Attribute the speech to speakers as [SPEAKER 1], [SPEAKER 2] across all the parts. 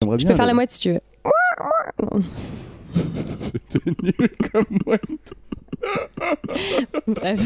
[SPEAKER 1] j'aimerais
[SPEAKER 2] Je
[SPEAKER 1] bien. ben.
[SPEAKER 2] peux faire la
[SPEAKER 1] le-
[SPEAKER 2] moitié si tu veux.
[SPEAKER 1] C'était nul comme moi.
[SPEAKER 2] Bref.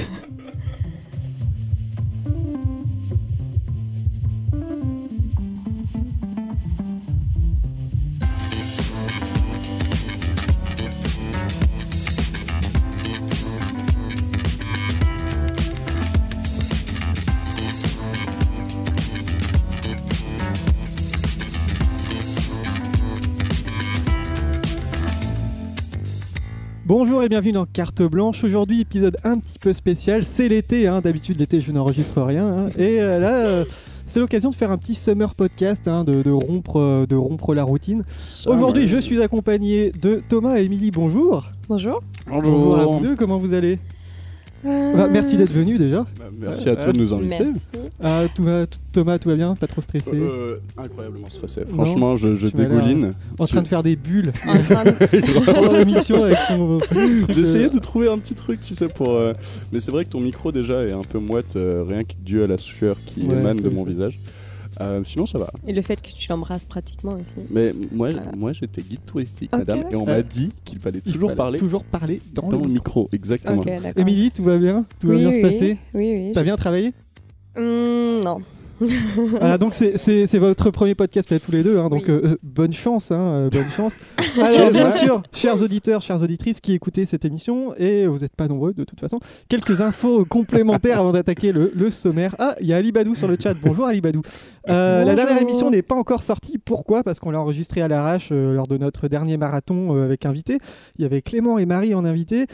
[SPEAKER 3] Bonjour et bienvenue dans Carte Blanche. Aujourd'hui, épisode un petit peu spécial. C'est l'été, hein. d'habitude l'été je n'enregistre rien. hein. Et euh, là, euh, c'est l'occasion de faire un petit summer podcast, hein, de, de rompre, euh, de rompre la routine. Aujourd'hui, je suis accompagné de Thomas et Émilie. Bonjour.
[SPEAKER 2] Bonjour.
[SPEAKER 3] à vous deux, comment vous allez
[SPEAKER 2] Euh.
[SPEAKER 3] Bah, Merci d'être venus déjà.
[SPEAKER 1] Merci à toi de nous inviter.
[SPEAKER 2] Merci.
[SPEAKER 3] Ah, tout va- tout- Thomas, tout va bien Pas trop stressé
[SPEAKER 1] Euh, incroyablement stressé.
[SPEAKER 3] Non.
[SPEAKER 1] Franchement, je, je
[SPEAKER 3] Tu m'as l'air-
[SPEAKER 1] dégouline.
[SPEAKER 3] En train de faire des bulles
[SPEAKER 2] En train de-
[SPEAKER 3] pendant l'émission avec son, son petit truc euh, de-
[SPEAKER 1] J'essayais de trouver un petit truc, tu sais, pour. euh, Mais c'est vrai que ton micro déjà est un peu moite, euh, rien que dû à la sueur qui
[SPEAKER 3] Ouais,
[SPEAKER 1] émane de
[SPEAKER 3] c'est
[SPEAKER 1] mon
[SPEAKER 3] ça.
[SPEAKER 1] visage. Euh, sinon, ça va.
[SPEAKER 2] Et le fait que tu l'embrasses pratiquement aussi.
[SPEAKER 1] Mais moi,
[SPEAKER 2] Voilà.
[SPEAKER 1] moi j'étais guide touristique,
[SPEAKER 2] Ok.
[SPEAKER 1] madame, et on
[SPEAKER 3] Ouais.
[SPEAKER 1] m'a dit qu'il fallait
[SPEAKER 3] Il
[SPEAKER 1] toujours
[SPEAKER 3] fallait
[SPEAKER 1] parler
[SPEAKER 3] Toujours parler dans,
[SPEAKER 1] dans
[SPEAKER 3] le
[SPEAKER 1] le micro, exactement.
[SPEAKER 2] Ok, d'accord.
[SPEAKER 3] Émilie, tout va bien Tout va
[SPEAKER 2] Oui,
[SPEAKER 3] bien
[SPEAKER 2] oui,
[SPEAKER 3] se passer
[SPEAKER 2] Oui, oui.
[SPEAKER 3] T'as bien travaillé
[SPEAKER 2] Hum, non.
[SPEAKER 3] Voilà, donc c'est- c'est c'est votre premier podcast là, tous les deux, hein, donc
[SPEAKER 2] Oui.
[SPEAKER 3] euh, euh, bonne chance, hein, euh, bonne chance. Alors bien sûr, chers auditeurs, chères auditrices qui écoutez cette émission, et vous n'êtes pas nombreux de toute façon, quelques infos complémentaires avant d'attaquer le, le sommaire. Ah, il y a Ali Badou sur le chat, bonjour Ali Badou. Euh, La
[SPEAKER 2] Bonjour.
[SPEAKER 3] dernière émission n'est pas encore sortie, pourquoi Parce qu'on l'a enregistrée à l'arrache euh, lors de notre dernier marathon euh, avec invité. Il y avait Clément et Marie en invité.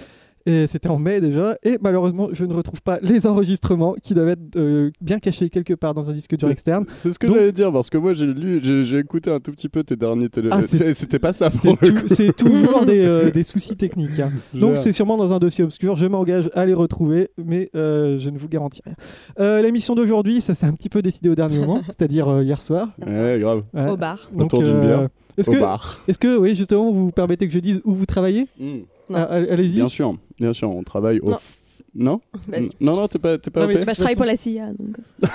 [SPEAKER 3] Et c'était en mai déjà, et malheureusement, je ne retrouve pas les enregistrements qui doivent être euh, bien cachés quelque part dans un disque dur externe.
[SPEAKER 1] C'est ce que
[SPEAKER 3] Donc-
[SPEAKER 1] j'allais dire, parce que moi j'ai lu, j'ai j'ai écouté un tout petit peu tes derniers télé.
[SPEAKER 3] Ah, c'est-
[SPEAKER 1] C'est- C'était pas ça,
[SPEAKER 3] C'est
[SPEAKER 1] pour le
[SPEAKER 3] tout-
[SPEAKER 1] coup.
[SPEAKER 3] C'est toujours des, euh, des soucis techniques. hein. Donc
[SPEAKER 1] Genre.
[SPEAKER 3] c'est sûrement dans un dossier obscur. Je m'engage à les retrouver, mais euh, je ne vous garantis rien. Euh, L'émission d'aujourd'hui, ça s'est un petit peu décidé au dernier moment, c'est-à-dire euh, hier soir.
[SPEAKER 1] Ouais, grave.
[SPEAKER 3] Ouais.
[SPEAKER 2] Au bar.
[SPEAKER 3] Donc, euh,
[SPEAKER 1] Autour d'une bière,
[SPEAKER 3] Est-ce
[SPEAKER 1] Au
[SPEAKER 3] que,
[SPEAKER 1] bar.
[SPEAKER 3] est-ce que, oui, justement, vous permettez que je dise où vous travaillez
[SPEAKER 1] Mm.
[SPEAKER 2] Non.
[SPEAKER 3] Ah, allez- Allez-y.
[SPEAKER 1] Bien sûr, bien sûr, on travaille au.
[SPEAKER 2] Non.
[SPEAKER 1] f- Non
[SPEAKER 3] hmm.
[SPEAKER 2] Vas-y.
[SPEAKER 1] Mm. Non, non, t'es pas, t'es pas
[SPEAKER 3] Bah Non, mais
[SPEAKER 1] OP?
[SPEAKER 3] tu
[SPEAKER 2] Bah, je travaille pour la CIA, donc.
[SPEAKER 3] Oh,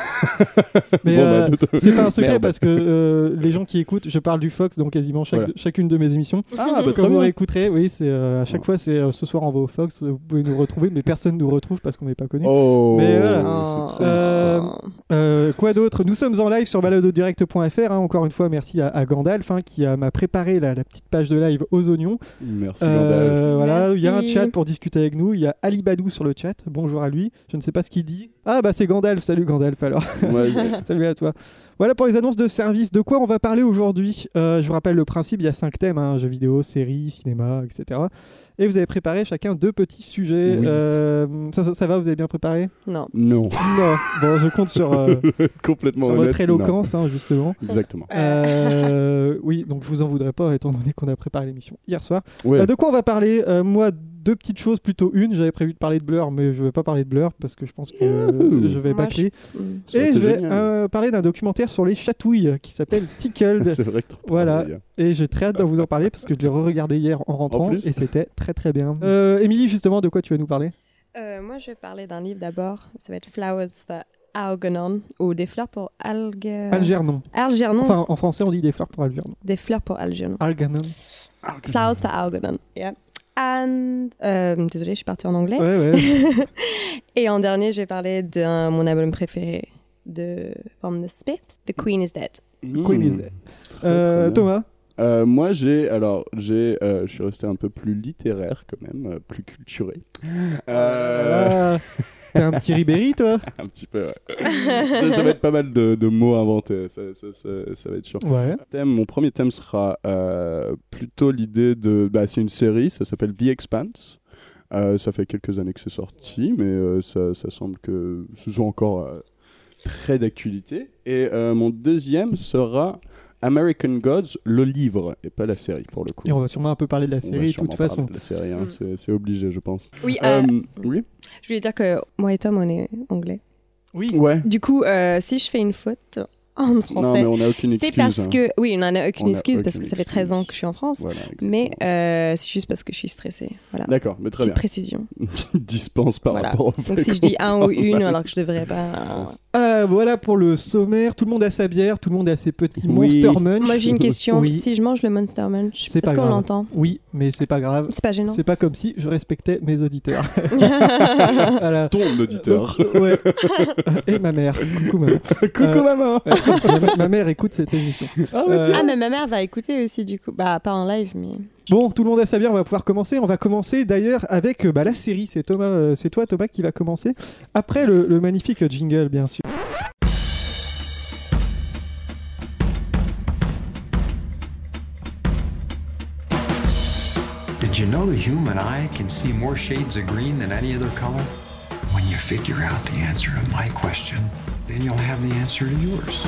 [SPEAKER 3] Mais,
[SPEAKER 1] Bon,
[SPEAKER 3] euh,
[SPEAKER 1] bah, tout-
[SPEAKER 3] c'est pas un secret
[SPEAKER 1] Merde.
[SPEAKER 3] parce que euh, les gens qui écoutent, je parle du Fox dans quasiment chaque-
[SPEAKER 1] Voilà.
[SPEAKER 3] chacune de mes émissions.
[SPEAKER 1] Ah, bah,
[SPEAKER 3] Quand
[SPEAKER 1] très
[SPEAKER 3] vous
[SPEAKER 1] bien.
[SPEAKER 3] réécouterez, oui, c'est euh, à chaque fois, c'est euh, ce soir on va au Fox. Vous pouvez nous retrouver, mais personne nous retrouve parce qu'on n'est pas connu.
[SPEAKER 1] Oh,
[SPEAKER 3] Mais voilà.
[SPEAKER 1] c'est
[SPEAKER 2] Oh.
[SPEAKER 1] triste.
[SPEAKER 3] Euh, Euh, quoi d'autre Nous sommes en live sur baladodirect.fr. hein. encore une fois, merci à, à Gandalf hein, qui euh, m'a préparé la, la petite page de live aux oignons.
[SPEAKER 1] Merci,
[SPEAKER 3] Euh,
[SPEAKER 1] Gandalf.
[SPEAKER 3] voilà,
[SPEAKER 2] Merci.
[SPEAKER 3] il y a un chat pour discuter avec nous. Il y a Ali Badou sur le chat. Bonjour à lui. Je ne sais pas ce qu'il dit. Ah bah c'est Gandalf. Salut Gandalf alors.
[SPEAKER 1] Moi, je-
[SPEAKER 3] Salut à toi. Voilà pour les annonces de service. De quoi on va parler aujourd'hui Euh, Je vous rappelle le principe, il y a cinq thèmes, hein, jeux vidéo, séries, cinéma, etc. Et vous avez préparé chacun deux petits sujets.
[SPEAKER 1] Oui.
[SPEAKER 3] Euh, ça, ça- ça va, vous avez bien préparé
[SPEAKER 2] Non.
[SPEAKER 1] Non,
[SPEAKER 3] Non. Bon, je compte sur, euh,
[SPEAKER 1] complètement
[SPEAKER 3] sur
[SPEAKER 1] honnête,
[SPEAKER 3] votre éloquence, hein, justement.
[SPEAKER 1] non. Exactement.
[SPEAKER 2] Euh,
[SPEAKER 3] Euh, oui, donc je vous en voudrais pas, étant donné qu'on a préparé l'émission hier soir.
[SPEAKER 1] Ouais.
[SPEAKER 3] Euh, de quoi on va parler Euh, Moi, deux petites choses, plutôt une. J'avais prévu de parler de Blur, mais je vais pas parler de Blur parce que je pense que euh, je vais
[SPEAKER 2] Moi,
[SPEAKER 3] bâcler.
[SPEAKER 2] Hum.
[SPEAKER 1] Ça aurait
[SPEAKER 3] Et je
[SPEAKER 1] été
[SPEAKER 3] vais
[SPEAKER 1] génial.
[SPEAKER 3] euh, parler d'un documentaire sur les chatouilles qui s'appelle Tickled.
[SPEAKER 1] C'est vrai que t'en
[SPEAKER 3] Voilà.
[SPEAKER 1] parlais hier.
[SPEAKER 3] et j'ai très hâte d'en vous en parler parce que je l'ai re-regardé hier en rentrant
[SPEAKER 1] En plus
[SPEAKER 3] et c'était très très bien. Euh, Émilie, justement, de quoi tu vas nous parler
[SPEAKER 2] Euh, moi, je vais parler d'un livre d'abord. Ça va être Flowers for Algernon ou Des fleurs pour Alg...
[SPEAKER 3] Algernon.
[SPEAKER 2] Algernon.
[SPEAKER 3] Enfin, en français, on dit des fleurs pour Algernon.
[SPEAKER 2] Des fleurs pour Algernon.
[SPEAKER 3] Algernon.
[SPEAKER 2] Flowers for Algernon. Yeah. And... Euh, désolée, je suis partie en anglais.
[SPEAKER 3] Ouais, ouais.
[SPEAKER 2] Et en dernier, je vais parler de mon album préféré de From the Smiths, The Queen is Dead.
[SPEAKER 3] Queen is
[SPEAKER 1] Mm.
[SPEAKER 3] dead.
[SPEAKER 1] Très, très
[SPEAKER 3] Euh,
[SPEAKER 1] bien.
[SPEAKER 3] Thomas
[SPEAKER 1] Euh, moi, j'ai. Alors, j'ai. euh, je suis resté un peu plus littéraire, quand même, euh, plus culturé. Euh,
[SPEAKER 3] Ah, T'es un petit Ribéry, toi
[SPEAKER 1] un petit peu, ouais. ça va être pas mal de, de mots inventés, ça, ça- ça- ça va être sûr.
[SPEAKER 3] Ouais.
[SPEAKER 1] Thème, mon premier thème sera euh, plutôt l'idée de. Bah, c'est une série, ça s'appelle The Expanse. Euh, ça fait quelques années que c'est sorti, mais euh, ça, ça semble que ce soit encore euh, très d'actualité. Et euh, mon deuxième sera American Gods, le livre, et pas la série pour le coup.
[SPEAKER 3] Et on va sûrement un peu parler de la
[SPEAKER 1] On va
[SPEAKER 3] série de
[SPEAKER 1] sûrement
[SPEAKER 3] toute
[SPEAKER 1] parler
[SPEAKER 3] façon.
[SPEAKER 1] de la série, hein,
[SPEAKER 2] Mm.
[SPEAKER 1] c'est- c'est obligé, je pense.
[SPEAKER 2] Oui, euh,
[SPEAKER 1] Euh, oui
[SPEAKER 2] je voulais dire que moi et Tom, on est anglais.
[SPEAKER 3] Oui.
[SPEAKER 1] Ouais.
[SPEAKER 2] Du coup, euh, si je fais une faute, en
[SPEAKER 1] Non,
[SPEAKER 2] français.
[SPEAKER 1] mais on n'a aucune excuse.
[SPEAKER 2] c'est parce
[SPEAKER 1] hein.
[SPEAKER 2] que. Oui, on n'en a aucune
[SPEAKER 1] On a
[SPEAKER 2] excuse parce que
[SPEAKER 1] aucune
[SPEAKER 2] ça fait 13 ans que je suis en France.
[SPEAKER 1] Voilà, exactement.
[SPEAKER 2] mais euh, c'est juste parce que je suis stressée. Voilà.
[SPEAKER 1] D'accord, mais très
[SPEAKER 2] Petite
[SPEAKER 1] bien.
[SPEAKER 2] précision.
[SPEAKER 1] Dispense par
[SPEAKER 2] Voilà.
[SPEAKER 1] rapport au fait
[SPEAKER 2] Donc si je
[SPEAKER 1] qu'on
[SPEAKER 2] dis un ou
[SPEAKER 1] parle
[SPEAKER 2] une
[SPEAKER 1] mal.
[SPEAKER 2] alors que je devrais pas.
[SPEAKER 3] Ah, voilà pour le sommaire. Tout le monde a sa bière, tout le monde a ses petits
[SPEAKER 1] Oui.
[SPEAKER 3] Monster Munch.
[SPEAKER 2] Moi j'ai une question.
[SPEAKER 3] Oui.
[SPEAKER 2] Si je mange le Monster Munch,
[SPEAKER 3] C'est pas
[SPEAKER 2] est-ce qu'on
[SPEAKER 3] grave.
[SPEAKER 2] l'entend
[SPEAKER 3] Oui, mais c'est pas grave.
[SPEAKER 2] C'est pas gênant.
[SPEAKER 3] C'est pas comme si je respectais mes auditeurs. Voilà.
[SPEAKER 1] Ton auditeur.
[SPEAKER 3] Donc, euh, ouais. Et ma mère. Coucou maman.
[SPEAKER 1] Coucou
[SPEAKER 3] euh,
[SPEAKER 1] maman.
[SPEAKER 3] Ouais, ma- ma mère écoute cette émission.
[SPEAKER 1] Ah,
[SPEAKER 3] euh,
[SPEAKER 1] mais tiens.
[SPEAKER 2] Ah mais ma mère va écouter aussi du coup. Bah pas en live mais.
[SPEAKER 3] Bon, tout le monde a sa bière, on va pouvoir commencer. On va commencer d'ailleurs avec euh, bah, la série. C'est Thomas, euh, c'est toi Thomas qui va commencer. Après le, le magnifique jingle, bien sûr.
[SPEAKER 4] Did you know the human eye can see more shades of green than any other color? When you figure out the answer to my question, then you'll have the answer to yours.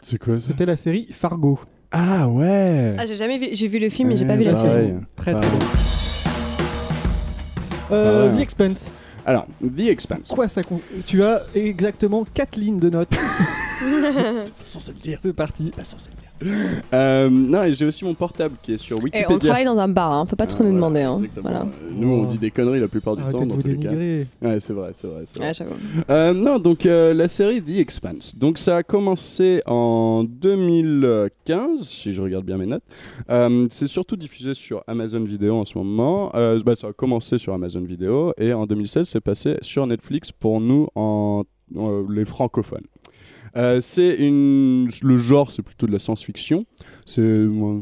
[SPEAKER 1] C'est quoi ça
[SPEAKER 3] C'était la série Fargo.
[SPEAKER 1] Ah ouais.
[SPEAKER 2] Ah j'ai jamais vu. J'ai vu le film mais j'ai pas
[SPEAKER 1] Eh,
[SPEAKER 2] vu la
[SPEAKER 1] pareil.
[SPEAKER 2] série.
[SPEAKER 3] Très très
[SPEAKER 1] Pareil.
[SPEAKER 3] bon. Euh,
[SPEAKER 1] Ah ouais.
[SPEAKER 3] The Expense.
[SPEAKER 1] Alors, The Expanse.
[SPEAKER 3] Quoi ça con- Tu as exactement 4 lignes de notes.
[SPEAKER 1] censé le dire.
[SPEAKER 3] C'est parti.
[SPEAKER 1] Euh, non, et j'ai aussi mon portable qui est sur
[SPEAKER 2] Et
[SPEAKER 1] Wikipédia.
[SPEAKER 2] on travaille dans un bar, hein, faut pas trop
[SPEAKER 1] Ah,
[SPEAKER 2] nous
[SPEAKER 1] voilà,
[SPEAKER 2] demander. Hein.
[SPEAKER 1] exactement.
[SPEAKER 2] Voilà.
[SPEAKER 1] Euh, Nous, on dit des conneries la plupart du
[SPEAKER 3] Arrêtez
[SPEAKER 1] temps,
[SPEAKER 3] de
[SPEAKER 1] dans
[SPEAKER 3] vous
[SPEAKER 1] tous les cas. Euh,
[SPEAKER 3] dénigrer.
[SPEAKER 1] Ouais, c'est vrai, c'est vrai. c'est vrai.
[SPEAKER 2] Ouais, Ah, j'avoue.
[SPEAKER 1] Euh, non, donc euh, la série The Expanse. Donc ça a commencé en 2015, si je regarde bien mes notes. Euh, c'est surtout diffusé sur Amazon Video en ce moment. Euh, bah, ça a commencé sur Amazon Video et en 2016 c'est passé sur Netflix pour nous en euh, les francophones. Euh, c'est une le genre c'est plutôt de la science-fiction. C'est euh,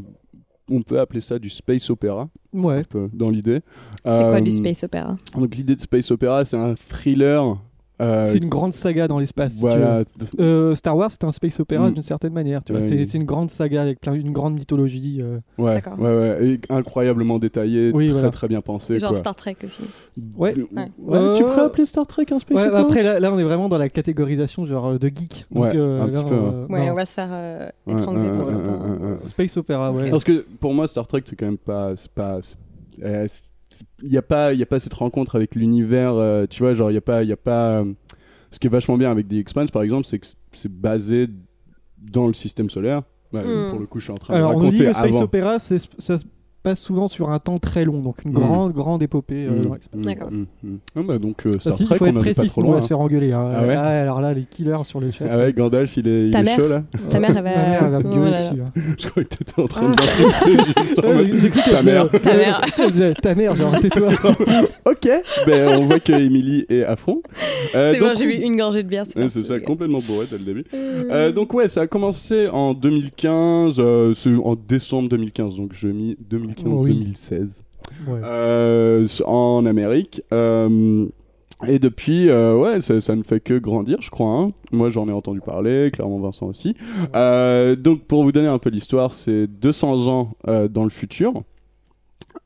[SPEAKER 1] on peut appeler ça du space opéra
[SPEAKER 3] Ouais.
[SPEAKER 1] un peu, dans l'idée.
[SPEAKER 2] C'est quoi du
[SPEAKER 1] Euh,
[SPEAKER 2] space opéra
[SPEAKER 1] donc l'idée de Space Opera, c'est un thriller. euh,
[SPEAKER 3] C'est une grande saga dans l'espace. si tu veux.
[SPEAKER 1] voilà,
[SPEAKER 3] Euh, Star Wars, c'est un space opéra
[SPEAKER 1] Mm.
[SPEAKER 3] d'une certaine manière. Tu vois,
[SPEAKER 1] Ouais,
[SPEAKER 3] c'est,
[SPEAKER 1] oui.
[SPEAKER 3] c'est une grande saga avec plein, une grande mythologie. euh.
[SPEAKER 1] ouais,
[SPEAKER 2] D'accord.
[SPEAKER 1] ouais, ouais, et incroyablement détaillé,
[SPEAKER 3] Oui,
[SPEAKER 1] très
[SPEAKER 3] voilà.
[SPEAKER 1] très bien pensé.
[SPEAKER 2] Genre
[SPEAKER 1] quoi.
[SPEAKER 2] Star Trek aussi.
[SPEAKER 3] Ouais.
[SPEAKER 1] Ouais,
[SPEAKER 3] Ouais.
[SPEAKER 1] Tu pourrais appeler Star Trek un space
[SPEAKER 3] Ouais,
[SPEAKER 1] opera
[SPEAKER 3] après là, là, on est vraiment dans la catégorisation genre euh, de geek. Donc,
[SPEAKER 1] Ouais,
[SPEAKER 3] euh,
[SPEAKER 1] un
[SPEAKER 3] là,
[SPEAKER 1] petit peu,
[SPEAKER 3] on,
[SPEAKER 1] ouais. Euh,
[SPEAKER 3] euh,
[SPEAKER 2] Ouais,
[SPEAKER 3] non.
[SPEAKER 2] on va se faire euh,
[SPEAKER 1] Ouais,
[SPEAKER 2] étrangler
[SPEAKER 1] ouais,
[SPEAKER 2] pour
[SPEAKER 1] ouais,
[SPEAKER 2] certains.
[SPEAKER 1] ouais, ouais, ouais.
[SPEAKER 3] Space opéra, ouais.
[SPEAKER 1] Parce que pour moi, Star Trek, c'est quand même pas, c'est pas, c'est- euh, c'est- il n'y a pas, il y a pas cette rencontre avec l'univers. euh, tu vois, genre il y a pas, il y a pas. euh, ce qui est vachement bien avec The Expanse, par exemple, c'est que c'est basé dans le système solaire. Ouais,
[SPEAKER 2] Hmm.
[SPEAKER 1] Pour le coup, je suis en train
[SPEAKER 3] Alors,
[SPEAKER 1] de
[SPEAKER 3] on nous dit
[SPEAKER 1] raconter
[SPEAKER 3] que space
[SPEAKER 1] avant.
[SPEAKER 3] opéra, c'est- ça se passe souvent sur un temps très long, donc une
[SPEAKER 1] Mm.
[SPEAKER 3] grande, grande épopée. euh,
[SPEAKER 1] Mm,
[SPEAKER 3] dans l'espace.
[SPEAKER 1] mm,
[SPEAKER 2] D'accord.
[SPEAKER 1] mm, mm. Ah bah donc euh,
[SPEAKER 3] Ah,
[SPEAKER 1] Star
[SPEAKER 3] si, il
[SPEAKER 1] Trek,
[SPEAKER 3] faut
[SPEAKER 1] on
[SPEAKER 3] être
[SPEAKER 1] n'en est pas
[SPEAKER 3] précis,
[SPEAKER 1] trop
[SPEAKER 3] sinon on
[SPEAKER 1] loin.
[SPEAKER 3] va se faire engueler. hein.
[SPEAKER 1] Ah ouais
[SPEAKER 3] alors là, les killers sur le chat. Ah
[SPEAKER 1] Ah ouais, Gandalf, il est, il
[SPEAKER 2] Ta
[SPEAKER 1] est
[SPEAKER 2] mère
[SPEAKER 1] chaud là.
[SPEAKER 2] Ta mère, elle va-
[SPEAKER 3] Ma mère, elle va me gueuler
[SPEAKER 2] Voilà.
[SPEAKER 3] dessus. hein.
[SPEAKER 1] Je croyais que t'étais en train
[SPEAKER 2] Ah.
[SPEAKER 1] de l'insulter juste en mode,
[SPEAKER 3] Ouais, j'ai cru qu'elle
[SPEAKER 1] Ta
[SPEAKER 3] faisait,
[SPEAKER 1] mère.
[SPEAKER 3] euh,
[SPEAKER 2] Ta mère.
[SPEAKER 3] elle faisait, Ta mère, genre, tais-toi.
[SPEAKER 1] Ok. Ben on voit que Emily est à fond. Euh,
[SPEAKER 2] C'est bon,
[SPEAKER 1] donc-
[SPEAKER 2] j'ai vu une Mm. gorgée de bière.
[SPEAKER 1] Ouais,
[SPEAKER 2] parti.
[SPEAKER 1] c'est ça, complètement bourré dès le début. Euh, donc ouais, ça a commencé en 2015, euh, c'est en décembre 2015, donc j'ai mis 2015-2016
[SPEAKER 3] Ouais.
[SPEAKER 1] euh, en Amérique. euh, et depuis, euh, ouais, ça, ça ne fait que grandir, je crois. hein. Moi, j'en ai entendu parler, clairement Vincent aussi. Euh, donc, pour vous donner un peu l'histoire, c'est 200 ans euh, dans le futur.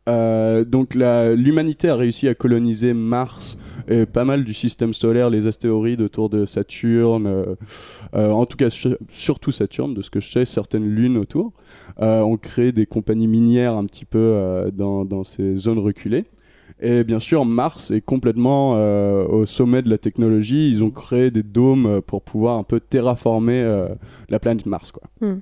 [SPEAKER 1] Euh, donc, la- l'humanité a réussi à coloniser Mars et pas mal du système solaire, les astéroïdes autour de Saturne, euh, euh, en tout cas sur- surtout Saturne, de ce que je sais, certaines lunes autour. Euh, on crée des compagnies minières un petit peu euh, dans, dans ces zones reculées. Et bien sûr, Mars est complètement euh, au sommet de la technologie. Ils ont créé des dômes euh, pour pouvoir un peu terraformer euh, la planète Mars. Quoi.
[SPEAKER 2] Hmm.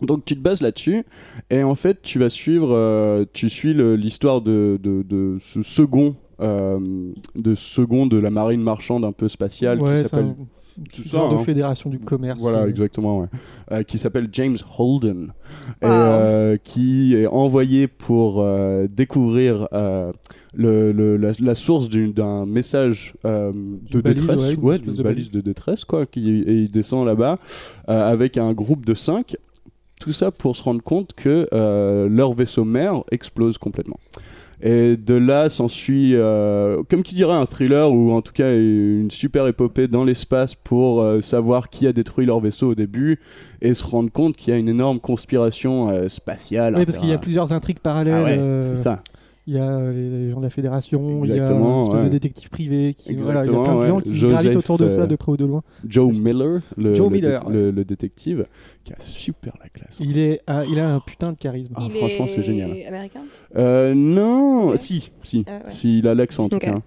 [SPEAKER 1] Donc tu te bases là-dessus et en fait tu vas suivre, euh, tu suis le- l'histoire de, de- de ce second, euh, de second de la marine marchande un peu spatiale
[SPEAKER 3] Ouais,
[SPEAKER 1] qui
[SPEAKER 3] c'est
[SPEAKER 1] s'appelle
[SPEAKER 3] un
[SPEAKER 1] Tout
[SPEAKER 3] genre
[SPEAKER 1] ça,
[SPEAKER 3] de
[SPEAKER 1] hein.
[SPEAKER 3] fédération du commerce.
[SPEAKER 1] voilà,
[SPEAKER 3] euh,
[SPEAKER 1] exactement, ouais. Euh, qui s'appelle James Holden et
[SPEAKER 2] Wow.
[SPEAKER 1] euh, qui est envoyé pour euh, découvrir euh, le, le- la, la source d'une- d'un message euh, de
[SPEAKER 3] balise,
[SPEAKER 1] détresse,
[SPEAKER 3] ouais, une
[SPEAKER 1] ouais,
[SPEAKER 3] espèce
[SPEAKER 1] d'une
[SPEAKER 3] de
[SPEAKER 1] balise de détresse, quoi. Qui, et il descend là-bas euh, avec un groupe de cinq. Tout ça pour se rendre compte que euh, leur vaisseau mère explose complètement. Et de là s'ensuit, euh, comme qui dirait, un thriller ou en tout cas une super épopée dans l'espace pour euh, savoir qui a détruit leur vaisseau au début et se rendre compte qu'il y a une énorme conspiration euh, spatiale.
[SPEAKER 3] Ouais, parce qu'il y a
[SPEAKER 1] plus
[SPEAKER 3] plusieurs intrigues parallèles.
[SPEAKER 1] Ah ouais,
[SPEAKER 3] euh,
[SPEAKER 1] c'est ça.
[SPEAKER 3] Il y a euh, les, les gens de la fédération, il y a
[SPEAKER 1] Exactement,
[SPEAKER 3] une espèce de
[SPEAKER 1] ouais.
[SPEAKER 3] détective privé, qui, voilà, il y a
[SPEAKER 1] Exactement,
[SPEAKER 3] plein de gens
[SPEAKER 1] ouais.
[SPEAKER 3] qui
[SPEAKER 1] Joseph,
[SPEAKER 3] gravitent autour de ça
[SPEAKER 1] euh,
[SPEAKER 3] de près ou de loin.
[SPEAKER 1] Joe
[SPEAKER 3] c'est-
[SPEAKER 1] Miller, le,
[SPEAKER 3] Joe
[SPEAKER 1] le dé-
[SPEAKER 3] Miller, ouais.
[SPEAKER 1] le- le détective, qui a super la classe.
[SPEAKER 3] Il, est, ah, il a un putain de charisme.
[SPEAKER 1] Ah, franchement, c'est génial.
[SPEAKER 2] américain
[SPEAKER 1] Euh, non,
[SPEAKER 2] Ouais.
[SPEAKER 1] si, si,
[SPEAKER 2] Ah ouais.
[SPEAKER 1] si, il a l'accent en tout
[SPEAKER 2] Ok.
[SPEAKER 1] cas.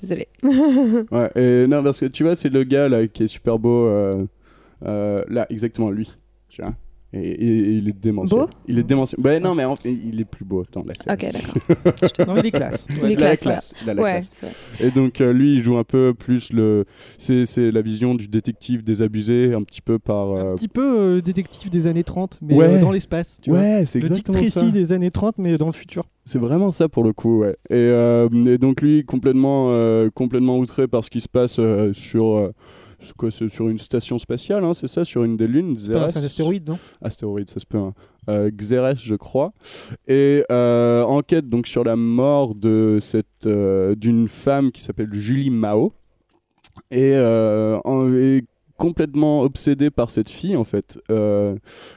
[SPEAKER 2] Désolée.
[SPEAKER 1] Ouais, et non, parce que tu vois, c'est le gars là qui est super beau. euh, euh, là, exactement lui. Tu vois. Et, et- et il est démentiel.
[SPEAKER 2] Beau
[SPEAKER 1] il est démentiel. Ouais, non, mais en fait, il est plus beau. Attends, la série.
[SPEAKER 2] Ok, d'accord.
[SPEAKER 3] Non, il est classe.
[SPEAKER 1] Il a la
[SPEAKER 2] classe, voilà.
[SPEAKER 1] classe, il a la
[SPEAKER 2] Ouais,
[SPEAKER 1] classe.
[SPEAKER 2] c'est vrai.
[SPEAKER 1] Et donc, euh, lui, il joue un peu plus le. C'est c'est la vision du détective désabusé, un petit peu par. euh,
[SPEAKER 3] Un petit peu euh, détective des années 30, mais
[SPEAKER 1] Ouais.
[SPEAKER 3] euh, dans l'espace. Tu vois.
[SPEAKER 1] Ouais, c'est
[SPEAKER 3] Le Dick
[SPEAKER 1] exactement ça.
[SPEAKER 3] Tracy des années 30, mais dans le futur.
[SPEAKER 1] C'est vraiment ça pour le coup, ouais. Et, euh, et donc lui, complètement, euh, complètement outré par ce qui se passe euh, sur, euh, sur quoi, c'est sur une station spatiale, hein, c'est ça, sur une des lunes,
[SPEAKER 3] Ah,
[SPEAKER 1] Xeres.
[SPEAKER 3] C'est un astéroïde, non
[SPEAKER 1] Astéroïde, ça se peut. hein. Euh, Xeres, je crois. Et euh, enquête donc sur la mort de cette euh, d'une femme qui s'appelle Julie Mao. Et, euh, en- et complètement obsédé par cette fille en fait euh,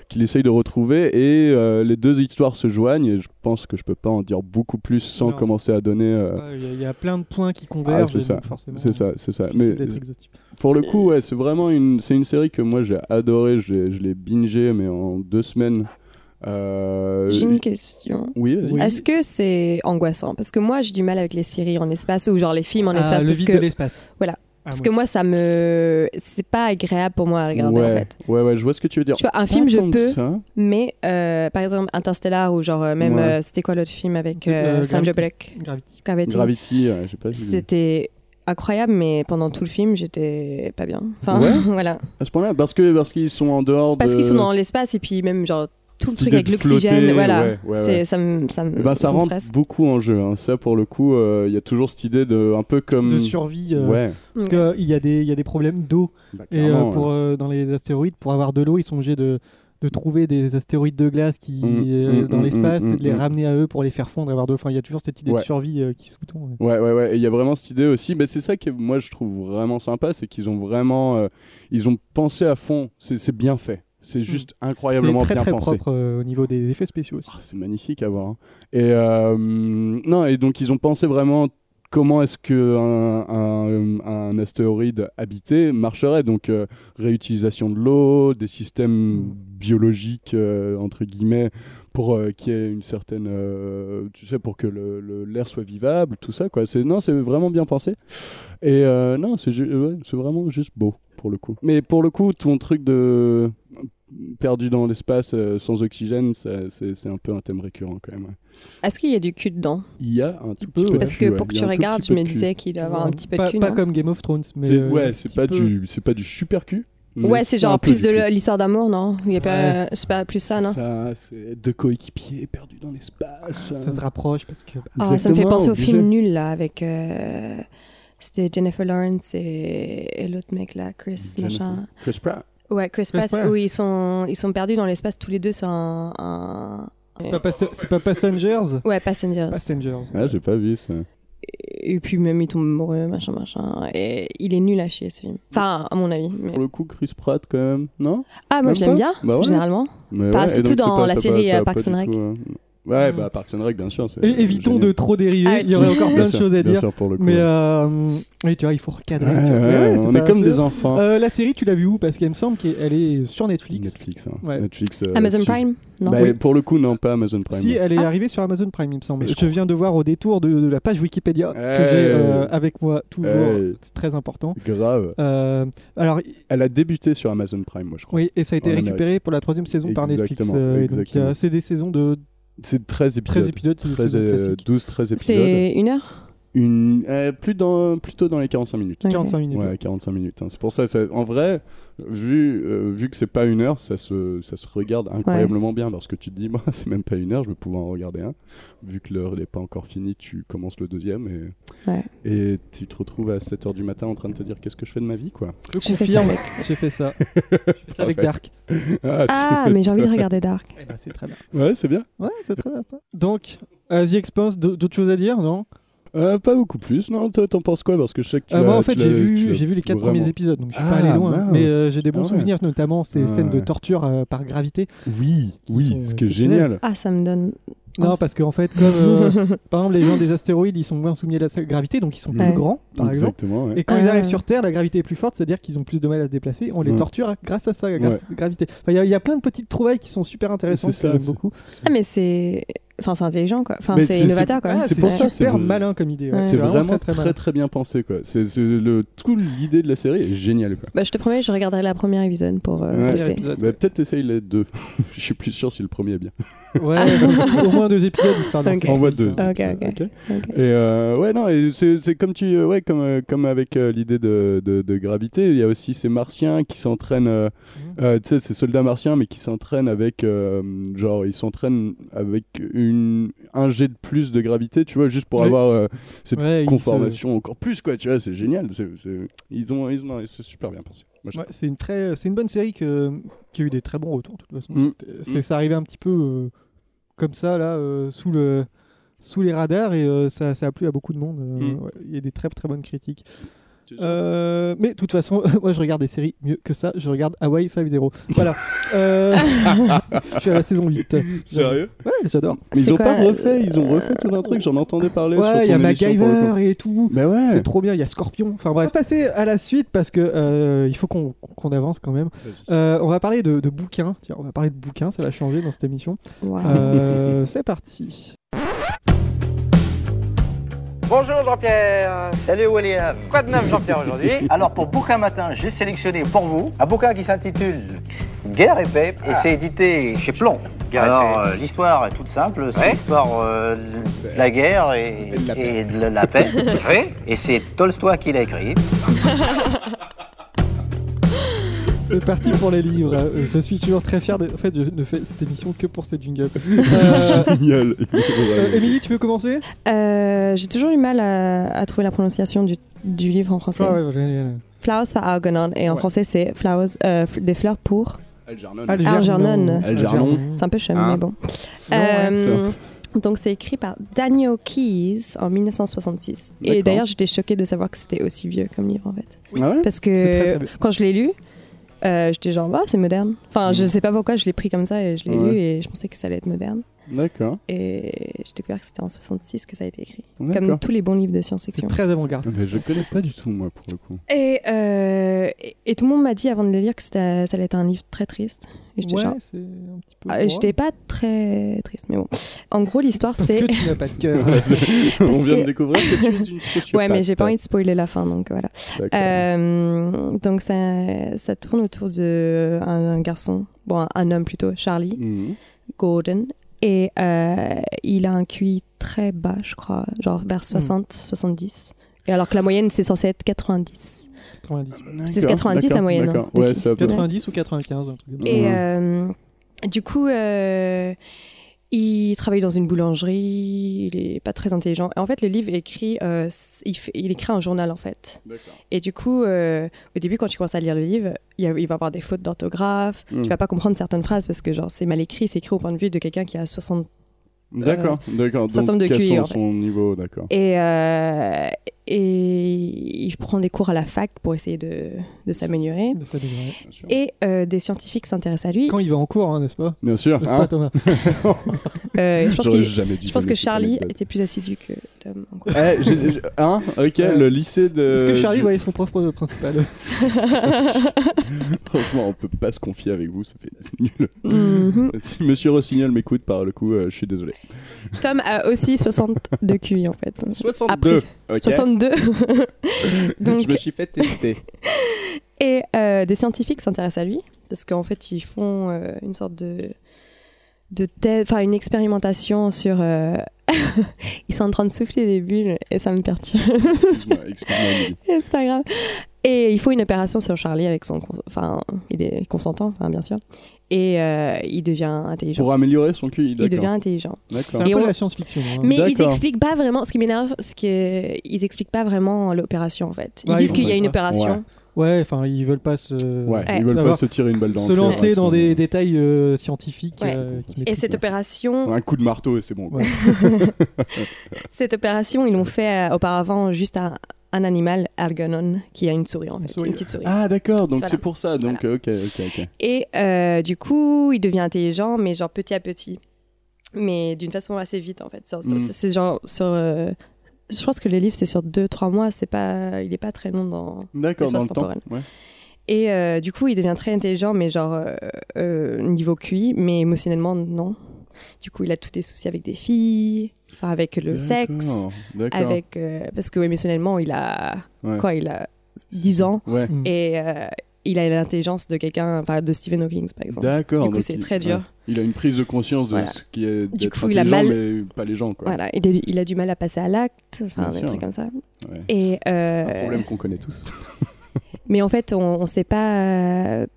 [SPEAKER 1] qu'il essaye de retrouver et euh, les deux histoires se joignent et je pense que je peux pas en dire beaucoup plus sans
[SPEAKER 3] Non.
[SPEAKER 1] commencer à donner euh,
[SPEAKER 3] Ouais, Il y, a- il y a plein de points qui convergent.
[SPEAKER 1] Ah, c'est
[SPEAKER 3] et
[SPEAKER 1] ça.
[SPEAKER 3] donc forcément,
[SPEAKER 1] c'est ça c'est ça
[SPEAKER 3] difficile
[SPEAKER 1] mais
[SPEAKER 3] d'être exhaustif.
[SPEAKER 1] pour le coup ouais c'est vraiment une c'est une série que moi j'ai adoré j'ai- je l'ai bingé mais en deux semaines Euh,
[SPEAKER 2] J'ai une question.
[SPEAKER 1] oui, vas-y.
[SPEAKER 3] Oui.
[SPEAKER 2] Est-ce que c'est angoissant Parce que moi, j'ai du mal avec les séries en espace ou genre les films en
[SPEAKER 3] Ah,
[SPEAKER 2] espace.
[SPEAKER 3] le
[SPEAKER 2] Parce
[SPEAKER 3] vide
[SPEAKER 2] que,
[SPEAKER 3] de l'espace.
[SPEAKER 2] Voilà.
[SPEAKER 3] Ah,
[SPEAKER 2] parce que moi, ça me. C'est pas agréable pour moi à regarder
[SPEAKER 1] ouais.
[SPEAKER 2] en fait.
[SPEAKER 1] Ouais, ouais, je vois ce que tu veux dire.
[SPEAKER 2] Tu vois, un film, je
[SPEAKER 1] Attends,
[SPEAKER 2] peux,
[SPEAKER 1] ça.
[SPEAKER 2] mais euh, par exemple, Interstellar ou genre euh, même.
[SPEAKER 1] Ouais.
[SPEAKER 2] euh, C'était quoi l'autre film avec euh,
[SPEAKER 3] Euh,
[SPEAKER 2] Sandra
[SPEAKER 3] Gravity.
[SPEAKER 2] Bullock
[SPEAKER 3] Gravity.
[SPEAKER 2] Gravity.
[SPEAKER 1] Gravity, euh, j'ai pas vu.
[SPEAKER 2] C'était incroyable, mais pendant tout le film, j'étais pas bien. Enfin,
[SPEAKER 1] Ouais.
[SPEAKER 2] voilà.
[SPEAKER 1] À ce point-là, parce que parce qu'ils sont en dehors
[SPEAKER 2] Parce
[SPEAKER 1] de.
[SPEAKER 2] qu'ils sont dans l'espace et puis même genre tout le
[SPEAKER 1] Cette
[SPEAKER 2] truc
[SPEAKER 1] idée
[SPEAKER 2] avec
[SPEAKER 1] de
[SPEAKER 2] l'oxygène,
[SPEAKER 1] flotter,
[SPEAKER 2] voilà.
[SPEAKER 1] ouais, ouais,
[SPEAKER 2] C'est-
[SPEAKER 1] ouais.
[SPEAKER 2] Ça me ça me
[SPEAKER 1] Eh ben, ça
[SPEAKER 2] ça me
[SPEAKER 1] rentre
[SPEAKER 2] stresse.
[SPEAKER 1] beaucoup en jeu. hein. Ça, pour le coup, euh, il y a toujours cette idée de un peu comme.
[SPEAKER 3] De survie. euh,
[SPEAKER 1] Ouais.
[SPEAKER 3] Parce qu'il y, a des- il y a des problèmes d'eau.
[SPEAKER 1] Bah,
[SPEAKER 3] Et euh,
[SPEAKER 1] clairement,
[SPEAKER 3] pour,
[SPEAKER 1] ouais.
[SPEAKER 3] euh, dans les astéroïdes, pour avoir de l'eau, ils sont obligés de, de trouver des astéroïdes de glace qui,
[SPEAKER 1] Mm,
[SPEAKER 3] euh,
[SPEAKER 1] mm,
[SPEAKER 3] dans
[SPEAKER 1] mm,
[SPEAKER 3] l'espace
[SPEAKER 1] mm,
[SPEAKER 3] et de les
[SPEAKER 1] mm.
[SPEAKER 3] ramener à eux pour les faire fondre et avoir de l'eau. Enfin, il y a toujours cette idée
[SPEAKER 1] Ouais.
[SPEAKER 3] de survie euh, qui sous-tend. ouais.
[SPEAKER 1] Ouais, ouais, ouais. Et il y a vraiment cette idée aussi. Mais c'est ça que moi je trouve vraiment sympa, c'est qu'ils ont vraiment, euh, ils ont pensé à fond. C'est c'est bien fait. C'est juste
[SPEAKER 3] Mm. C'est
[SPEAKER 1] incroyablement
[SPEAKER 3] très
[SPEAKER 1] bien
[SPEAKER 3] très
[SPEAKER 1] pensé.
[SPEAKER 3] propre euh, au niveau des effets spéciaux aussi.
[SPEAKER 1] Ah, c'est magnifique à voir. hein. Et euh, non, et donc ils ont pensé vraiment comment est-ce que un, un- un astéroïde habité marcherait. Donc euh, réutilisation de l'eau, des systèmes
[SPEAKER 3] Mm.
[SPEAKER 1] biologiques euh, entre guillemets pour euh, qu'il y ait une certaine, euh, tu sais, pour que le- le- l'air soit vivable, tout ça quoi. C'est non, c'est vraiment bien pensé. Et euh, non, c'est ju- ouais, c'est vraiment juste beau pour le coup. Mais pour le coup, ton truc de perdu dans l'espace euh, sans oxygène, ça, c'est c'est un peu un thème récurrent quand même. ouais.
[SPEAKER 2] Est-ce qu'il y a du cul dedans
[SPEAKER 1] Il y a un tout petit
[SPEAKER 3] peu,
[SPEAKER 1] peu.
[SPEAKER 3] ouais.
[SPEAKER 1] de
[SPEAKER 2] Parce
[SPEAKER 1] cul,
[SPEAKER 2] que
[SPEAKER 1] ouais.
[SPEAKER 2] pour que
[SPEAKER 1] Il y
[SPEAKER 2] tu
[SPEAKER 1] a un tout
[SPEAKER 2] regardes,
[SPEAKER 1] petit
[SPEAKER 2] je
[SPEAKER 1] peu
[SPEAKER 2] me
[SPEAKER 1] de cul.
[SPEAKER 2] disais qu'il doit avoir un petit peu de hein.
[SPEAKER 3] pas,
[SPEAKER 2] cul.
[SPEAKER 3] pas
[SPEAKER 2] non
[SPEAKER 3] comme Game of Thrones, mais.
[SPEAKER 1] C'est-
[SPEAKER 3] euh, un
[SPEAKER 1] ouais, c'est
[SPEAKER 3] petit
[SPEAKER 1] pas
[SPEAKER 3] peu.
[SPEAKER 1] du, c'est pas du super cul. mais
[SPEAKER 2] Ouais, c'est
[SPEAKER 1] un
[SPEAKER 2] genre
[SPEAKER 1] peu
[SPEAKER 2] plus
[SPEAKER 1] du
[SPEAKER 2] de
[SPEAKER 1] cul.
[SPEAKER 2] le- l'histoire d'amour, non Il y a pas euh,
[SPEAKER 3] Ouais.
[SPEAKER 2] c'est pas plus ça, non
[SPEAKER 1] Ça, c'est deux coéquipiers perdus dans l'espace.
[SPEAKER 3] Ah, Ça se rapproche parce que. bah,
[SPEAKER 2] Ah, ça me fait
[SPEAKER 1] Exactement,
[SPEAKER 2] penser au
[SPEAKER 1] obligé.
[SPEAKER 2] film nul là avec euh, c'était Jennifer Lawrence et, et l'autre mec là, Chris
[SPEAKER 1] Jennifer.
[SPEAKER 2] machin.
[SPEAKER 1] Chris Pratt.
[SPEAKER 2] Ouais, Chris
[SPEAKER 3] Chris
[SPEAKER 2] Pratt
[SPEAKER 3] Pratt.
[SPEAKER 2] où ils sont ils sont perdus dans l'espace tous les deux sur un, un-
[SPEAKER 3] C'est pas, Passe- c'est pas Passengers
[SPEAKER 2] Ouais, Passengers.
[SPEAKER 3] Passengers.
[SPEAKER 1] Ah, j'ai pas vu ça.
[SPEAKER 2] Et puis même il tombe amoureux, machin, machin. Et il est nul à chier ce film. Enfin, à mon avis. mais-
[SPEAKER 1] Pour le coup, Chris Pratt quand même, non
[SPEAKER 2] Ah, moi
[SPEAKER 1] Même
[SPEAKER 2] je l'aime
[SPEAKER 1] pas
[SPEAKER 2] bien,
[SPEAKER 1] Bah ouais.
[SPEAKER 2] généralement.
[SPEAKER 1] Mais
[SPEAKER 2] Enfin,
[SPEAKER 1] ouais, et
[SPEAKER 2] surtout
[SPEAKER 1] donc, c'est
[SPEAKER 2] dans
[SPEAKER 1] pas-
[SPEAKER 2] la
[SPEAKER 1] ça
[SPEAKER 2] série,
[SPEAKER 1] va- ça va
[SPEAKER 2] euh,
[SPEAKER 1] pas
[SPEAKER 2] Parks
[SPEAKER 1] du
[SPEAKER 2] and Rec.
[SPEAKER 1] tout, euh, Ouais, bah Parks and Rec, bien sûr. c'est-
[SPEAKER 3] Mm. Et
[SPEAKER 1] c'est
[SPEAKER 3] évitons
[SPEAKER 1] génial.
[SPEAKER 3] de trop dériver,
[SPEAKER 2] Ah,
[SPEAKER 3] il y aurait encore
[SPEAKER 1] Bien
[SPEAKER 3] plein de
[SPEAKER 1] sûr,
[SPEAKER 3] choses à
[SPEAKER 1] bien
[SPEAKER 3] dire.
[SPEAKER 1] sûr, pour le coup,
[SPEAKER 3] Mais
[SPEAKER 1] ouais.
[SPEAKER 3] euh, oui, tu vois, il faut recadrer.
[SPEAKER 1] Ouais,
[SPEAKER 3] tu vois. Mais
[SPEAKER 1] ouais,
[SPEAKER 3] ouais, c'est
[SPEAKER 1] on
[SPEAKER 3] pas-
[SPEAKER 1] est comme
[SPEAKER 3] c'est
[SPEAKER 1] des
[SPEAKER 3] bien.
[SPEAKER 1] enfants.
[SPEAKER 3] Euh, la série, tu l'as vue où Parce qu'elle me semble qu'elle est sur Netflix.
[SPEAKER 1] Netflix. hein.
[SPEAKER 3] Ouais.
[SPEAKER 1] Netflix, euh,
[SPEAKER 2] Amazon
[SPEAKER 1] si-
[SPEAKER 2] Prime Non.
[SPEAKER 1] Bah,
[SPEAKER 3] Oui.
[SPEAKER 1] Pour le coup, non, pas Amazon Prime.
[SPEAKER 3] Si, euh, elle est
[SPEAKER 2] Ah.
[SPEAKER 3] arrivée sur Amazon Prime, il me semble.
[SPEAKER 1] Mais
[SPEAKER 3] Je,
[SPEAKER 1] je crois-
[SPEAKER 3] viens de voir au détour de, de la page Wikipédia que
[SPEAKER 1] Hey.
[SPEAKER 3] j'ai euh, avec moi toujours.
[SPEAKER 1] Hey.
[SPEAKER 3] C'est très important.
[SPEAKER 1] Grave.
[SPEAKER 3] Euh, alors,
[SPEAKER 1] Elle a débuté sur Amazon Prime, moi, je crois.
[SPEAKER 3] oui, et ça a été
[SPEAKER 1] En
[SPEAKER 3] récupéré pour la troisième saison par Netflix.
[SPEAKER 1] Exactement,
[SPEAKER 3] euh, et donc,
[SPEAKER 1] exactement.
[SPEAKER 3] il y a- c'est des saisons de
[SPEAKER 1] C'est 13 épisodes.
[SPEAKER 3] 13 épisodes, c'est des
[SPEAKER 1] 13,
[SPEAKER 3] saisons
[SPEAKER 1] euh,
[SPEAKER 3] classiques.
[SPEAKER 1] 12, 13 épisodes.
[SPEAKER 2] C'est une heure
[SPEAKER 1] Une, euh, plus dans, plutôt dans les 45 minutes.
[SPEAKER 2] Ok.
[SPEAKER 3] 45 minutes.
[SPEAKER 1] Ouais, 45 minutes. hein. C'est pour ça, ça- en vrai, vu, euh, vu que c'est pas une heure, ça se, ça se regarde incroyablement bien parce que tu te dis, moi, c'est même pas une heure, je vais pouvoir en regarder un. Vu que l'heure n'est pas encore finie, tu commences le deuxième et,
[SPEAKER 2] Ouais.
[SPEAKER 1] et tu te retrouves à 7h du matin en train de te dire, qu'est-ce que je fais de ma vie, quoi.
[SPEAKER 3] Je
[SPEAKER 2] J'ai fait ça
[SPEAKER 3] confirme,
[SPEAKER 2] avec.
[SPEAKER 3] j'ai fait ça. J'ai fait ça avec
[SPEAKER 1] Parfait.
[SPEAKER 3] Dark.
[SPEAKER 1] Ah, tu-
[SPEAKER 2] Ah, mais j'ai envie de regarder Dark.
[SPEAKER 3] Eh ben, c'est très bien.
[SPEAKER 1] Ouais, c'est bien.
[SPEAKER 3] Ouais, c'est très bien ça. Donc, euh, The Expanse, d- d'autres choses à dire, non
[SPEAKER 1] Euh, pas beaucoup plus, non Toi, t'en penses quoi Parce que je sais que tu
[SPEAKER 3] Euh,
[SPEAKER 1] l'as-
[SPEAKER 3] Moi, en
[SPEAKER 1] tu
[SPEAKER 3] fait,
[SPEAKER 1] l'as-
[SPEAKER 3] j'ai
[SPEAKER 1] tu l'as
[SPEAKER 3] vu, j'ai vu les quatre
[SPEAKER 1] vraiment-
[SPEAKER 3] premiers épisodes, donc je suis
[SPEAKER 1] Ah,
[SPEAKER 3] pas allé loin.
[SPEAKER 1] mince.
[SPEAKER 3] Mais euh, j'ai des bons
[SPEAKER 1] Ah ouais.
[SPEAKER 3] souvenirs, notamment ces
[SPEAKER 1] Ah
[SPEAKER 3] scènes de
[SPEAKER 1] ouais.
[SPEAKER 3] torture euh, par gravité.
[SPEAKER 1] Oui,
[SPEAKER 3] qui
[SPEAKER 1] oui,
[SPEAKER 3] sont
[SPEAKER 1] ce qui est
[SPEAKER 3] exceptionnels.
[SPEAKER 1] génial.
[SPEAKER 2] Ah, ça me donne.
[SPEAKER 3] Non, parce qu'en fait, comme euh, par exemple, les gens des astéroïdes, ils sont moins soumis à la gravité, donc ils sont
[SPEAKER 1] Ouais.
[SPEAKER 3] plus grands, par exemple.
[SPEAKER 1] Exactement, ouais.
[SPEAKER 3] Et quand ils
[SPEAKER 2] Ah.
[SPEAKER 3] arrivent sur Terre, la gravité est plus forte, c'est-à-dire qu'ils ont plus de mal à se déplacer. On les
[SPEAKER 1] Ouais.
[SPEAKER 3] torture grâce à ça, grâce à cette gravité. Enfin, Il y, a- il y a plein de petites trouvailles qui sont super intéressantes,
[SPEAKER 1] C'est ça,
[SPEAKER 3] que j'aime
[SPEAKER 1] c'est-
[SPEAKER 3] beaucoup.
[SPEAKER 2] Ah, mais c'est. Enfin, c'est intelligent, quoi. Enfin,
[SPEAKER 1] Mais
[SPEAKER 2] c'est
[SPEAKER 1] c'est-
[SPEAKER 2] innovateur, quoi.
[SPEAKER 3] Ah,
[SPEAKER 1] c'est
[SPEAKER 3] c'est
[SPEAKER 1] pour ça que
[SPEAKER 3] super
[SPEAKER 1] c'est-
[SPEAKER 3] malin comme idée. ouais.
[SPEAKER 2] Ouais.
[SPEAKER 1] C'est vraiment
[SPEAKER 3] très,
[SPEAKER 1] très
[SPEAKER 3] très
[SPEAKER 1] très,
[SPEAKER 3] malin.
[SPEAKER 1] bien pensé quoi. C'est c'est le tout l'idée de la série est géniale quoi.
[SPEAKER 2] Bah, je te promets, je regarderai la première épisode pour euh,
[SPEAKER 1] Ouais.
[SPEAKER 2] tester.
[SPEAKER 1] Bah, peut-être essaye les deux. Je suis plus sûr si le premier est bien.
[SPEAKER 3] Ouais, donc, au moins deux épisodes histoire d'en
[SPEAKER 2] Ok.
[SPEAKER 3] savoir
[SPEAKER 1] On voit
[SPEAKER 3] plus,
[SPEAKER 1] deux.
[SPEAKER 3] hein.
[SPEAKER 2] Ok,
[SPEAKER 1] épisodes,
[SPEAKER 2] ok. Ok.
[SPEAKER 1] Et euh, ouais, non, et c'est c'est comme tu, euh, ouais, comme, euh, comme avec euh, l'idée de, de, de gravité, il y a aussi ces martiens qui s'entraînent, euh,
[SPEAKER 3] Mhm.
[SPEAKER 1] euh, tu sais, ces soldats martiens, mais qui s'entraînent avec, euh, genre, ils s'entraînent avec une, un jet de plus de gravité, tu vois, juste pour
[SPEAKER 3] Oui.
[SPEAKER 1] avoir euh, cette
[SPEAKER 3] Ouais, ils se-
[SPEAKER 1] conformation encore plus, quoi, tu vois, c'est génial, c'est c'est- ils ont, ils ont, c'est super bien pensé. Moi, je-
[SPEAKER 3] Ouais, c'est une très, c'est une bonne série que, qui a eu des très bons retours. De toute façon,
[SPEAKER 1] Mm.
[SPEAKER 3] C'était- c'est ça arrivait un petit peu euh, comme ça là, euh, sous le, sous les radars et euh, ça, ça a plu à beaucoup de monde. euh,
[SPEAKER 1] Mm.
[SPEAKER 3] ouais, Il y a des très très bonnes critiques. Euh, mais de toute façon, moi je regarde des séries mieux que ça. Je regarde Hawaii 5-0. Voilà. Euh, je suis à la saison 8.
[SPEAKER 1] Sérieux
[SPEAKER 3] Ouais, j'adore.
[SPEAKER 1] Mais
[SPEAKER 2] C'est
[SPEAKER 1] ils ont
[SPEAKER 2] quoi,
[SPEAKER 1] pas refait, ils ont
[SPEAKER 2] euh,
[SPEAKER 1] refait tout un truc, j'en entendais parler sur ton
[SPEAKER 3] Ouais, il y a
[SPEAKER 1] émission pour le coup.
[SPEAKER 3] MacGyver et tout.
[SPEAKER 1] Bah ouais.
[SPEAKER 3] C'est trop bien, il y a Scorpion. Enfin bref. On va passer à la suite parce que euh, il faut qu'on qu'on avance quand même. Euh, on va parler de, de bouquins. Tiens, on va parler de bouquins, ça va changer dans cette émission.
[SPEAKER 2] Wow.
[SPEAKER 3] Euh, c'est parti.
[SPEAKER 5] Bonjour Jean-Pierre.
[SPEAKER 6] Salut William.
[SPEAKER 5] Quoi de neuf Jean-Pierre aujourd'hui
[SPEAKER 6] Alors pour Bouquin Matin, j'ai sélectionné pour vous un bouquin qui s'intitule Guerre et paix et c'est édité chez Plomb.
[SPEAKER 5] Ah. Guerre et
[SPEAKER 6] Alors
[SPEAKER 5] paix.
[SPEAKER 6] euh, l'histoire est toute simple, c'est
[SPEAKER 5] Ouais.
[SPEAKER 6] l'histoire euh, de la guerre et,
[SPEAKER 1] de la paix.
[SPEAKER 6] et de la- la paix.
[SPEAKER 5] Oui.
[SPEAKER 6] et c'est Tolstoï qui l'a écrit.
[SPEAKER 3] C'est parti pour les livres. Euh, je suis toujours très fier. De... En fait, je ne fais cette émission que pour cette jingle. Euh,
[SPEAKER 1] Génial.
[SPEAKER 3] euh, Émilie, tu veux commencer
[SPEAKER 2] Euh, J'ai toujours eu mal à, à trouver la prononciation du, du livre en français.
[SPEAKER 3] Ah ouais, génial.
[SPEAKER 2] Flowers for Algernon. Et en
[SPEAKER 1] Ouais.
[SPEAKER 2] français, c'est flowers, euh, f- des fleurs pour.
[SPEAKER 1] Algernon.
[SPEAKER 2] Algernon.
[SPEAKER 1] Algernon.
[SPEAKER 2] C'est un peu chum,
[SPEAKER 1] Hein
[SPEAKER 2] mais bon.
[SPEAKER 3] Non, ouais,
[SPEAKER 2] Euh, donc, c'est écrit par Daniel Keyes en 1966. Et
[SPEAKER 1] D'accord.
[SPEAKER 2] d'ailleurs, j'étais choquée de savoir que c'était aussi vieux comme livre, en fait.
[SPEAKER 1] Ah ouais
[SPEAKER 2] Parce que
[SPEAKER 3] C'est très, très bien. Mm.
[SPEAKER 2] quand je l'ai lu, euh, j'étais genre, bah, c'est moderne. Enfin, je sais pas pourquoi je l'ai pris comme ça et je l'ai
[SPEAKER 1] Ouais.
[SPEAKER 2] lu et je pensais que ça allait être moderne.
[SPEAKER 1] D'accord.
[SPEAKER 2] Et j'ai découvert que c'était en 66 que ça a été écrit. Comme
[SPEAKER 1] D'accord.
[SPEAKER 2] tous les bons livres de
[SPEAKER 3] C'est
[SPEAKER 2] science-fiction.
[SPEAKER 3] très avant-garde.
[SPEAKER 1] Mais je connais pas du tout, moi, pour le coup.
[SPEAKER 2] Et, euh, et, et tout le monde m'a dit avant de le lire que c'était- ça allait être un livre très triste. Et j'étais
[SPEAKER 3] Ouais,
[SPEAKER 2] genre.
[SPEAKER 3] c'est un petit peu.
[SPEAKER 2] Ah,
[SPEAKER 3] droit.
[SPEAKER 2] j'étais pas très triste, mais bon. En gros, l'histoire,
[SPEAKER 3] Parce que
[SPEAKER 2] c'est.
[SPEAKER 3] tu n'as pas de cœur.
[SPEAKER 1] On vient
[SPEAKER 2] que-
[SPEAKER 1] de découvrir que tu es une sociopathe.
[SPEAKER 2] Ouais, mais j'ai pas envie de spoiler la fin, donc voilà.
[SPEAKER 1] D'accord.
[SPEAKER 2] Euh, donc ça, ça tourne autour de un, un garçon, bon, un, un homme plutôt, Charlie
[SPEAKER 1] Mhm.
[SPEAKER 2] Gordon, et euh, il a un QI très bas, je crois, genre
[SPEAKER 1] Hmm.
[SPEAKER 2] vers 60, 70. Et alors que la moyenne, c'est censé être 90.
[SPEAKER 3] 90.
[SPEAKER 1] Ah,
[SPEAKER 2] C'est
[SPEAKER 1] D'accord,
[SPEAKER 2] 90 la
[SPEAKER 1] d'accord,
[SPEAKER 2] moyenne,
[SPEAKER 1] d'accord.
[SPEAKER 2] hein, de
[SPEAKER 1] Ouais, Hmm.
[SPEAKER 2] qui-
[SPEAKER 1] c'est à peu près.
[SPEAKER 3] 90 ou 95, un truc comme ça.
[SPEAKER 2] Et
[SPEAKER 1] Ouais.
[SPEAKER 2] euh, du coup, euh, il travaille dans une boulangerie, il est pas très intelligent. Et en fait, le livre écrit, euh, s- il, fait- il écrit un journal en fait. Et du coup, euh, au début, quand tu commences à lire le livre, il, y a- il va y avoir des fautes d'orthographe,
[SPEAKER 1] Mm.
[SPEAKER 2] tu vas pas comprendre certaines phrases parce que genre c'est mal écrit, c'est écrit au point de vue de quelqu'un qui a 60 euh,
[SPEAKER 1] D'accord, d'accord. Donc,
[SPEAKER 2] 62
[SPEAKER 1] quels
[SPEAKER 2] QI,
[SPEAKER 1] sont
[SPEAKER 2] en fait.
[SPEAKER 1] son niveau, d'accord.
[SPEAKER 2] et euh, et il prend des cours à la fac pour essayer de, de s'améliorer.
[SPEAKER 3] De sa dégré.
[SPEAKER 1] Bien sûr.
[SPEAKER 2] Et euh, des scientifiques s'intéressent à lui.
[SPEAKER 3] Quand il va en cours, hein, n'est-ce pas
[SPEAKER 1] Bien sûr.
[SPEAKER 3] N'est-ce
[SPEAKER 1] hein.
[SPEAKER 3] pas, Thomas
[SPEAKER 2] Euh, je pense
[SPEAKER 1] J'aurais
[SPEAKER 2] qu'il-
[SPEAKER 1] jamais dit
[SPEAKER 2] Je pense que
[SPEAKER 1] connaître cette
[SPEAKER 2] Charlie
[SPEAKER 1] anecdote.
[SPEAKER 2] était plus assidu que Tom. en gros.
[SPEAKER 1] Eh, j'ai- j'ai- hein Ok,
[SPEAKER 3] Euh,
[SPEAKER 1] le lycée de.
[SPEAKER 3] Est-ce que Charlie
[SPEAKER 1] du-
[SPEAKER 3] voyait son prof principal
[SPEAKER 1] Franchement, on peut pas se confier avec vous, ça fait c'est nul.
[SPEAKER 2] Mhm.
[SPEAKER 1] Si Monsieur Rossignol m'écoute, par le coup, euh, je suis désolé.
[SPEAKER 2] Tom a aussi 62 QI en fait.
[SPEAKER 1] 62. ok.
[SPEAKER 2] 62. Donc,
[SPEAKER 1] Je me suis fait tester.
[SPEAKER 2] et euh, des scientifiques s'intéressent à lui parce qu'en fait ils font euh, une sorte de de thèse- enfin une expérimentation sur. euh, ils sont en train de souffler des bulles et ça me perturbe.
[SPEAKER 1] excuse-moi, excuse-moi. Amélie.
[SPEAKER 2] C'est pas grave. Et il faut une opération sur Charlie avec son, cons- enfin il est consentant, enfin, bien sûr, et euh, il devient intelligent.
[SPEAKER 1] Pour améliorer son QI,
[SPEAKER 2] il
[SPEAKER 1] d'accord.
[SPEAKER 2] devient intelligent.
[SPEAKER 3] C'est
[SPEAKER 1] D'accord.
[SPEAKER 3] un
[SPEAKER 2] Et
[SPEAKER 3] peu de
[SPEAKER 2] on-
[SPEAKER 3] la science-fiction. hein.
[SPEAKER 2] Mais ils
[SPEAKER 1] D'accord.
[SPEAKER 2] expliquent pas vraiment. Ce qui m'énerve, c'est qu'ils expliquent pas vraiment l'opération en fait. Ils
[SPEAKER 3] Ouais,
[SPEAKER 2] disent
[SPEAKER 3] ils
[SPEAKER 2] qu'il y a
[SPEAKER 3] comprennent
[SPEAKER 2] une
[SPEAKER 3] pas.
[SPEAKER 2] opération.
[SPEAKER 3] Ouais, enfin, ils veulent pas se.
[SPEAKER 1] Ouais, ils
[SPEAKER 2] Ouais.
[SPEAKER 1] veulent pas
[SPEAKER 3] D'avoir-
[SPEAKER 1] se tirer une balle dans
[SPEAKER 3] se
[SPEAKER 1] le pied,
[SPEAKER 3] lancer
[SPEAKER 1] ouais,
[SPEAKER 3] dans
[SPEAKER 1] ils
[SPEAKER 3] des
[SPEAKER 1] sont-
[SPEAKER 3] détails euh, scientifiques
[SPEAKER 2] Ouais.
[SPEAKER 3] euh, qui
[SPEAKER 2] Et
[SPEAKER 3] maîtrisent
[SPEAKER 2] cette
[SPEAKER 3] pas.
[SPEAKER 2] opération,
[SPEAKER 1] Un coup de marteau et c'est bon. quoi.
[SPEAKER 3] Ouais.
[SPEAKER 2] cette opération, ils l'ont fait euh, auparavant juste à un animal, Algernon, qui a une souris en fait,
[SPEAKER 3] souris.
[SPEAKER 2] une petite souris.
[SPEAKER 1] Ah d'accord, donc
[SPEAKER 2] Voilà.
[SPEAKER 1] c'est pour ça. Donc euh, ok, ok, ok.
[SPEAKER 2] Et euh, du coup, il devient intelligent, mais genre petit à petit, mais d'une façon assez vite en fait. Sur- sur-
[SPEAKER 1] Mm.
[SPEAKER 2] C'est genre sur. euh, je pense que le livre c'est sur 2-3 mois. C'est pas, il est pas très long dans.
[SPEAKER 1] D'accord, dans le
[SPEAKER 2] L'espace
[SPEAKER 1] temps.
[SPEAKER 2] temporel.
[SPEAKER 1] Ouais.
[SPEAKER 2] Et euh, du coup, il devient très intelligent, mais genre euh, euh, niveau QI, mais émotionnellement, non. Du coup, il a tous des soucis avec des filles, enfin, avec le sexe,
[SPEAKER 1] D'accord, D'accord.
[SPEAKER 2] avec euh, parce que émotionnellement, il a
[SPEAKER 1] Ouais.
[SPEAKER 2] quoi Il a 10 ans
[SPEAKER 1] Ouais.
[SPEAKER 3] Mm.
[SPEAKER 2] et euh, il a l'intelligence de quelqu'un, enfin, de Stephen Hawking par exemple.
[SPEAKER 1] D'accord.
[SPEAKER 2] Du coup,
[SPEAKER 1] donc
[SPEAKER 2] c'est
[SPEAKER 1] il-
[SPEAKER 2] très dur.
[SPEAKER 1] ouais. Il a une prise de conscience de
[SPEAKER 2] Voilà.
[SPEAKER 1] ce qui est
[SPEAKER 2] Du
[SPEAKER 1] d'être
[SPEAKER 2] coup, il a
[SPEAKER 1] intelligent,
[SPEAKER 2] mal-
[SPEAKER 1] mais pas les gens. Quoi.
[SPEAKER 2] Voilà, il a, il a du mal à passer à l'acte, enfin
[SPEAKER 1] Bien
[SPEAKER 2] des
[SPEAKER 1] sûr.
[SPEAKER 2] trucs comme ça.
[SPEAKER 1] Ouais.
[SPEAKER 2] Et euh,
[SPEAKER 1] Un problème qu'on connaît tous.
[SPEAKER 2] mais en fait, on ne sait pas euh,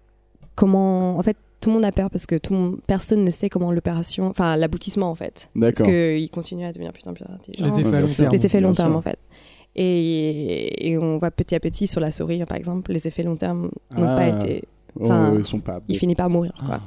[SPEAKER 2] comment. En fait, tout le monde a peur parce que tout le monde- personne ne sait comment l'opération, enfin l'aboutissement en fait, parce
[SPEAKER 1] D'accord.
[SPEAKER 2] qu'il continue à devenir plus en plus intelligent.
[SPEAKER 3] Les effets
[SPEAKER 1] bien
[SPEAKER 3] à long
[SPEAKER 1] sûr.
[SPEAKER 3] terme.
[SPEAKER 1] Les
[SPEAKER 2] Les effets
[SPEAKER 1] Bien
[SPEAKER 2] long
[SPEAKER 1] sûr.
[SPEAKER 2] terme en fait. Et, et on voit petit à petit sur la souris, par exemple, les effets long terme n'ont
[SPEAKER 1] Ah.
[SPEAKER 2] pas été.
[SPEAKER 1] Oh,
[SPEAKER 2] enfin,
[SPEAKER 1] ils sont pas.
[SPEAKER 2] Il finit par mourir. Quoi.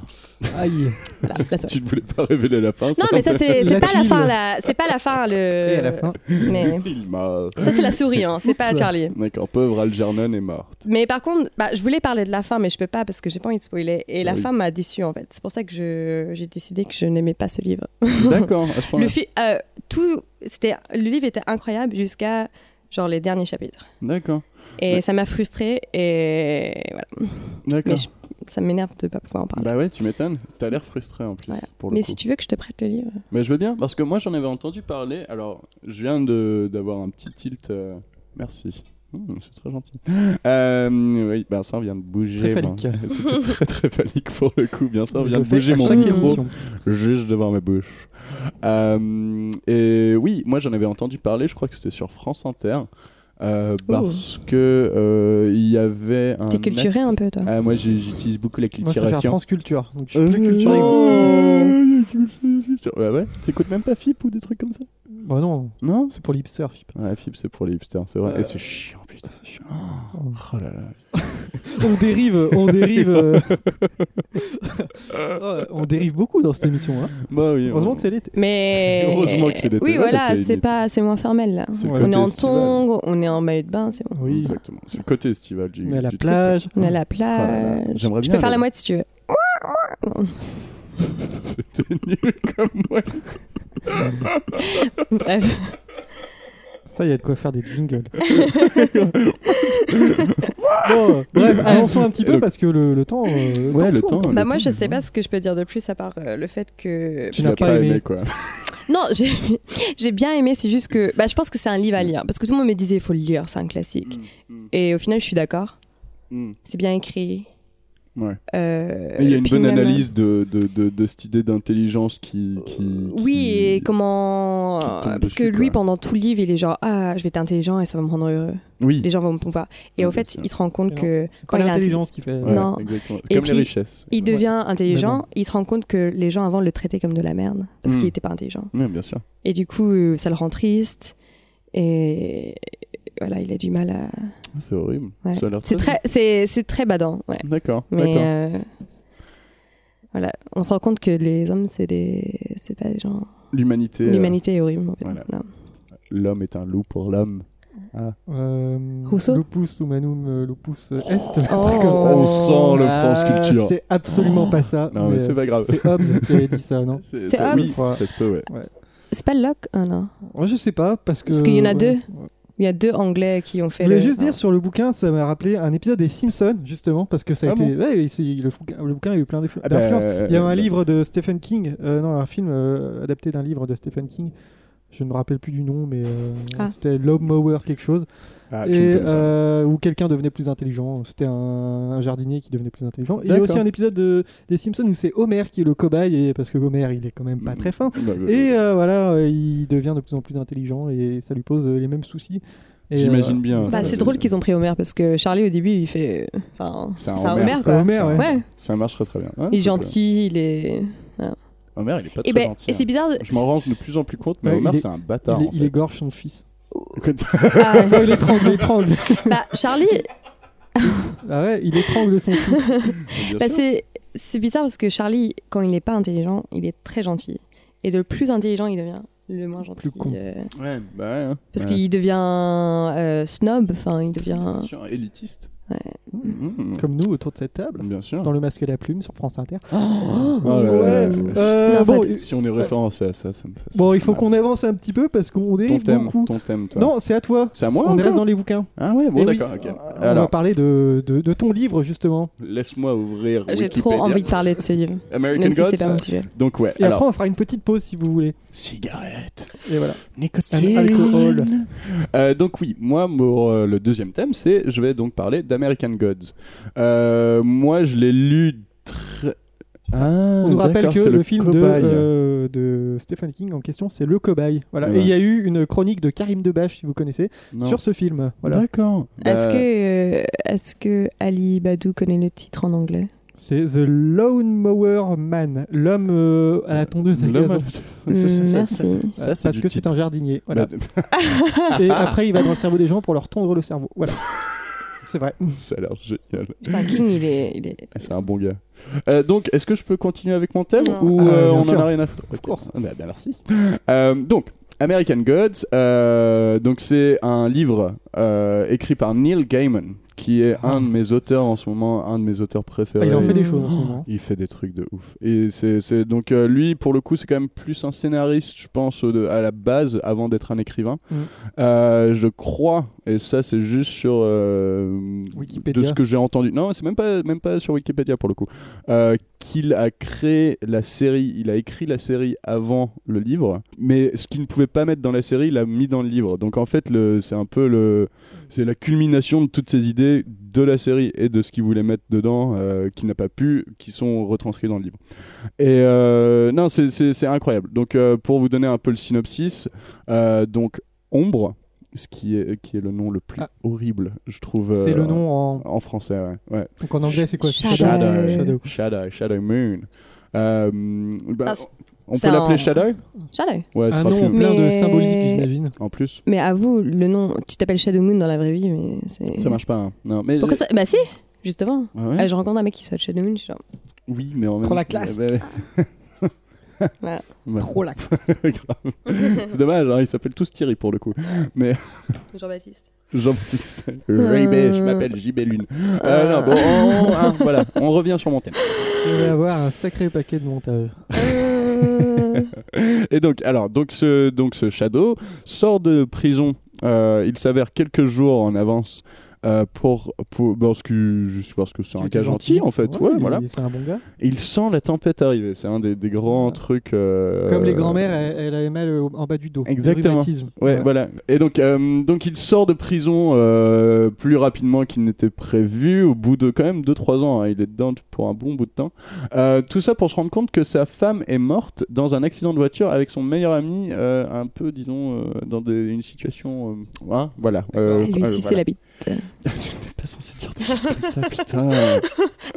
[SPEAKER 3] Aïe.
[SPEAKER 2] Voilà, la souris.
[SPEAKER 1] Tu ne voulais pas révéler la fin.
[SPEAKER 2] Non, mais ça, c'est c'est
[SPEAKER 3] La
[SPEAKER 2] pas la
[SPEAKER 3] tuile.
[SPEAKER 2] fin. la- C'est pas la fin. Le...
[SPEAKER 3] Et à la fin.
[SPEAKER 2] Mais...
[SPEAKER 1] Il m'a.
[SPEAKER 2] Ça, c'est la souris, hein, c'est pas
[SPEAKER 3] Oups.
[SPEAKER 2] Charlie.
[SPEAKER 1] D'accord, pauvre Algernon est morte.
[SPEAKER 2] Mais par contre, bah, je voulais parler de la fin, mais je peux pas parce que j'ai pas envie de spoiler. Et la
[SPEAKER 1] Bah Oui.
[SPEAKER 2] fin m'a déçue en fait. C'est pour ça que je- j'ai décidé que je n'aimais pas ce livre.
[SPEAKER 1] D'accord, à ce
[SPEAKER 2] Le,
[SPEAKER 1] point-là.
[SPEAKER 2] fi- euh, tout, c'était, le livre était incroyable jusqu'à genre les derniers chapitres.
[SPEAKER 1] D'accord,
[SPEAKER 2] Et
[SPEAKER 1] Ouais.
[SPEAKER 2] ça m'a frustrée et voilà. Mais
[SPEAKER 1] d'accord.
[SPEAKER 2] je- ça m'énerve de pas pouvoir en parler.
[SPEAKER 1] Bah ouais, tu m'étonnes. T'as l'air frustré en plus.
[SPEAKER 2] Voilà.
[SPEAKER 1] Pour le
[SPEAKER 2] mais
[SPEAKER 1] coup.
[SPEAKER 2] si tu veux que je te prête le livre.
[SPEAKER 1] Mais je veux bien, parce que moi j'en avais entendu parler. Alors, je viens de- d'avoir un petit tilt. euh, Merci. Hmm, c'est très gentil. Euh, oui, bien ça vient de bouger.
[SPEAKER 3] Très
[SPEAKER 1] moi.
[SPEAKER 3] phallique.
[SPEAKER 1] C'était très très phallique pour le coup. Bien ça
[SPEAKER 3] Je
[SPEAKER 1] vient de
[SPEAKER 3] le fais
[SPEAKER 1] bouger
[SPEAKER 3] à
[SPEAKER 1] mon
[SPEAKER 3] chaque
[SPEAKER 1] micro
[SPEAKER 3] émission.
[SPEAKER 1] juste devant ma bouche. Euh, et oui, moi j'en avais entendu parler. Je crois que c'était sur France Inter. euh, parce que euh, il y avait un.
[SPEAKER 2] Oh. T'es culturé un peu toi.
[SPEAKER 1] Ah, moi j'ai- j'utilise beaucoup la
[SPEAKER 3] Moi, je préfère
[SPEAKER 1] culturation.
[SPEAKER 3] France Culture. Donc,
[SPEAKER 1] Euh.
[SPEAKER 3] je suis plus culturé. que vous. Euh,
[SPEAKER 1] Ouais, ouais. T'écoutes même pas FIP ou des trucs comme ça
[SPEAKER 3] Bah, non,
[SPEAKER 1] Non
[SPEAKER 3] c'est pour l'hipster.
[SPEAKER 1] Ouais, FIP c'est pour les hipsters, c'est vrai.
[SPEAKER 3] Euh.
[SPEAKER 1] Et c'est chiant, putain, c'est chiant. Oh là là.
[SPEAKER 3] On dérive, on dérive. euh, oh, on dérive beaucoup dans cette émission. hein.
[SPEAKER 1] Bah oui.
[SPEAKER 3] Heureusement
[SPEAKER 1] on-
[SPEAKER 3] que c'est l'été.
[SPEAKER 2] Mais
[SPEAKER 1] Heureusement que c'est l'été,
[SPEAKER 2] Oui,
[SPEAKER 1] ouais,
[SPEAKER 2] voilà,
[SPEAKER 1] parce que
[SPEAKER 2] c'est
[SPEAKER 1] il-
[SPEAKER 2] pas, c'est moins formel là.
[SPEAKER 1] c'est le
[SPEAKER 3] Ouais.
[SPEAKER 1] côté
[SPEAKER 2] On est en
[SPEAKER 1] estival.
[SPEAKER 2] tongs, on est en maillot de bain, c'est bon.
[SPEAKER 3] Oui.
[SPEAKER 1] Exactement. C'est le côté estival du.
[SPEAKER 3] Mais à la
[SPEAKER 1] du truc.
[SPEAKER 3] plage.
[SPEAKER 2] On est à la
[SPEAKER 1] Oh là là,
[SPEAKER 2] plage.
[SPEAKER 1] J'aimerais
[SPEAKER 2] Je
[SPEAKER 1] bien.
[SPEAKER 2] peux faire la
[SPEAKER 1] aller-
[SPEAKER 2] moitié si tu veux.
[SPEAKER 1] C'était nul comme moi.
[SPEAKER 2] Bref.
[SPEAKER 3] Ça, il y a de quoi faire des jingles. Bon, bref, avançons un petit
[SPEAKER 1] Et
[SPEAKER 3] peu
[SPEAKER 1] le-
[SPEAKER 3] parce que le, le temps. euh,
[SPEAKER 1] Ouais, le
[SPEAKER 3] tourne.
[SPEAKER 1] temps.
[SPEAKER 2] Bah
[SPEAKER 1] le
[SPEAKER 2] moi
[SPEAKER 1] temps.
[SPEAKER 2] je sais pas ce que je peux dire de plus à part euh, le fait que
[SPEAKER 1] Tu
[SPEAKER 3] n'as
[SPEAKER 1] n'as
[SPEAKER 3] pas
[SPEAKER 1] pas
[SPEAKER 3] aimé.
[SPEAKER 1] aimé quoi.
[SPEAKER 2] non j'ai j'ai bien aimé c'est juste que bah je pense que c'est un livre à lire parce que tout le monde me disait il faut le lire c'est un classique
[SPEAKER 1] Mm,
[SPEAKER 2] et au final je suis d'accord
[SPEAKER 1] mm, mm.
[SPEAKER 2] c'est bien écrit
[SPEAKER 1] Ouais.
[SPEAKER 2] Euh,
[SPEAKER 1] Et Il y a une
[SPEAKER 2] puis
[SPEAKER 1] bonne
[SPEAKER 2] même- euh,
[SPEAKER 1] analyse de, de, de, de cette idée d'intelligence qui, qui,
[SPEAKER 2] oui
[SPEAKER 1] qui-
[SPEAKER 2] et comment
[SPEAKER 1] qui tombe
[SPEAKER 2] parce
[SPEAKER 1] dessus,
[SPEAKER 2] que lui
[SPEAKER 1] quoi.
[SPEAKER 2] pendant tout le livre il est genre ah je vais être intelligent et ça va me rendre heureux
[SPEAKER 1] Oui.
[SPEAKER 2] les gens vont me pouvoir et
[SPEAKER 1] Oui,
[SPEAKER 2] au
[SPEAKER 1] bien
[SPEAKER 2] fait
[SPEAKER 1] sûr.
[SPEAKER 2] il se rend compte
[SPEAKER 3] Mais
[SPEAKER 2] que
[SPEAKER 3] Pas
[SPEAKER 2] quand il est intelligent
[SPEAKER 3] l'intelligence qui fait.
[SPEAKER 1] Ouais,
[SPEAKER 2] Non.
[SPEAKER 1] Exactement. C'est
[SPEAKER 2] Et
[SPEAKER 1] Comme la
[SPEAKER 2] puis,
[SPEAKER 1] richesse.
[SPEAKER 2] il devient
[SPEAKER 3] Mais
[SPEAKER 2] intelligent, il se rend compte que les gens avant le traitaient comme de la merde parce
[SPEAKER 1] Mm.
[SPEAKER 2] qu'il était pas intelligent.
[SPEAKER 1] Ouais, bien sûr.
[SPEAKER 2] Et du coup, euh, ça le rend triste. Et voilà, il a du mal à.
[SPEAKER 1] C'est horrible.
[SPEAKER 2] ouais.
[SPEAKER 1] Ça a l'air
[SPEAKER 2] C'est très, c'est, c'est très badant. Ouais.
[SPEAKER 1] D'accord.
[SPEAKER 2] Mais
[SPEAKER 1] d'accord.
[SPEAKER 2] euh, voilà, on se rend compte que les hommes, c'est des, c'est pas des gens.
[SPEAKER 1] L'humanité. euh,
[SPEAKER 2] L'humanité est horrible. en fait.
[SPEAKER 1] voilà.
[SPEAKER 2] Voilà.
[SPEAKER 1] L'homme est un loup pour l'homme.
[SPEAKER 3] Euh,
[SPEAKER 2] Rousseau
[SPEAKER 3] Lupus humanum euh, lupus est. un truc
[SPEAKER 2] Oh.
[SPEAKER 3] comme ça.
[SPEAKER 1] On sent le France
[SPEAKER 3] Ah,
[SPEAKER 1] Culture.
[SPEAKER 3] C'est absolument pas ça.
[SPEAKER 1] Non, mais
[SPEAKER 3] mais,
[SPEAKER 1] c'est
[SPEAKER 3] euh,
[SPEAKER 1] pas grave.
[SPEAKER 3] c'est Hobbes qui avait dit ça, non
[SPEAKER 1] C'est
[SPEAKER 2] C'est
[SPEAKER 1] ça-
[SPEAKER 2] Hobbes.
[SPEAKER 1] Oui, ça se peut, ouais.
[SPEAKER 2] C'est pas Locke, ah non.
[SPEAKER 3] Ouais, Je sais pas parce que.
[SPEAKER 2] Parce qu'il y en a
[SPEAKER 3] ouais.
[SPEAKER 2] deux. Ah. Il y a deux Anglais qui ont fait.
[SPEAKER 3] Je voulais
[SPEAKER 2] le-
[SPEAKER 3] juste
[SPEAKER 2] non.
[SPEAKER 3] dire sur le bouquin, ça m'a rappelé un épisode des Simpsons, justement, parce que ça a
[SPEAKER 1] Ah
[SPEAKER 3] été. ouais, c'est- le, bouquin, le bouquin a eu plein d'influ-
[SPEAKER 1] Ah bah,
[SPEAKER 3] d'influences. Il y a
[SPEAKER 1] euh,
[SPEAKER 3] un livre de Stephen King, euh, non, un film euh, adapté d'un livre de Stephen King. Je ne me rappelle plus du nom, mais euh,
[SPEAKER 2] Ah.
[SPEAKER 3] c'était Love Mower quelque chose,
[SPEAKER 1] Ah, tu me
[SPEAKER 3] et,
[SPEAKER 1] connais pas.
[SPEAKER 3] euh, où quelqu'un devenait plus intelligent. C'était un, un jardinier qui devenait plus intelligent. Et il y a
[SPEAKER 1] D'accord.
[SPEAKER 3] aussi un épisode de, des Simpsons où c'est Homer qui est le cobaye, et, parce que Homer, il est quand même pas
[SPEAKER 1] Mm.
[SPEAKER 3] très fin.
[SPEAKER 1] Bah, bah,
[SPEAKER 3] Et euh, voilà, euh, il devient de plus en plus intelligent et ça lui pose euh, les mêmes soucis. Et,
[SPEAKER 1] J'imagine
[SPEAKER 3] euh,
[SPEAKER 1] bien.
[SPEAKER 2] Bah,
[SPEAKER 1] ça,
[SPEAKER 2] c'est drôle qu'ils ont pris Homer parce que Charlie au début il fait. Enfin,
[SPEAKER 1] C'est un
[SPEAKER 2] un
[SPEAKER 1] Homer,
[SPEAKER 2] Homer
[SPEAKER 1] ça.
[SPEAKER 2] quoi.
[SPEAKER 3] Homer, ouais.
[SPEAKER 2] Ouais,
[SPEAKER 1] Ça marcherait très bien. Ouais,
[SPEAKER 2] il est
[SPEAKER 1] c'est cool.
[SPEAKER 2] gentil, il est.
[SPEAKER 1] Homer, il est pas très
[SPEAKER 2] Et ben,
[SPEAKER 1] gentil.
[SPEAKER 2] et c'est
[SPEAKER 1] hein.
[SPEAKER 2] bizarre. de-
[SPEAKER 1] Je m'en rends de plus en plus compte, mais
[SPEAKER 3] Ouais, il
[SPEAKER 1] Homer,
[SPEAKER 3] est-
[SPEAKER 1] c'est un
[SPEAKER 3] Il,
[SPEAKER 1] bâtard.
[SPEAKER 3] il
[SPEAKER 1] en fait.
[SPEAKER 3] égorge son fils.
[SPEAKER 2] Ah,
[SPEAKER 3] il étrangle, il étrangle.
[SPEAKER 2] bah, Charlie,
[SPEAKER 3] Ah ouais, il étrangle son fils.
[SPEAKER 1] Bien
[SPEAKER 2] Bah,
[SPEAKER 1] sûr.
[SPEAKER 2] c'est c'est bizarre parce que Charlie, quand il n'est pas intelligent, il est très gentil. Et le plus intelligent, il devient le moins gentil.
[SPEAKER 3] con.
[SPEAKER 2] euh,
[SPEAKER 1] Ouais, bah ouais. hein.
[SPEAKER 2] parce
[SPEAKER 1] Ouais.
[SPEAKER 2] qu'il devient euh, snob, enfin, il
[SPEAKER 1] Bien
[SPEAKER 2] devient.
[SPEAKER 1] sûr, élitiste. Mhm.
[SPEAKER 3] Comme nous autour de cette table,
[SPEAKER 1] Bien sûr.
[SPEAKER 3] dans le masque et la plume sur France Inter.
[SPEAKER 1] Oh là là là là.
[SPEAKER 3] Euh,
[SPEAKER 2] Non,
[SPEAKER 3] bon,
[SPEAKER 2] pas
[SPEAKER 1] Si on est référencé à ça, ça me fait. ça
[SPEAKER 3] bon,
[SPEAKER 1] me
[SPEAKER 3] il
[SPEAKER 1] fait
[SPEAKER 3] faut
[SPEAKER 1] mal.
[SPEAKER 3] qu'on avance un petit peu parce qu'on
[SPEAKER 1] Ton
[SPEAKER 3] dérive
[SPEAKER 1] thème,
[SPEAKER 3] beaucoup.
[SPEAKER 1] ton thème, toi.
[SPEAKER 3] Non, c'est à toi.
[SPEAKER 1] C'est à moi
[SPEAKER 3] On
[SPEAKER 1] encore
[SPEAKER 3] reste dans les bouquins.
[SPEAKER 1] Ah ouais, bon,
[SPEAKER 3] Eh oui,
[SPEAKER 1] d'accord, ok.
[SPEAKER 3] on va
[SPEAKER 1] Alors,
[SPEAKER 3] parler de, de, de ton livre justement.
[SPEAKER 1] laisse-moi ouvrir
[SPEAKER 2] J'ai
[SPEAKER 1] Wikipédia.
[SPEAKER 2] trop envie de parler de ce livre,
[SPEAKER 1] American
[SPEAKER 2] même si c'est
[SPEAKER 1] Gods.
[SPEAKER 2] pas mon sujet.
[SPEAKER 1] Donc ouais.
[SPEAKER 3] Et
[SPEAKER 1] alors,
[SPEAKER 3] après, on fera une petite pause si vous voulez.
[SPEAKER 1] cigarette,
[SPEAKER 3] Et voilà.
[SPEAKER 1] nicotine,
[SPEAKER 3] alcool.
[SPEAKER 1] Euh, donc oui, moi pour euh, le deuxième thème, c'est je vais donc parler d'American Gods. Euh, moi, je l'ai lu. très- Ah,
[SPEAKER 3] On nous rappelle
[SPEAKER 1] d'accord,
[SPEAKER 3] que
[SPEAKER 1] c'est
[SPEAKER 3] le, film de,
[SPEAKER 1] cobaye.
[SPEAKER 3] euh, de Stephen King en question, c'est Le Cobaye. Voilà.
[SPEAKER 1] Ouais.
[SPEAKER 3] Et il y a eu une chronique de Karim Debache, si vous connaissez,
[SPEAKER 1] Non.
[SPEAKER 3] sur ce film. Voilà.
[SPEAKER 1] D'accord.
[SPEAKER 2] Est-ce
[SPEAKER 1] Euh,
[SPEAKER 2] que, euh, est-ce que Ali Badou connaît le titre en anglais
[SPEAKER 3] C'est The Lawnmower Man, l'homme euh, à la tondeuse à
[SPEAKER 1] l'homme-
[SPEAKER 3] gazon.
[SPEAKER 1] Ça, ça, ça,
[SPEAKER 2] Mm, Merci.
[SPEAKER 1] ça,
[SPEAKER 3] Voilà,
[SPEAKER 1] c'est
[SPEAKER 3] parce
[SPEAKER 1] du
[SPEAKER 3] que c'est
[SPEAKER 1] titre.
[SPEAKER 3] un jardinier. Voilà.
[SPEAKER 1] Bah,
[SPEAKER 3] Et après, il va dans le cerveau des gens pour leur tondre le cerveau. Voilà. c'est vrai.
[SPEAKER 1] ça a l'air génial.
[SPEAKER 2] Putain, King, il est, il est-
[SPEAKER 1] Ah, C'est un bon gars. Euh, donc, est-ce que je peux continuer avec mon thème
[SPEAKER 2] Non.
[SPEAKER 1] ou
[SPEAKER 3] Ah,
[SPEAKER 1] euh,
[SPEAKER 3] bien
[SPEAKER 1] on en
[SPEAKER 3] sûr.
[SPEAKER 1] a rien à foutre
[SPEAKER 3] Of course.
[SPEAKER 1] Ah, bah, bah, merci. Euh, donc, American Gods, euh, donc c'est un livre euh, écrit par Neil Gaiman, qui est un de mes auteurs en ce moment, un de mes auteurs
[SPEAKER 3] Ah,
[SPEAKER 1] préférés.
[SPEAKER 3] il en fait des choses en ce moment.
[SPEAKER 1] Il fait des trucs de ouf. Et c'est c'est- donc euh, lui, pour le coup, c'est quand même plus un scénariste, je pense, au- de- à la base, avant d'être un écrivain.
[SPEAKER 3] Mm.
[SPEAKER 1] Euh, je crois, et ça, c'est juste sur euh,
[SPEAKER 3] Wikipédia.
[SPEAKER 1] de ce que j'ai entendu. Non, c'est même pas même pas sur Wikipédia pour le coup. Euh, qu'il a créé la série, il a écrit la série avant le livre, mais ce qu'il ne pouvait pas mettre dans la série, il l'a mis dans le livre. Donc en fait, le- c'est un peu le c'est la culmination de toutes ces idées de la série et de ce qu'il voulait mettre dedans, euh, qu'il n'a pas pu, qui sont retranscrits dans le livre. Et euh, non, c'est- c'est c'est incroyable. Donc, euh, pour vous donner un peu le synopsis, euh, donc Ombre, ce qui est, qui est le nom le plus
[SPEAKER 3] Ah.
[SPEAKER 1] horrible, je trouve. euh,
[SPEAKER 3] C'est le nom en,
[SPEAKER 1] En français, ouais. ouais.
[SPEAKER 3] donc en anglais, c'est quoi
[SPEAKER 2] Shadow.
[SPEAKER 3] Shadow. Euh, Shadow.
[SPEAKER 1] Shadow, Shadow Moon. Euh, bah,
[SPEAKER 2] Ah, c'est-
[SPEAKER 1] on peut
[SPEAKER 2] c'est
[SPEAKER 1] l'appeler
[SPEAKER 2] un-
[SPEAKER 1] Shadow
[SPEAKER 2] Shadow.
[SPEAKER 1] Ouais, ce
[SPEAKER 3] Un
[SPEAKER 1] sera
[SPEAKER 3] nom
[SPEAKER 1] plus-
[SPEAKER 3] plein de
[SPEAKER 2] Mais-
[SPEAKER 3] symbolique, j'imagine.
[SPEAKER 1] En plus,
[SPEAKER 2] Mais avoue, le nom, tu t'appelles Shadow Moon dans la vraie vie, mais c'est.
[SPEAKER 1] ça marche pas. hein. Non, mais
[SPEAKER 2] Pourquoi ça Bah si, justement.
[SPEAKER 1] Ah ouais
[SPEAKER 2] Ah, je rencontre un mec qui soit Shadow Moon, je suis genre.
[SPEAKER 1] Oui, mais en même
[SPEAKER 3] Trop la classe.
[SPEAKER 1] Ouais, ouais.
[SPEAKER 2] Voilà.
[SPEAKER 1] Ouais.
[SPEAKER 3] Trop la classe.
[SPEAKER 1] Grave. C'est dommage, hein, ils s'appellent tous Thierry pour le coup.
[SPEAKER 2] Jean-Baptiste.
[SPEAKER 1] Jean-Baptiste.
[SPEAKER 2] Euh.
[SPEAKER 1] Ribé, je m'appelle JB Lune. Euh, non, bon, on, on- hein, voilà, on revient sur mon thème.
[SPEAKER 3] Il va y avoir un sacré paquet de montage.
[SPEAKER 1] Euh. Et donc, alors, donc ce, donc ce Shadow sort de prison. euh, il s'avère quelques jours en avance euh, pour, pour parce que juste parce que c'est un
[SPEAKER 3] Qui était
[SPEAKER 1] gars gentil en fait. Ouais,
[SPEAKER 3] il-
[SPEAKER 1] voilà.
[SPEAKER 3] C'est un bon gars.
[SPEAKER 1] Il sent la tempête arriver. C'est un des, des grands
[SPEAKER 3] Voilà.
[SPEAKER 1] trucs. euh,
[SPEAKER 3] Comme les grands-mères, elle, elle avait mal au- en bas du dos. Le
[SPEAKER 1] Exactement.
[SPEAKER 3] rhumatisme.
[SPEAKER 1] Ouais, bah. voilà. Et donc, euh, donc il sort de prison euh, plus rapidement qu'il n'était prévu, au bout de quand même 2-3 ans. hein. il est dedans pour un bon bout de temps. Euh, tout ça pour se rendre compte que sa femme est morte dans un accident de voiture avec son meilleur ami, euh, un peu, disons, euh, dans des- une situation. euh, hein, voilà. Euh,
[SPEAKER 2] Ah,
[SPEAKER 1] euh,
[SPEAKER 2] Lui aussi, c'est
[SPEAKER 1] voilà.
[SPEAKER 2] la bite.
[SPEAKER 1] Je n'étais pas censé dire des choses comme ça, putain.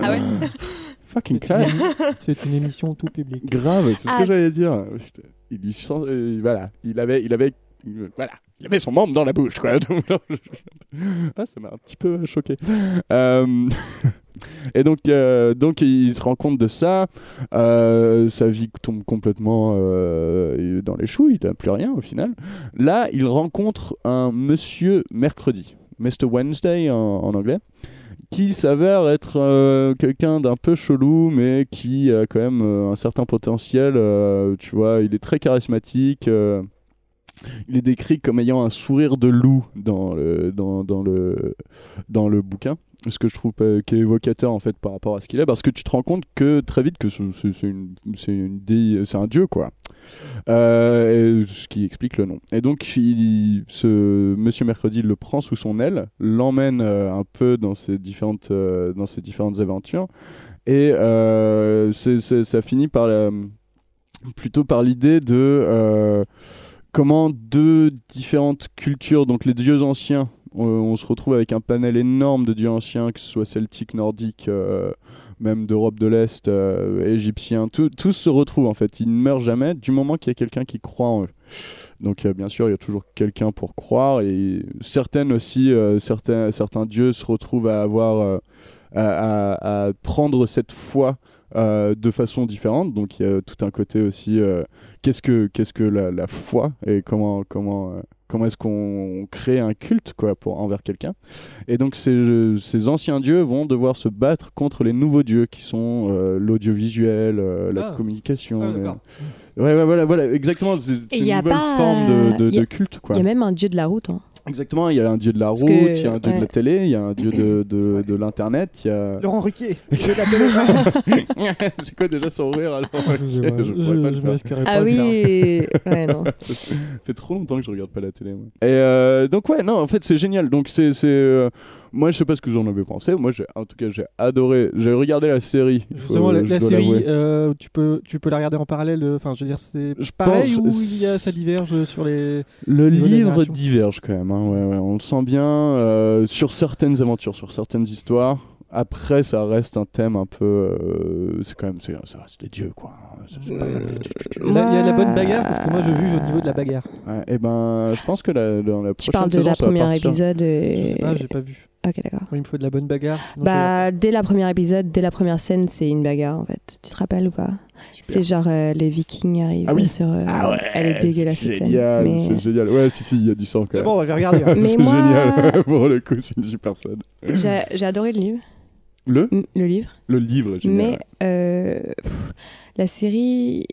[SPEAKER 2] Ah ouais
[SPEAKER 1] Fucking
[SPEAKER 3] C'est une-
[SPEAKER 1] classe.
[SPEAKER 3] C'est une émission tout public.
[SPEAKER 1] Grave, c'est ce que
[SPEAKER 2] Ah.
[SPEAKER 1] j'allais dire. Putain, Il lui sent- euh, voilà, il avait, il avait, il- voilà, il avait son membre dans la bouche, quoi. Donc, ah, ça m'a un petit peu choqué. Euh, Et donc, euh, donc, il se rend compte de ça. Euh, sa vie tombe complètement euh, dans les choux. Il n'a plus rien au final. Là, il rencontre un monsieur mercredi, Mr. Wednesday en, en anglais, qui s'avère être euh, quelqu'un d'un peu chelou, mais qui a quand même euh, un certain potentiel. euh, tu vois, il est très charismatique. euh, il est décrit comme ayant un sourire de loup dans le, dans, dans le, dans le bouquin. Ce que je trouve euh, qui est évocateur en fait par rapport à ce qu'il est, parce que tu te rends compte que très vite que c'est- c'est c'est une, c'est une dé- c'est un dieu quoi. Euh, et ce qui explique le nom. Et donc, il- ce Monsieur Mercredi le prend sous son aile, l'emmène euh, un peu dans ses différentes, euh, dans ses différentes aventures, et euh, c'est- c'est- ça finit par la- plutôt par l'idée de euh, comment deux différentes cultures, donc les dieux anciens, on, on se retrouve avec un panel énorme de dieux anciens, que ce soit celtique, nordique, euh, même d'Europe de l'Est, euh, égyptien, tout- tous se retrouvent en fait. Ils ne meurent jamais du moment qu'il y a quelqu'un qui croit en eux. Donc euh, bien sûr, il y a toujours quelqu'un pour croire et certaines aussi, euh, certains, certains dieux se retrouvent à avoir, euh, à, à- à prendre cette foi euh, de façon différente. Donc il y a tout un côté aussi, euh, qu'est-ce que, qu'est-ce que la, la foi et comment, comment, euh, comment est-ce qu'on crée un culte quoi, pour, envers quelqu'un. Et donc ces, euh, ces anciens dieux vont devoir se battre contre les nouveaux dieux qui sont euh, l'audiovisuel, euh, la
[SPEAKER 3] Ah.
[SPEAKER 1] communication.
[SPEAKER 3] Ah,
[SPEAKER 1] les-
[SPEAKER 3] d'accord.
[SPEAKER 1] Ouais, ouais, voilà, voilà, exactement. C'est c'est
[SPEAKER 2] Et
[SPEAKER 1] une
[SPEAKER 2] y a
[SPEAKER 1] nouvelle
[SPEAKER 2] pas,
[SPEAKER 1] forme de, de-
[SPEAKER 2] euh, y a-
[SPEAKER 1] de culte. Quoi.
[SPEAKER 2] Il y a même un dieu de la route. hein.
[SPEAKER 1] Exactement, il y a un dieu de la route,
[SPEAKER 2] Parce
[SPEAKER 1] il y
[SPEAKER 2] que-
[SPEAKER 1] a un dieu de la
[SPEAKER 2] ouais.
[SPEAKER 1] télé, il y a un dieu de, de, de l'Internet, il y a...
[SPEAKER 3] Laurent Ruquier.
[SPEAKER 1] C'est quoi déjà son rire alors
[SPEAKER 3] Je sais pas,
[SPEAKER 1] je pourrais pas le
[SPEAKER 3] je
[SPEAKER 1] faire.
[SPEAKER 3] risquerais pas
[SPEAKER 2] Ah
[SPEAKER 3] de
[SPEAKER 2] oui,
[SPEAKER 3] faire.
[SPEAKER 2] ouais, non.
[SPEAKER 1] Ça fait trop longtemps que je regarde pas la télé. moi. Et euh, donc ouais, non, en fait c'est génial. Donc c'est, c'est, euh, moi je sais pas ce que vous en avez pensé. Moi j'ai, en tout cas j'ai adoré. J'ai regardé la série. il faut-
[SPEAKER 3] Justement, la,
[SPEAKER 1] je
[SPEAKER 3] la
[SPEAKER 1] dois
[SPEAKER 3] série,
[SPEAKER 1] l'avouer.
[SPEAKER 3] euh, tu, peux, tu peux la regarder en parallèle. euh, Enfin, je veux dire, c'est
[SPEAKER 1] Je
[SPEAKER 3] pareil
[SPEAKER 1] pense- euh,
[SPEAKER 3] ou il y a, ça diverge sur les.
[SPEAKER 1] Le
[SPEAKER 3] Niveau de la
[SPEAKER 1] livre
[SPEAKER 3] narration.
[SPEAKER 1] diverge quand même, hein, ouais, ouais, on le sent bien euh, sur certaines aventures, sur certaines histoires. Après, ça reste un thème un peu. euh, c'est quand même. c'est- Ça reste les dieux, quoi. C'est- c'est pas-
[SPEAKER 3] Il y a la bonne bagarre parce que moi je juge au niveau de la bagarre.
[SPEAKER 1] Ouais, eh ben, je pense que la, dans la
[SPEAKER 2] Tu
[SPEAKER 1] prochaine
[SPEAKER 2] parles de
[SPEAKER 1] saison,
[SPEAKER 2] la
[SPEAKER 1] ça va
[SPEAKER 2] première
[SPEAKER 1] partir.
[SPEAKER 2] épisode.
[SPEAKER 3] Je
[SPEAKER 2] Et...
[SPEAKER 3] sais pas, j'ai pas vu.
[SPEAKER 2] ok, d'accord.
[SPEAKER 3] Moi, Il me faut de la bonne bagarre. sinon
[SPEAKER 2] Bah, dès la première épisode, dès la première scène, c'est une bagarre en fait. Tu te rappelles ou pas C'est genre euh, les Vikings arrivent
[SPEAKER 1] Ah oui.
[SPEAKER 2] sur. euh,
[SPEAKER 1] Ah ouais,
[SPEAKER 2] elle est dégueulasse
[SPEAKER 1] C'est
[SPEAKER 2] cette scène.
[SPEAKER 1] génial,
[SPEAKER 2] mais-
[SPEAKER 1] c'est génial. Ouais, si, si, il y a du sang
[SPEAKER 3] je-
[SPEAKER 1] quand même.
[SPEAKER 3] Bon, on va regarder. hein.
[SPEAKER 2] Mais
[SPEAKER 1] c'est
[SPEAKER 2] moi-
[SPEAKER 1] génial, ouais, pour le coup, c'est une super scène.
[SPEAKER 2] J'ai j'ai adoré le livre.
[SPEAKER 1] Le,
[SPEAKER 2] Mm, Le livre.
[SPEAKER 1] le livre est génial. ouais.
[SPEAKER 2] Mais euh, pff, la série.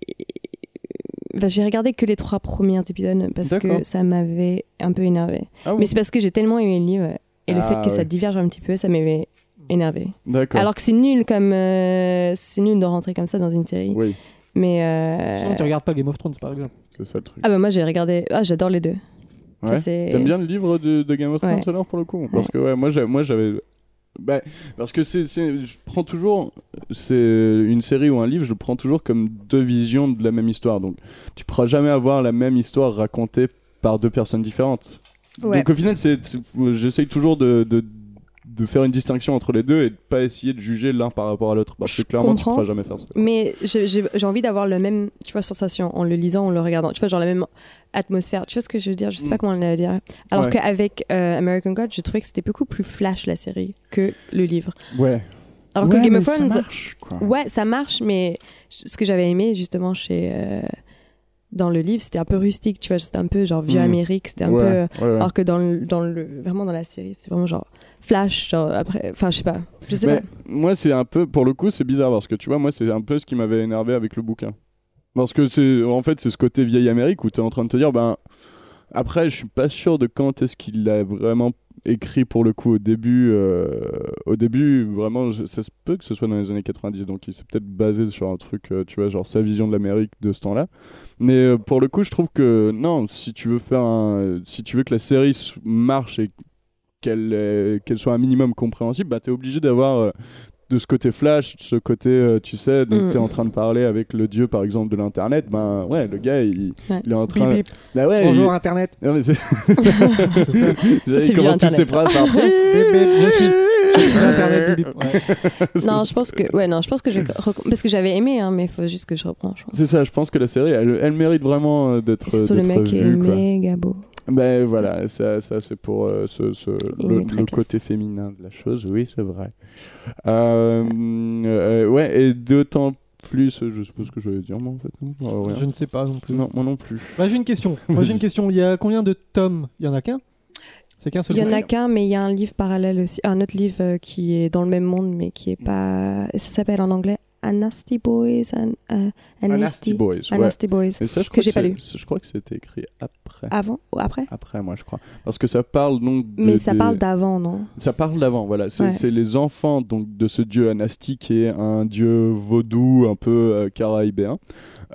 [SPEAKER 2] Enfin, j'ai regardé que les trois premiers épisodes parce
[SPEAKER 1] D'accord.
[SPEAKER 2] que ça m'avait un peu énervé.
[SPEAKER 1] Ah
[SPEAKER 2] Mais c'est parce que j'ai tellement aimé le livre et le
[SPEAKER 1] Ah,
[SPEAKER 2] fait que
[SPEAKER 1] ouais.
[SPEAKER 2] ça diverge un petit peu, ça m'avait énervé.
[SPEAKER 1] D'accord.
[SPEAKER 2] Alors que c'est nul comme euh, c'est nul de rentrer comme ça dans une série.
[SPEAKER 1] Oui,
[SPEAKER 2] Mais euh,
[SPEAKER 3] Sinon, tu
[SPEAKER 1] hein.
[SPEAKER 3] regardes pas Game of Thrones par exemple.
[SPEAKER 1] c'est ça le truc.
[SPEAKER 2] ah bah moi j'ai regardé. Ah j'adore les deux. Ça,
[SPEAKER 1] Ouais.
[SPEAKER 2] c'est-
[SPEAKER 1] T'aimes bien le livre de, de Game of Thrones
[SPEAKER 2] Ouais.
[SPEAKER 1] alors pour le coup Parce que ouais, moi j'ai- moi, j'avais. Bah, parce que c'est, c'est- je prends toujours. C'est une série ou un livre, je le prends toujours comme deux visions de la même histoire. Donc tu pourras jamais avoir la même histoire racontée par deux personnes différentes.
[SPEAKER 2] Ouais.
[SPEAKER 1] Donc au final, c'est, c'est- j'essaye toujours de. de de faire une distinction entre les deux et de pas essayer de juger l'un par rapport à l'autre parce que
[SPEAKER 2] Je
[SPEAKER 1] clairement
[SPEAKER 2] comprends.
[SPEAKER 1] tu pourras jamais faire ça.
[SPEAKER 2] Mais je- j'ai j'ai envie d'avoir le même, tu vois, sensation en le lisant, en le regardant. Tu vois, genre la même atmosphère. Tu vois ce que je veux dire Je sais pas
[SPEAKER 1] Mm.
[SPEAKER 2] comment le dire. Alors
[SPEAKER 1] Ouais.
[SPEAKER 2] qu'avec euh, American God, je trouvais que c'était beaucoup plus flash la série que le livre.
[SPEAKER 1] Ouais.
[SPEAKER 2] Alors que Game of Thrones,
[SPEAKER 1] ça marche quoi.
[SPEAKER 2] ouais, ça marche, mais j- ce que j'avais aimé justement chez euh, dans le livre, c'était un peu rustique. Tu vois, c'était un peu genre vieux
[SPEAKER 1] Mm.
[SPEAKER 2] Amérique. C'était un
[SPEAKER 1] Ouais,
[SPEAKER 2] peu. euh,
[SPEAKER 1] ouais, ouais.
[SPEAKER 2] Alors que dans le, dans le, vraiment dans la série, c'est vraiment genre flash. Genre après, enfin, je sais pas, je sais
[SPEAKER 1] Mais
[SPEAKER 2] pas.
[SPEAKER 1] Moi, c'est un peu, pour le coup, c'est bizarre parce que tu vois, moi, c'est un peu ce qui m'avait énervé avec le bouquin. Parce que c'est, en fait, c'est ce côté vieille Amérique où tu es en train de te dire, ben, après, je suis pas sûr de quand est-ce qu'il l'a vraiment écrit pour le coup au début. euh, au début, vraiment, je- ça se peut que ce soit dans les années 90, donc il s'est peut-être basé sur un truc, euh, tu vois, genre sa vision de l'Amérique de ce temps-là. Mais euh, pour le coup, je trouve que non, si tu veux faire un, si tu veux que la série s- marche et qu'elle euh, qu'elle soit un minimum compréhensible, bah t'es obligé d'avoir euh, de ce côté flash, de ce côté, euh, tu sais, donc
[SPEAKER 2] Mm.
[SPEAKER 1] t'es en train de parler avec le dieu par exemple de l'internet, ben ouais, le gars il,
[SPEAKER 2] Ouais.
[SPEAKER 1] il est en
[SPEAKER 3] Bip
[SPEAKER 1] train,
[SPEAKER 3] bip.
[SPEAKER 1] bah ouais,
[SPEAKER 3] Bonjour Internet.
[SPEAKER 1] il... non, mais c'est-
[SPEAKER 2] c'est
[SPEAKER 1] il commence
[SPEAKER 2] bien
[SPEAKER 1] toutes ses
[SPEAKER 2] Internet.
[SPEAKER 1] phrases par
[SPEAKER 3] Bip bip. Je suis je suis Internet. Bip bip. Ouais.
[SPEAKER 2] Non, je pense que ouais, non, je pense que je rec- parce que j'avais aimé, hein, mais faut juste que je reprends. Je pense.
[SPEAKER 1] C'est ça, je pense que la série, elle, elle mérite vraiment euh, d'être
[SPEAKER 2] Et surtout le
[SPEAKER 1] d'être
[SPEAKER 2] mec est
[SPEAKER 1] vue, quoi.
[SPEAKER 2] méga beau.
[SPEAKER 1] Ben voilà, ça, ça c'est pour euh, ce, ce-
[SPEAKER 2] Il
[SPEAKER 1] le,
[SPEAKER 2] est très
[SPEAKER 1] le
[SPEAKER 2] classe.
[SPEAKER 1] côté féminin de la chose, oui, c'est vrai. Euh, euh, ouais, et d'autant plus, je suppose que je vais dire, moi en fait, non, euh, rien.
[SPEAKER 3] Je ne sais pas non plus.
[SPEAKER 1] Non, moi non plus.
[SPEAKER 3] Bah, j'ai une question. Moi, j'ai
[SPEAKER 1] Vas-y.
[SPEAKER 3] une question. Il y a combien de tomes Il y en a qu'un C'est qu'un seul.
[SPEAKER 2] Il y en
[SPEAKER 3] tome
[SPEAKER 2] a qu'un, mais il y a un livre parallèle aussi, un autre livre euh, qui est dans le même monde, mais qui est pas. Ça s'appelle en anglais A Nasty Boys and euh, A
[SPEAKER 1] Un
[SPEAKER 2] Nasty,
[SPEAKER 1] Nasty Boys,
[SPEAKER 2] A
[SPEAKER 1] ouais.
[SPEAKER 2] Nasty Boys.
[SPEAKER 1] Et ça, je
[SPEAKER 2] Ah que
[SPEAKER 1] crois
[SPEAKER 2] j'ai
[SPEAKER 1] que
[SPEAKER 2] pas
[SPEAKER 1] c'est-
[SPEAKER 2] lu.
[SPEAKER 1] c'est- Je crois que c'était écrit après.
[SPEAKER 2] Avant ou après
[SPEAKER 1] Après, moi, je crois. Parce que ça parle donc. de-
[SPEAKER 2] Mais ça
[SPEAKER 1] des-
[SPEAKER 2] parle d'avant, non
[SPEAKER 1] Ça parle d'avant, voilà. C'est
[SPEAKER 2] Ouais.
[SPEAKER 1] c'est les enfants donc de ce dieu Anasti qui est un dieu vaudou un peu euh, caraïbéen,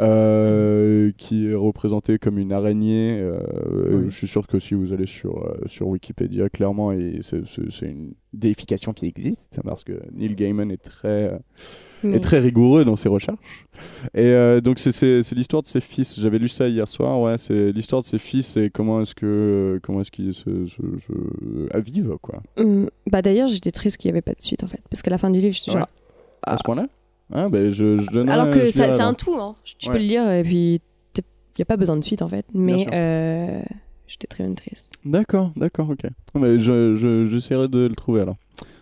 [SPEAKER 1] euh, qui est représenté comme une araignée. euh, euh, Je suis sûr que si vous allez sur euh, sur Wikipédia, clairement, et c'est c'est- c'est une déification qui existe parce que Neil Gaiman est très euh,
[SPEAKER 2] Mais-
[SPEAKER 1] est très rigoureux dans ses recherches. Et euh, donc c'est- c'est c'est l'histoire de ses fils. J'avais lu ça hier soir. Ouais, c'est l'histoire de ses fils et comment est-ce que comment est-ce qu'ils se, se, se- à vivre, quoi.
[SPEAKER 2] Hum, bah d'ailleurs, j'étais triste qu'il y avait pas de suite en fait, parce qu'à la fin du livre, j'étais
[SPEAKER 1] Ouais.
[SPEAKER 2] genre.
[SPEAKER 1] À ce point-là ah, ben je, je donnerai-
[SPEAKER 2] Alors
[SPEAKER 1] je
[SPEAKER 2] que ça-
[SPEAKER 1] dirai
[SPEAKER 2] c'est
[SPEAKER 1] alors.
[SPEAKER 2] un tout, hein. Tu
[SPEAKER 1] Ouais.
[SPEAKER 2] peux le lire et puis il y a pas besoin de suite en fait, mais
[SPEAKER 1] sûr.
[SPEAKER 2] euh, j'étais très triste.
[SPEAKER 1] D'accord, d'accord, ok. Ah, ben, je- je- J'essaierai de le trouver alors.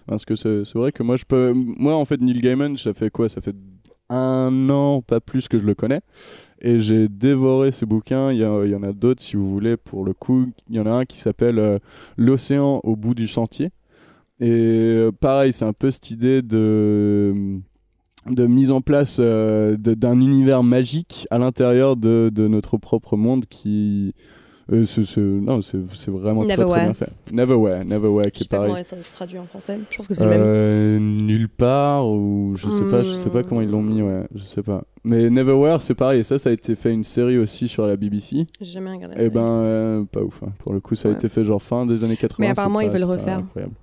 [SPEAKER 1] Parce que c'est c'est vrai que moi, je peux. Moi, en fait, Neil Gaiman, ça fait quoi Ça fait un an, pas plus que je le connais. Et j'ai dévoré ces bouquins. Il y, a- il y en a d'autres, si vous voulez, pour le coup. Il y en a un qui s'appelle euh, L'océan au bout du sentier. Et euh, pareil, c'est un peu cette idée de, de mise en place euh, de- d'un univers magique à l'intérieur de, de notre propre monde qui. euh, c'est- c'est- non, c'est c'est vraiment très, très
[SPEAKER 2] Neverwhere.
[SPEAKER 1] bien fait. Neverwhere, Neverwhere
[SPEAKER 2] Je
[SPEAKER 1] qui
[SPEAKER 2] sais
[SPEAKER 1] est
[SPEAKER 2] pas
[SPEAKER 1] pareil.
[SPEAKER 2] comment ça se traduit en français. Je pense que c'est le même.
[SPEAKER 1] Euh, nulle part ou je sais pas je sais pas
[SPEAKER 2] Hmm.
[SPEAKER 1] comment ils l'ont mis ouais je sais pas mais Neverwhere c'est pareil ça ça a été fait une série aussi sur la BBC
[SPEAKER 2] J'ai jamais regardé. la
[SPEAKER 1] et
[SPEAKER 2] série.
[SPEAKER 1] ben euh, pas ouf hein. pour le coup ça a
[SPEAKER 2] Ah, Ouais.
[SPEAKER 1] été fait genre fin des années 80
[SPEAKER 2] Mais apparemment,
[SPEAKER 1] c'est
[SPEAKER 2] ils
[SPEAKER 1] pas-
[SPEAKER 2] veulent
[SPEAKER 1] c'est pas
[SPEAKER 2] refaire.
[SPEAKER 1] incroyable.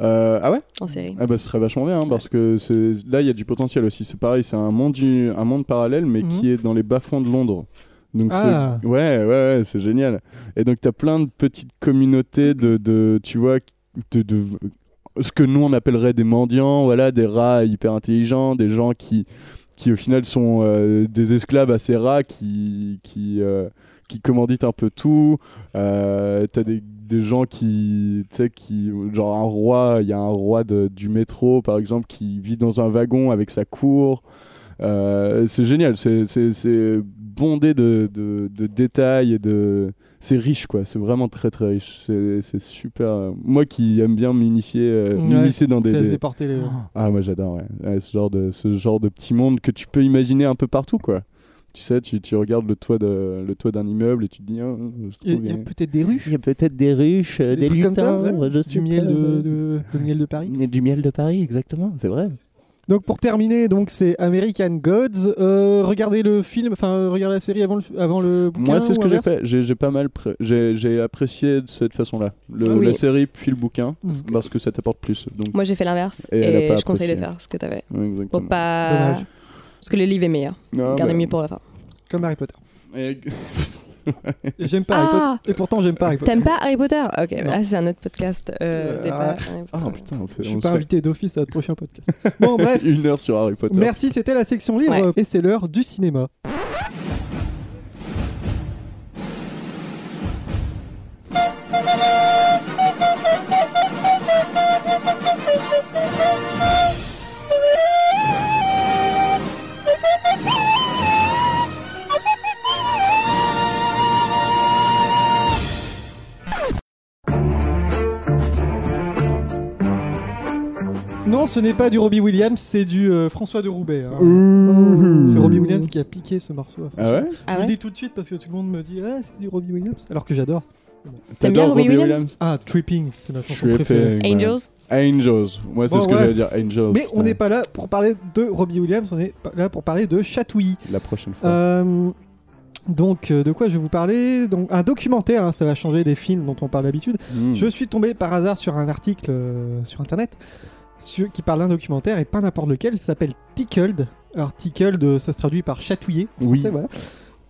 [SPEAKER 1] Euh, ah ouais
[SPEAKER 2] En série.
[SPEAKER 1] ah bah ce serait vachement bien hein, parce que c'est- là il y a du potentiel aussi c'est pareil c'est un monde du- un monde parallèle mais
[SPEAKER 3] Mhm.
[SPEAKER 1] qui est dans les bas fonds de Londres donc c'est-
[SPEAKER 3] Ah.
[SPEAKER 1] ouais ouais, ouais c'est génial et donc t'as plein de petites communautés de, de tu vois de, de- ce que nous on appellerait des mendiants voilà des rats hyper intelligents des gens qui qui au final sont euh, des esclaves à ces rats qui qui euh, qui commanditent un peu tout euh, t'as des, des gens qui, tu sais, qui, genre un roi, il y a un roi de- du métro par exemple qui vit dans un wagon avec sa cour. Euh, c'est génial, c'est- c'est c'est bondé de, de, de détails et de. C'est riche quoi, c'est vraiment très très riche. C'est c'est super. euh, Moi qui aime bien m'initier euh,
[SPEAKER 3] Ouais,
[SPEAKER 1] m'immiscer dans des.
[SPEAKER 3] T'as
[SPEAKER 1] des-
[SPEAKER 3] déporté les.
[SPEAKER 1] Ah, moi j'adore, ouais. Ouais, ce, genre de, ce genre de petit monde que tu peux imaginer un peu partout quoi. Tu sais, tu, tu regardes le toit de- le toit d'un immeuble et tu te dis. Ah, c'est trop
[SPEAKER 3] Il y a- il y a
[SPEAKER 1] bien.
[SPEAKER 3] peut-être des ruches.
[SPEAKER 7] Il y a peut-être des ruches, euh,
[SPEAKER 3] Des,
[SPEAKER 7] des,
[SPEAKER 3] trucs comme ça,
[SPEAKER 7] lutins,
[SPEAKER 3] ouais.
[SPEAKER 7] je sais
[SPEAKER 3] du miel
[SPEAKER 7] pas,
[SPEAKER 3] de,
[SPEAKER 7] ouais.
[SPEAKER 3] de- le miel de Paris.
[SPEAKER 7] Et Du miel de Paris, exactement, c'est vrai.
[SPEAKER 3] Donc pour terminer, donc c'est American Gods. Euh, regardez le film, enfin euh, regardez la série avant le, avant le bouquin.
[SPEAKER 1] Moi, c'est ce
[SPEAKER 3] ou
[SPEAKER 1] que j'ai
[SPEAKER 3] inverse
[SPEAKER 1] fait. J'ai j'ai pas mal, pré- j'ai j'ai apprécié de cette façon-là, Le-
[SPEAKER 2] Oui.
[SPEAKER 1] la série puis le bouquin,
[SPEAKER 3] Parce que-
[SPEAKER 1] parce que ça t'apporte plus. Donc,
[SPEAKER 2] Moi, j'ai fait l'inverse
[SPEAKER 1] Et
[SPEAKER 2] et,
[SPEAKER 1] elle a pas
[SPEAKER 2] je conseille de
[SPEAKER 1] apprécié.
[SPEAKER 2] faire ce que t'avais.
[SPEAKER 1] Ouais, exactement.
[SPEAKER 2] Pour pas.
[SPEAKER 3] Dommage.
[SPEAKER 2] Parce que le livre est meilleur.
[SPEAKER 1] Ah,
[SPEAKER 2] Gardez
[SPEAKER 1] bah.
[SPEAKER 2] mieux pour la fin.
[SPEAKER 3] Comme Harry Potter.
[SPEAKER 1] Et-
[SPEAKER 3] Et J'aime pas
[SPEAKER 2] Ah
[SPEAKER 3] Harry Potter. Et pourtant, j'aime pas Harry Potter.
[SPEAKER 2] T'aimes pas Harry Potter Ok,
[SPEAKER 3] Non.
[SPEAKER 2] là c'est un autre podcast. euh,
[SPEAKER 3] Euh,
[SPEAKER 2] débat. Harry
[SPEAKER 1] Ah
[SPEAKER 2] Potter.
[SPEAKER 1] putain, on fait,
[SPEAKER 3] Je
[SPEAKER 1] on
[SPEAKER 3] suis
[SPEAKER 1] se
[SPEAKER 3] pas
[SPEAKER 1] fait
[SPEAKER 3] invité d'office à notre prochain podcast. Bon, bref.
[SPEAKER 1] une heure sur Harry Potter.
[SPEAKER 3] Merci, c'était la section libre
[SPEAKER 2] Ouais.
[SPEAKER 3] et c'est l'heure du cinéma. Non, ce n'est pas du Robbie Williams, c'est du euh, François de Roubaix. hein.
[SPEAKER 7] Mmh.
[SPEAKER 3] C'est Robbie Williams qui a piqué ce morceau. à François.
[SPEAKER 1] Mmh. Ah ouais
[SPEAKER 2] Ah
[SPEAKER 3] je
[SPEAKER 2] ouais
[SPEAKER 3] le dis tout de suite parce que tout le monde me dit Ah, c'est du Robbie Williams. Alors que j'adore.
[SPEAKER 2] T'aimes bien
[SPEAKER 1] T'adores
[SPEAKER 2] Robbie Williams
[SPEAKER 3] Ah, Tripping, c'est ma chanson
[SPEAKER 1] Je suis
[SPEAKER 3] préférée.
[SPEAKER 1] épais, ouais.
[SPEAKER 2] Angels
[SPEAKER 1] Angels. Moi, c'est
[SPEAKER 3] Bon,
[SPEAKER 1] ce que
[SPEAKER 3] ouais.
[SPEAKER 1] j'allais dire. Angels.
[SPEAKER 3] Mais on
[SPEAKER 1] Oh, putain.
[SPEAKER 3] n'est pas là pour parler de Robbie Williams, on est pas là pour parler de Chatouille.
[SPEAKER 1] la prochaine fois.
[SPEAKER 3] Euh, donc, euh, de quoi je vais vous parler donc, Un documentaire, hein, ça va changer des films dont on parle d'habitude.
[SPEAKER 1] Mm.
[SPEAKER 3] Je suis tombé par hasard sur un article euh, sur internet sur- qui parle d'un documentaire et pas n'importe lequel, ça s'appelle Tickled. Alors, Tickled, euh, ça se traduit par chatouiller. en
[SPEAKER 1] Oui.
[SPEAKER 3] français, voilà.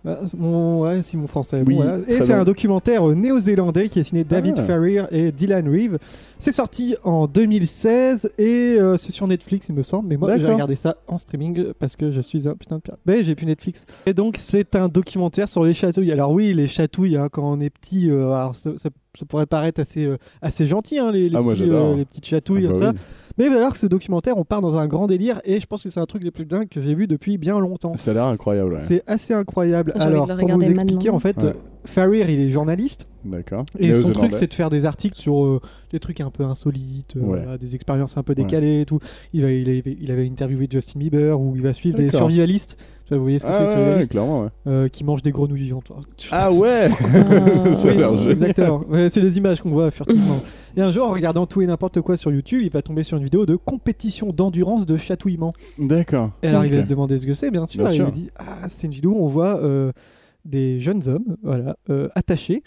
[SPEAKER 3] Ah, c'est mon- ouais, c'est mon français.
[SPEAKER 1] Oui,
[SPEAKER 3] bon, voilà.
[SPEAKER 1] très
[SPEAKER 3] Et c'est
[SPEAKER 1] bon.
[SPEAKER 3] un documentaire euh, néo-zélandais qui est signé David
[SPEAKER 1] Ah.
[SPEAKER 3] Ferrier et Dylan Reeve. C'est sorti en 2016 et euh, c'est sur Netflix, il me semble. Mais moi, j'ai
[SPEAKER 1] D'accord.
[SPEAKER 3] regardé ça en streaming euh, parce que je suis un putain de pirate. Mais j'ai plus Netflix. Et donc, c'est un documentaire sur les chatouilles. Alors, oui, les chatouilles, hein, quand on est petit, euh, alors ça, ça- ça pourrait paraître assez, euh, assez gentil, hein, les, les
[SPEAKER 1] Ah, moi,
[SPEAKER 3] petits,
[SPEAKER 1] j'adore.
[SPEAKER 3] les petites
[SPEAKER 1] Ah,
[SPEAKER 3] chatouilles
[SPEAKER 1] bah
[SPEAKER 3] comme ça.
[SPEAKER 1] oui.
[SPEAKER 3] Mais alors que ce documentaire, on part dans un grand délire et je pense que c'est un truc des plus dingues que j'ai vu depuis bien longtemps.
[SPEAKER 1] Ça a l'air incroyable. ouais.
[SPEAKER 3] C'est assez incroyable.
[SPEAKER 2] J'ai envie
[SPEAKER 3] Alors,
[SPEAKER 2] de le
[SPEAKER 3] pour vous
[SPEAKER 2] regarder
[SPEAKER 3] expliquer,
[SPEAKER 2] maintenant.
[SPEAKER 3] en fait,
[SPEAKER 1] Ouais.
[SPEAKER 3] Farir, il est journaliste.
[SPEAKER 1] D'accord.
[SPEAKER 3] Et son
[SPEAKER 1] Néo-zélandais.
[SPEAKER 3] truc, c'est de faire des articles sur euh, des trucs un peu insolites, euh,
[SPEAKER 1] Ouais.
[SPEAKER 3] voilà, des expériences un peu décalées et tout. Il, va- il avait, il avait interviewé Justin Bieber, où il va suivre des
[SPEAKER 1] D'accord.
[SPEAKER 3] survivalistes. Tu vois, Vous voyez ce que c'est,
[SPEAKER 1] Ah
[SPEAKER 3] les
[SPEAKER 1] ouais, ouais,
[SPEAKER 3] survivalistes
[SPEAKER 1] clairement, ouais.
[SPEAKER 3] euh, Qui mangent des grenouilles vivantes. Oh,
[SPEAKER 1] Ah ouais
[SPEAKER 2] Ah.
[SPEAKER 1] Ça a
[SPEAKER 3] Oui,
[SPEAKER 1] l'air génial.
[SPEAKER 3] exactement. Ouais, c'est les images qu'on voit furtivement. Et un jour, en regardant tout et n'importe quoi sur YouTube, il va tomber sur une vidéo de compétition d'endurance de chatouillement.
[SPEAKER 1] D'accord.
[SPEAKER 3] Et alors, il va
[SPEAKER 1] Ok.
[SPEAKER 3] se demander ce que c'est, bien sûr.
[SPEAKER 1] Bien
[SPEAKER 3] et
[SPEAKER 1] sûr.
[SPEAKER 3] il dit Ah, c'est une vidéo où on voit euh, des jeunes hommes voilà, euh, attachés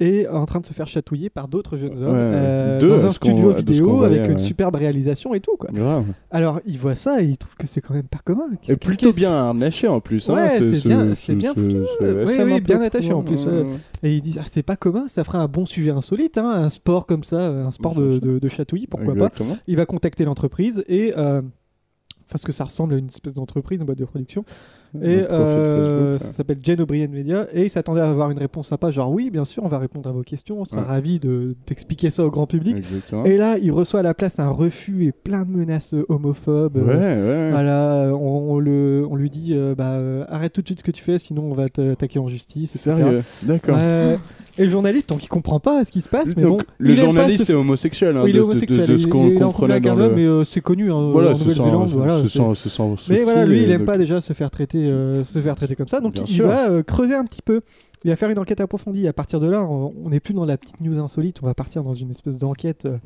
[SPEAKER 3] et en train de se faire chatouiller par d'autres jeunes hommes
[SPEAKER 1] Ouais.
[SPEAKER 3] euh,
[SPEAKER 1] Deux,
[SPEAKER 3] dans
[SPEAKER 1] à
[SPEAKER 3] un
[SPEAKER 1] ce qu'on-
[SPEAKER 3] studio
[SPEAKER 1] à de ce qu'on
[SPEAKER 3] vidéo
[SPEAKER 1] voyait,
[SPEAKER 3] avec une
[SPEAKER 1] ouais.
[SPEAKER 3] superbe réalisation et tout. quoi.
[SPEAKER 1] Grave.
[SPEAKER 3] Alors, il voit ça et il trouve que c'est quand même pas commun.
[SPEAKER 1] Et
[SPEAKER 3] Qu'est-ce-
[SPEAKER 1] plutôt
[SPEAKER 3] qu'est-ce-
[SPEAKER 1] bien harnaché en plus. hein,
[SPEAKER 3] Ouais, c'est bien- c'est
[SPEAKER 1] c'est
[SPEAKER 3] bien foutu,
[SPEAKER 1] c'est
[SPEAKER 3] ouais. Oui,
[SPEAKER 1] SM
[SPEAKER 3] oui,
[SPEAKER 1] un peu,
[SPEAKER 3] bien attaché, en
[SPEAKER 1] ouais,
[SPEAKER 3] plus,
[SPEAKER 1] ouais,
[SPEAKER 3] ouais.
[SPEAKER 1] ouais.
[SPEAKER 3] Et il dit Ah, c'est pas commun, ça fera un bon sujet insolite, hein, un sport comme ça, un sport de, de, de chatouille, pourquoi pas.
[SPEAKER 1] Exactement.
[SPEAKER 3] Il va contacter l'entreprise et. euh, parce que ça ressemble à une espèce d'entreprise, une boîte de production.
[SPEAKER 1] On
[SPEAKER 3] Et
[SPEAKER 1] profite
[SPEAKER 3] euh,
[SPEAKER 1] Facebook,
[SPEAKER 3] ça s'appelle Jane O'Brien Media. Et il s'attendait à avoir une réponse sympa, genre oui, bien sûr, on va répondre à vos questions, on sera
[SPEAKER 1] Ouais.
[SPEAKER 3] ravis de t'expliquer ça au grand
[SPEAKER 1] là.
[SPEAKER 3] public.
[SPEAKER 1] Exactement.
[SPEAKER 3] Et là, il reçoit à la place un refus et plein de menaces euh, homophobes.
[SPEAKER 1] Ouais,
[SPEAKER 3] euh,
[SPEAKER 1] ouais.
[SPEAKER 3] Voilà, euh, on, on le, on lui dit euh, bah, euh, arrête tout de suite ce que tu fais, sinon on va t'attaquer en justice. etc.
[SPEAKER 1] Sérieux, d'accord.
[SPEAKER 3] Ouais. et le journaliste, donc il comprend pas ce qui se passe, mais
[SPEAKER 1] Donc,
[SPEAKER 3] bon,
[SPEAKER 1] le
[SPEAKER 3] il aime pas
[SPEAKER 1] journaliste
[SPEAKER 3] ce-
[SPEAKER 1] est homosexuel, hein,
[SPEAKER 3] Oui, il
[SPEAKER 1] de,
[SPEAKER 3] est
[SPEAKER 1] de- de-
[SPEAKER 3] homosexuel.
[SPEAKER 1] de ce
[SPEAKER 3] il-
[SPEAKER 1] qu'on
[SPEAKER 3] il est en couple
[SPEAKER 1] comprenait
[SPEAKER 3] avec
[SPEAKER 1] dans
[SPEAKER 3] un homme,
[SPEAKER 1] le.
[SPEAKER 3] mais euh, c'est connu hein, en
[SPEAKER 1] Voilà, c'est
[SPEAKER 3] Nouvelle-Zélande. voilà,
[SPEAKER 1] sans- c'est
[SPEAKER 3] c'est-
[SPEAKER 1] sans- c'est sans
[SPEAKER 3] mais
[SPEAKER 1] souci,
[SPEAKER 3] voilà, lui, il
[SPEAKER 1] euh,
[SPEAKER 3] aime
[SPEAKER 1] donc-
[SPEAKER 3] pas déjà se faire traiter, euh, se faire traiter comme ça, donc
[SPEAKER 1] Bien
[SPEAKER 3] il
[SPEAKER 1] sûr.
[SPEAKER 3] va euh, creuser un petit peu. Il va faire une enquête approfondie. À partir de là, on on n'est plus dans la petite news insolite, on va partir dans une espèce d'enquête euh,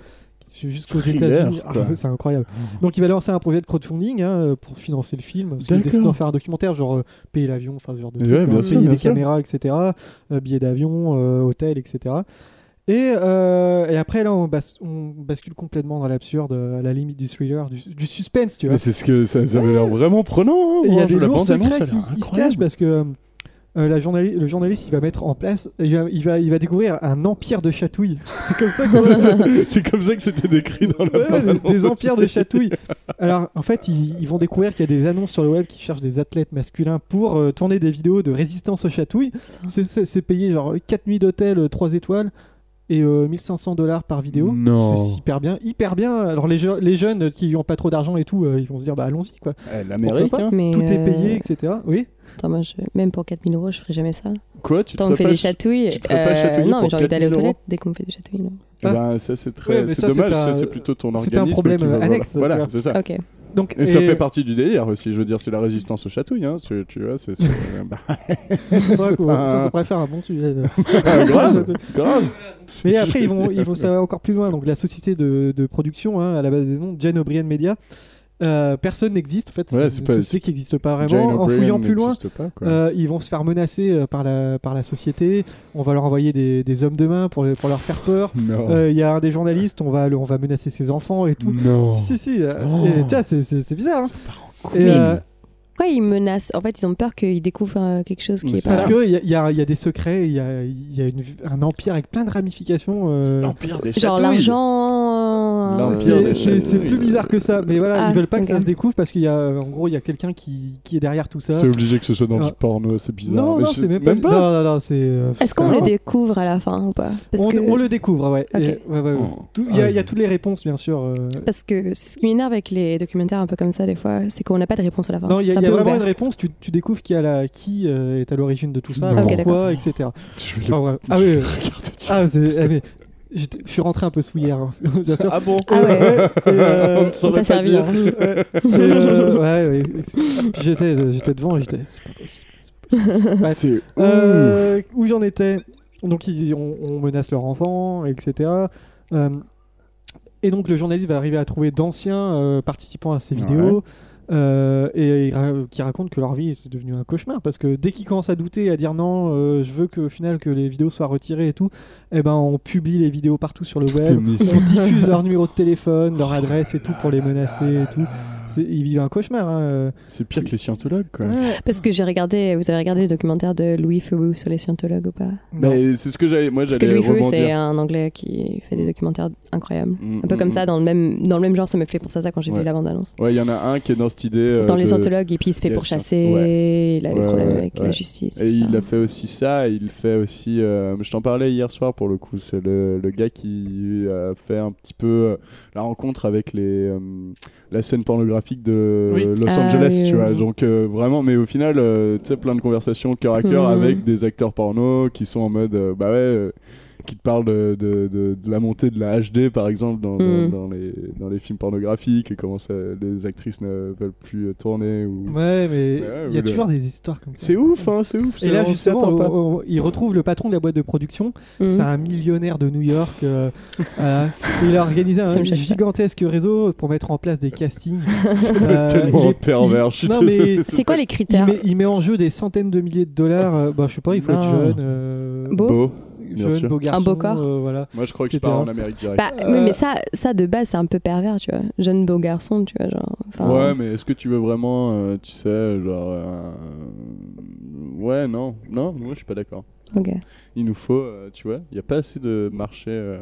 [SPEAKER 3] jusqu'aux
[SPEAKER 1] Thriller,
[SPEAKER 3] États-Unis.
[SPEAKER 1] quoi.
[SPEAKER 3] Ah, c'est incroyable. Donc il va lancer un projet de crowdfunding hein, pour financer le film. Parce qu'il
[SPEAKER 1] D'accord.
[SPEAKER 3] décide d'en faire un documentaire, genre euh, payer l'avion, enfin ce genre de
[SPEAKER 1] Ouais,
[SPEAKER 3] truc, hein,
[SPEAKER 1] bien
[SPEAKER 3] payer
[SPEAKER 1] sûr, bien
[SPEAKER 3] des
[SPEAKER 1] sûr.
[SPEAKER 3] caméras, etc., euh, billets d'avion, euh, hôtel, etc. Et, euh, et après, là, on, bas- on bascule complètement dans l'absurde, euh, à la limite du thriller, du, du suspense, tu vois.
[SPEAKER 1] Mais c'est ce que ça, ça avait l'air vraiment prenant. hein,
[SPEAKER 3] Et Il y
[SPEAKER 1] moi,
[SPEAKER 3] a des
[SPEAKER 1] je la
[SPEAKER 3] lourds
[SPEAKER 1] bande annonce,
[SPEAKER 3] secrets
[SPEAKER 1] elle a
[SPEAKER 3] qui,
[SPEAKER 1] l'air
[SPEAKER 3] qui se
[SPEAKER 1] incroyable.
[SPEAKER 3] cachent parce que euh, la journali- le journaliste il va mettre en place, il va, il va, il va découvrir un empire de chatouilles. C'est comme ça qu'on
[SPEAKER 1] C'est comme ça que c'était décrit dans la
[SPEAKER 3] Ouais,
[SPEAKER 1] bande
[SPEAKER 3] des-
[SPEAKER 1] annonce.
[SPEAKER 3] des empires de chatouilles. Alors, en fait, ils, ils vont découvrir qu'il y a des annonces sur le web qui cherchent des athlètes masculins pour euh, tourner des vidéos de résistance aux chatouilles. C'est- C'est c'est payé genre 4 nuits d'hôtel, 3 étoiles et euh, 1500 dollars par vidéo.
[SPEAKER 1] Non.
[SPEAKER 3] C'est hyper bien, hyper bien. Alors, les, je- les jeunes qui n'ont pas trop d'argent et tout, euh, ils vont se dire bah allons-y quoi.
[SPEAKER 1] Eh, L'Amérique,
[SPEAKER 3] Pourquoi
[SPEAKER 1] hein.
[SPEAKER 2] Mais,
[SPEAKER 3] Tout est payé,
[SPEAKER 2] euh,
[SPEAKER 3] etc. Oui.
[SPEAKER 2] Attends, moi, je- même pour 4000 euros, je ferais jamais ça.
[SPEAKER 1] Quoi Tu te
[SPEAKER 2] Tant qu'on me
[SPEAKER 1] ferais
[SPEAKER 2] fait des
[SPEAKER 1] pas-
[SPEAKER 2] chatouilles.
[SPEAKER 1] tu te ferais pas
[SPEAKER 2] euh,
[SPEAKER 1] chatouiller
[SPEAKER 2] non, mais
[SPEAKER 1] pour
[SPEAKER 2] j'ai envie d'aller aux
[SPEAKER 1] 4000 euros
[SPEAKER 2] toilettes dès qu'on me fait des chatouilles. non.
[SPEAKER 1] Eh ben, ça c'est
[SPEAKER 3] Ouais,
[SPEAKER 1] très,
[SPEAKER 3] mais
[SPEAKER 1] c'est
[SPEAKER 3] ça, c'est
[SPEAKER 1] dommage,
[SPEAKER 3] un-
[SPEAKER 1] ça, c'est plutôt ton
[SPEAKER 3] c'est un
[SPEAKER 1] organisme. qui
[SPEAKER 3] problème,
[SPEAKER 1] va-
[SPEAKER 3] euh, annexe,
[SPEAKER 1] Voilà,
[SPEAKER 3] tu vois.
[SPEAKER 1] c'est ça.
[SPEAKER 2] Ok.
[SPEAKER 3] Donc,
[SPEAKER 1] Et, ça
[SPEAKER 3] et-
[SPEAKER 1] fait partie du délire aussi, je veux dire, c'est la résistance aux chatouilles, hein, tu, tu vois, c'est c'est- bah,
[SPEAKER 3] Ouais,
[SPEAKER 1] C'est
[SPEAKER 3] quoi.
[SPEAKER 1] pas-
[SPEAKER 3] Ça, ça pourrait faire un bon sujet.
[SPEAKER 1] grave, grave.
[SPEAKER 3] Mais après, ils vont, ils vont ça va encore plus loin. Donc, la société de, de production, hein, à la base des noms, Jane O'Brien Media, euh, personne n'existe en fait.
[SPEAKER 1] Ouais,
[SPEAKER 3] c'est
[SPEAKER 1] c'est
[SPEAKER 3] une
[SPEAKER 1] pas-
[SPEAKER 3] société qui n'existe pas vraiment.
[SPEAKER 1] Jane
[SPEAKER 3] en
[SPEAKER 1] O'Brien
[SPEAKER 3] fouillant plus loin,
[SPEAKER 1] n'existe pas, quoi.
[SPEAKER 3] euh, ils vont se faire menacer euh, par, la, par la société. On va leur envoyer des, des hommes de main pour, les- pour leur faire peur.
[SPEAKER 1] non.
[SPEAKER 3] Euh, Il y a un des journalistes, on va, le- on va menacer ses enfants et tout.
[SPEAKER 1] non.
[SPEAKER 3] Si, si, si. euh,
[SPEAKER 1] Oh.
[SPEAKER 3] et tiens, c'est- c'est c'est bizarre. hein. Et,
[SPEAKER 2] couille.
[SPEAKER 3] euh,
[SPEAKER 2] Pourquoi ils menacent En fait, ils ont peur qu'ils découvrent euh, quelque chose qui
[SPEAKER 1] Mais
[SPEAKER 2] est
[SPEAKER 1] c'est
[SPEAKER 2] pas.
[SPEAKER 1] ça.
[SPEAKER 3] Parce
[SPEAKER 2] là.
[SPEAKER 3] qu'il y, a- y a y a des secrets, il y a, y a une- un empire avec plein de ramifications. euh,
[SPEAKER 1] L'empire des
[SPEAKER 2] Genre
[SPEAKER 1] chatouilles.
[SPEAKER 2] l'argent.
[SPEAKER 1] Non,
[SPEAKER 2] euh,
[SPEAKER 1] pire
[SPEAKER 3] C'est-
[SPEAKER 1] des
[SPEAKER 3] C'est
[SPEAKER 1] choses.
[SPEAKER 3] c'est plus bizarre que ça, mais voilà,
[SPEAKER 2] Ah,
[SPEAKER 3] ils veulent pas que ça
[SPEAKER 2] ok.
[SPEAKER 3] se découvre parce qu'il y a, en gros, il y a quelqu'un qui, qui est derrière tout ça.
[SPEAKER 1] C'est obligé que ce soit dans
[SPEAKER 3] Ah.
[SPEAKER 1] du porno, c'est bizarre.
[SPEAKER 3] Non,
[SPEAKER 1] Mais
[SPEAKER 3] non,
[SPEAKER 1] je-
[SPEAKER 3] c'est même pas. Non, non, non, c'est. euh,
[SPEAKER 2] Est-ce qu'on
[SPEAKER 3] c'est-
[SPEAKER 2] le découvre à la fin ou pas Parce
[SPEAKER 3] on,
[SPEAKER 2] que
[SPEAKER 3] on le découvre, ouais.
[SPEAKER 2] Ok.
[SPEAKER 3] Et- ouais, ouais, ouais.
[SPEAKER 1] Oh.
[SPEAKER 3] Tout- Il y, a-
[SPEAKER 1] Ah,
[SPEAKER 3] il y a toutes les réponses, bien sûr. euh.
[SPEAKER 2] parce que c'est ce qui m'énerve avec les documentaires un peu comme ça des fois, c'est qu'on n'a pas de réponse à la fin.
[SPEAKER 3] Non, il y a,
[SPEAKER 2] C'est un
[SPEAKER 3] il y a
[SPEAKER 2] peu
[SPEAKER 3] vraiment
[SPEAKER 2] ouvert.
[SPEAKER 3] une réponse. Tu, tu découvres qui, a la, qui euh, est à l'origine de tout ça,
[SPEAKER 1] Non. Ok,
[SPEAKER 2] d'accord.
[SPEAKER 3] pourquoi, etc.
[SPEAKER 1] Je vais le
[SPEAKER 3] Enfin, ouais. Ah oui, oui.
[SPEAKER 1] regarder.
[SPEAKER 3] ah, c'est- ah, mais j'étais- je suis rentré un peu sous hier, hein, bien sûr.
[SPEAKER 1] Ah bon
[SPEAKER 2] Ah ouais.
[SPEAKER 3] Et, euh,
[SPEAKER 1] On ne saurait
[SPEAKER 2] t'a
[SPEAKER 1] pas
[SPEAKER 2] servi,
[SPEAKER 1] dire.
[SPEAKER 2] hein.
[SPEAKER 3] Ouais, Et, euh, ouais, ouais. Puis J'étais, j'étais devant, et j'étais. c'est pas possible, c'est pas possible. Ouais.
[SPEAKER 1] C'est Ouh.
[SPEAKER 3] bah, Euh, où j'en étais Donc ils- on, on menace leur enfant, etc. Euh, et donc le journaliste va arriver à trouver d'anciens euh, participants à ces
[SPEAKER 1] Ouais.
[SPEAKER 3] vidéos. euh, et il ra- qui racontent que leur vie est devenue un cauchemar parce que dès qu'ils commencent à douter, à dire non, euh, je veux que au final que les vidéos soient retirées et tout, eh ben on publie les vidéos partout sur le
[SPEAKER 1] T'es
[SPEAKER 3] web,
[SPEAKER 1] mis-
[SPEAKER 3] on diffuse leur numéro de téléphone, leur adresse et tout pour les menacer et tout. C'est- Ils vivent un cauchemar. hein, euh.
[SPEAKER 1] C'est pire que les scientologues, quoi.
[SPEAKER 2] Parce que j'ai regardé, vous avez regardé le documentaire de Louis Feu sur les scientologues ou pas
[SPEAKER 1] Mais c'est ce que j'avais. Moi,
[SPEAKER 2] Parce que
[SPEAKER 1] j'allais
[SPEAKER 2] Louis Feu c'est
[SPEAKER 1] rebondir.
[SPEAKER 2] un anglais qui fait des documentaires incroyables.
[SPEAKER 1] Mm,
[SPEAKER 2] Un peu
[SPEAKER 1] mm,
[SPEAKER 2] comme
[SPEAKER 1] mm.
[SPEAKER 2] ça dans le même dans le même genre, ça me fait penser à ça quand j'ai
[SPEAKER 1] Ouais.
[SPEAKER 2] vu la bande annonce.
[SPEAKER 1] Ouais, il y en a un qui est dans cette idée. euh,
[SPEAKER 2] Dans les
[SPEAKER 1] de-
[SPEAKER 2] scientologues et puis il se fait
[SPEAKER 1] Yes.
[SPEAKER 2] pourchasser, il a des
[SPEAKER 1] Ouais,
[SPEAKER 2] problèmes
[SPEAKER 1] ouais,
[SPEAKER 2] avec
[SPEAKER 1] ouais.
[SPEAKER 2] la justice.
[SPEAKER 1] Et
[SPEAKER 2] tout ça.
[SPEAKER 1] il a fait aussi ça, et il fait aussi. euh, je t'en parlais hier soir pour le coup, c'est le, le gars qui a fait un petit peu euh, la rencontre avec les, euh, la scène pornographique de
[SPEAKER 3] Oui.
[SPEAKER 1] Los
[SPEAKER 2] Ah,
[SPEAKER 1] Angeles,
[SPEAKER 2] oui,
[SPEAKER 1] tu
[SPEAKER 2] oui,
[SPEAKER 1] vois.
[SPEAKER 2] oui.
[SPEAKER 1] Donc euh, vraiment, mais au final, euh, tu sais, plein de conversations cœur à cœur
[SPEAKER 2] Mhm.
[SPEAKER 1] avec des acteurs porno qui sont en mode, euh, bah ouais. euh, qui te parlent de, de- de- de la montée de la HD par exemple dans, dans-
[SPEAKER 2] Mhm.
[SPEAKER 1] dans les, dans les films pornographiques et comment ça- les actrices ne veulent plus euh, tourner ou...
[SPEAKER 3] Ouais,
[SPEAKER 1] Ouais,
[SPEAKER 3] mais il y a
[SPEAKER 1] ou le-
[SPEAKER 3] toujours des histoires comme ça.
[SPEAKER 1] C'est ouf, hein, c'est ouf.
[SPEAKER 3] Et
[SPEAKER 1] c'est-
[SPEAKER 3] là,
[SPEAKER 1] on s'y
[SPEAKER 3] justement,
[SPEAKER 1] attend pas.
[SPEAKER 3] on- on- il retrouve le patron de la boîte de production.
[SPEAKER 2] Mm.
[SPEAKER 3] C'est un millionnaire de New York. euh, voilà. Il a organisé
[SPEAKER 2] Ça
[SPEAKER 3] un
[SPEAKER 2] me choque pas.
[SPEAKER 3] gigantesque réseau pour mettre en place des castings.
[SPEAKER 1] C'est
[SPEAKER 3] Euh,
[SPEAKER 1] tellement
[SPEAKER 3] il est-
[SPEAKER 1] pervers, je suis
[SPEAKER 3] Non,
[SPEAKER 1] désolé.
[SPEAKER 3] mais
[SPEAKER 2] C'est quoi les
[SPEAKER 3] il
[SPEAKER 2] critères
[SPEAKER 3] met, il met en jeu des centaines de milliers de dollars. euh, bah, je sais pas, il faut être
[SPEAKER 1] Non.
[SPEAKER 3] jeune. euh,
[SPEAKER 2] Beau.
[SPEAKER 1] Beau.
[SPEAKER 3] jeune,
[SPEAKER 1] sûr.
[SPEAKER 3] beau garçon.
[SPEAKER 2] beau corps.
[SPEAKER 3] euh, voilà.
[SPEAKER 1] Moi, je crois que je
[SPEAKER 3] C'était
[SPEAKER 1] pars
[SPEAKER 3] un-
[SPEAKER 1] en Amérique direct.
[SPEAKER 2] Bah,
[SPEAKER 3] Euh,
[SPEAKER 2] oui, mais ça, ça de base, c'est un peu pervers, tu vois. Jeune beau garçon, tu vois, genre. enfin,
[SPEAKER 1] ouais, mais est-ce que tu veux vraiment, euh, tu sais, genre. euh, Ouais, non, non, moi, je suis pas d'accord.
[SPEAKER 2] ok.
[SPEAKER 1] Il nous faut, euh, tu vois, il n'y a pas assez de marché euh,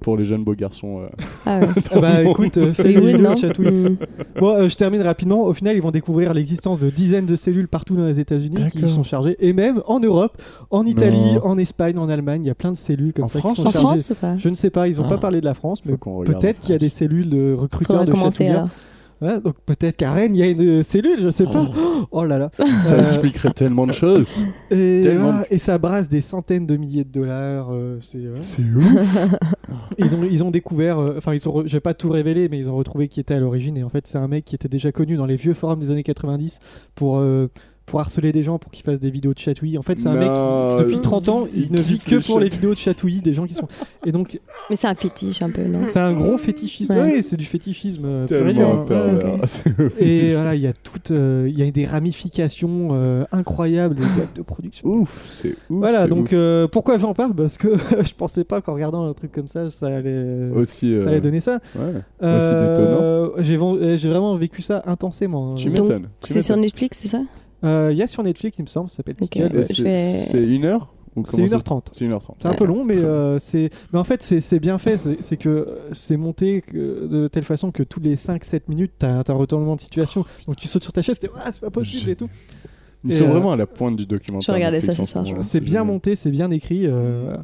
[SPEAKER 1] pour les jeunes beaux garçons. euh.
[SPEAKER 2] Ah ouais.
[SPEAKER 3] Ah bah écoute, euh, fais le
[SPEAKER 2] Hollywood,
[SPEAKER 3] vidéo,
[SPEAKER 2] non
[SPEAKER 3] chatouille.
[SPEAKER 2] Mm.
[SPEAKER 3] Bon, euh, je termine rapidement. Au final, ils vont découvrir l'existence de dizaines de cellules partout dans les États-Unis qui
[SPEAKER 7] D'accord.
[SPEAKER 3] sont chargées, et même en Europe, en Italie,
[SPEAKER 7] Non.
[SPEAKER 3] en Espagne, en Allemagne. Il y a plein de cellules comme
[SPEAKER 7] En
[SPEAKER 3] ça
[SPEAKER 7] France,
[SPEAKER 3] qui sont
[SPEAKER 2] En
[SPEAKER 3] chargées.
[SPEAKER 2] France ou pas
[SPEAKER 3] Je ne sais pas, ils n'ont
[SPEAKER 7] Ah.
[SPEAKER 3] pas parlé de la France, mais
[SPEAKER 1] Faut qu'on regarde
[SPEAKER 3] peut-être
[SPEAKER 1] en
[SPEAKER 3] qu'il y a des
[SPEAKER 1] France.
[SPEAKER 3] cellules de recruteurs
[SPEAKER 2] Faudra
[SPEAKER 3] de
[SPEAKER 2] commencer
[SPEAKER 3] chatouilleurs.
[SPEAKER 2] alors.
[SPEAKER 3] Ouais, donc peut-être qu'à Rennes, il y a une euh, cellule, je sais pas. Oh là là.
[SPEAKER 1] Ça
[SPEAKER 3] Euh,
[SPEAKER 1] expliquerait tellement de choses.
[SPEAKER 3] Et,
[SPEAKER 1] Tellement.
[SPEAKER 3] voilà, et ça brasse des centaines de milliers de dollars. euh, c'est, voilà.
[SPEAKER 1] C'est ouf.
[SPEAKER 3] Ils ont, ils ont découvert, euh, enfin, ils ont, re- je vais pas tout révéler, mais ils ont retrouvé qui était à l'origine. Et en fait, c'est un mec qui était déjà connu dans les vieux forums des années 90 pour, euh, pour harceler des gens pour qu'ils fassent des vidéos de chatouille. En fait, c'est un mec
[SPEAKER 1] Non.
[SPEAKER 3] qui, depuis 30 ans, il
[SPEAKER 1] Il
[SPEAKER 3] ne vit
[SPEAKER 1] kiffe
[SPEAKER 3] que
[SPEAKER 1] les
[SPEAKER 3] pour les
[SPEAKER 1] chatouilles.
[SPEAKER 3] vidéos de chatouille des gens qui sont. Et donc,
[SPEAKER 2] Mais c'est un fétiche un peu, non
[SPEAKER 3] c'est un gros fétichisme.
[SPEAKER 2] Ouais.
[SPEAKER 3] Ouais, c'est du fétichisme. euh, pur et dur.
[SPEAKER 1] Tellement pervers.
[SPEAKER 2] ok.
[SPEAKER 1] C'est ouf.
[SPEAKER 3] Et voilà, il y a toute, euh, il y a des ramifications euh, incroyables des boîtes de production.
[SPEAKER 1] Ouf, c'est ouf.
[SPEAKER 3] Voilà,
[SPEAKER 1] c'est
[SPEAKER 3] donc
[SPEAKER 1] ouf.
[SPEAKER 3] euh, pourquoi j'en parle Parce que je pensais pas qu'en regardant un truc comme ça, ça allait,
[SPEAKER 1] aussi, euh,
[SPEAKER 3] ça allait donner ça.
[SPEAKER 1] ouais, aussi détonnant.
[SPEAKER 3] Euh, J'ai ven- euh, j'ai vraiment vécu ça intensément.
[SPEAKER 1] Tu
[SPEAKER 3] Euh,
[SPEAKER 2] Donc,
[SPEAKER 1] m'étonnes. tu
[SPEAKER 2] C'est sur
[SPEAKER 1] m'étonnes.
[SPEAKER 2] Netflix, c'est ça
[SPEAKER 3] euh, Il y a sur Netflix, il me semble, ça s'appelle
[SPEAKER 2] Ok.
[SPEAKER 3] Tickle.
[SPEAKER 1] Et
[SPEAKER 2] Ouais, je
[SPEAKER 1] C'est
[SPEAKER 2] vais-
[SPEAKER 1] c'est une heure ou
[SPEAKER 3] C'est
[SPEAKER 1] comment ça-
[SPEAKER 3] 1h30.
[SPEAKER 1] C'est 1h30.
[SPEAKER 3] C'est un peu long, mais,
[SPEAKER 1] Très bien.
[SPEAKER 3] euh, c'est- mais en fait, c'est c'est bien fait. C'est c'est que euh, c'est monté que- de telle façon que tous les 5-7 minutes, t'as un t'as un retournement de situation. Donc tu sautes sur ta chaise, t'es Ah, c'est pas possible et tout.
[SPEAKER 1] Ils
[SPEAKER 3] Et,
[SPEAKER 1] sont
[SPEAKER 3] euh,
[SPEAKER 1] vraiment à la pointe du documentaire.
[SPEAKER 2] je regardais
[SPEAKER 1] Netflix
[SPEAKER 2] ça
[SPEAKER 1] en
[SPEAKER 2] ce soir, je
[SPEAKER 1] moment,
[SPEAKER 2] pense.
[SPEAKER 3] C'est bien
[SPEAKER 1] génial.
[SPEAKER 3] monté, c'est bien écrit. euh, voilà.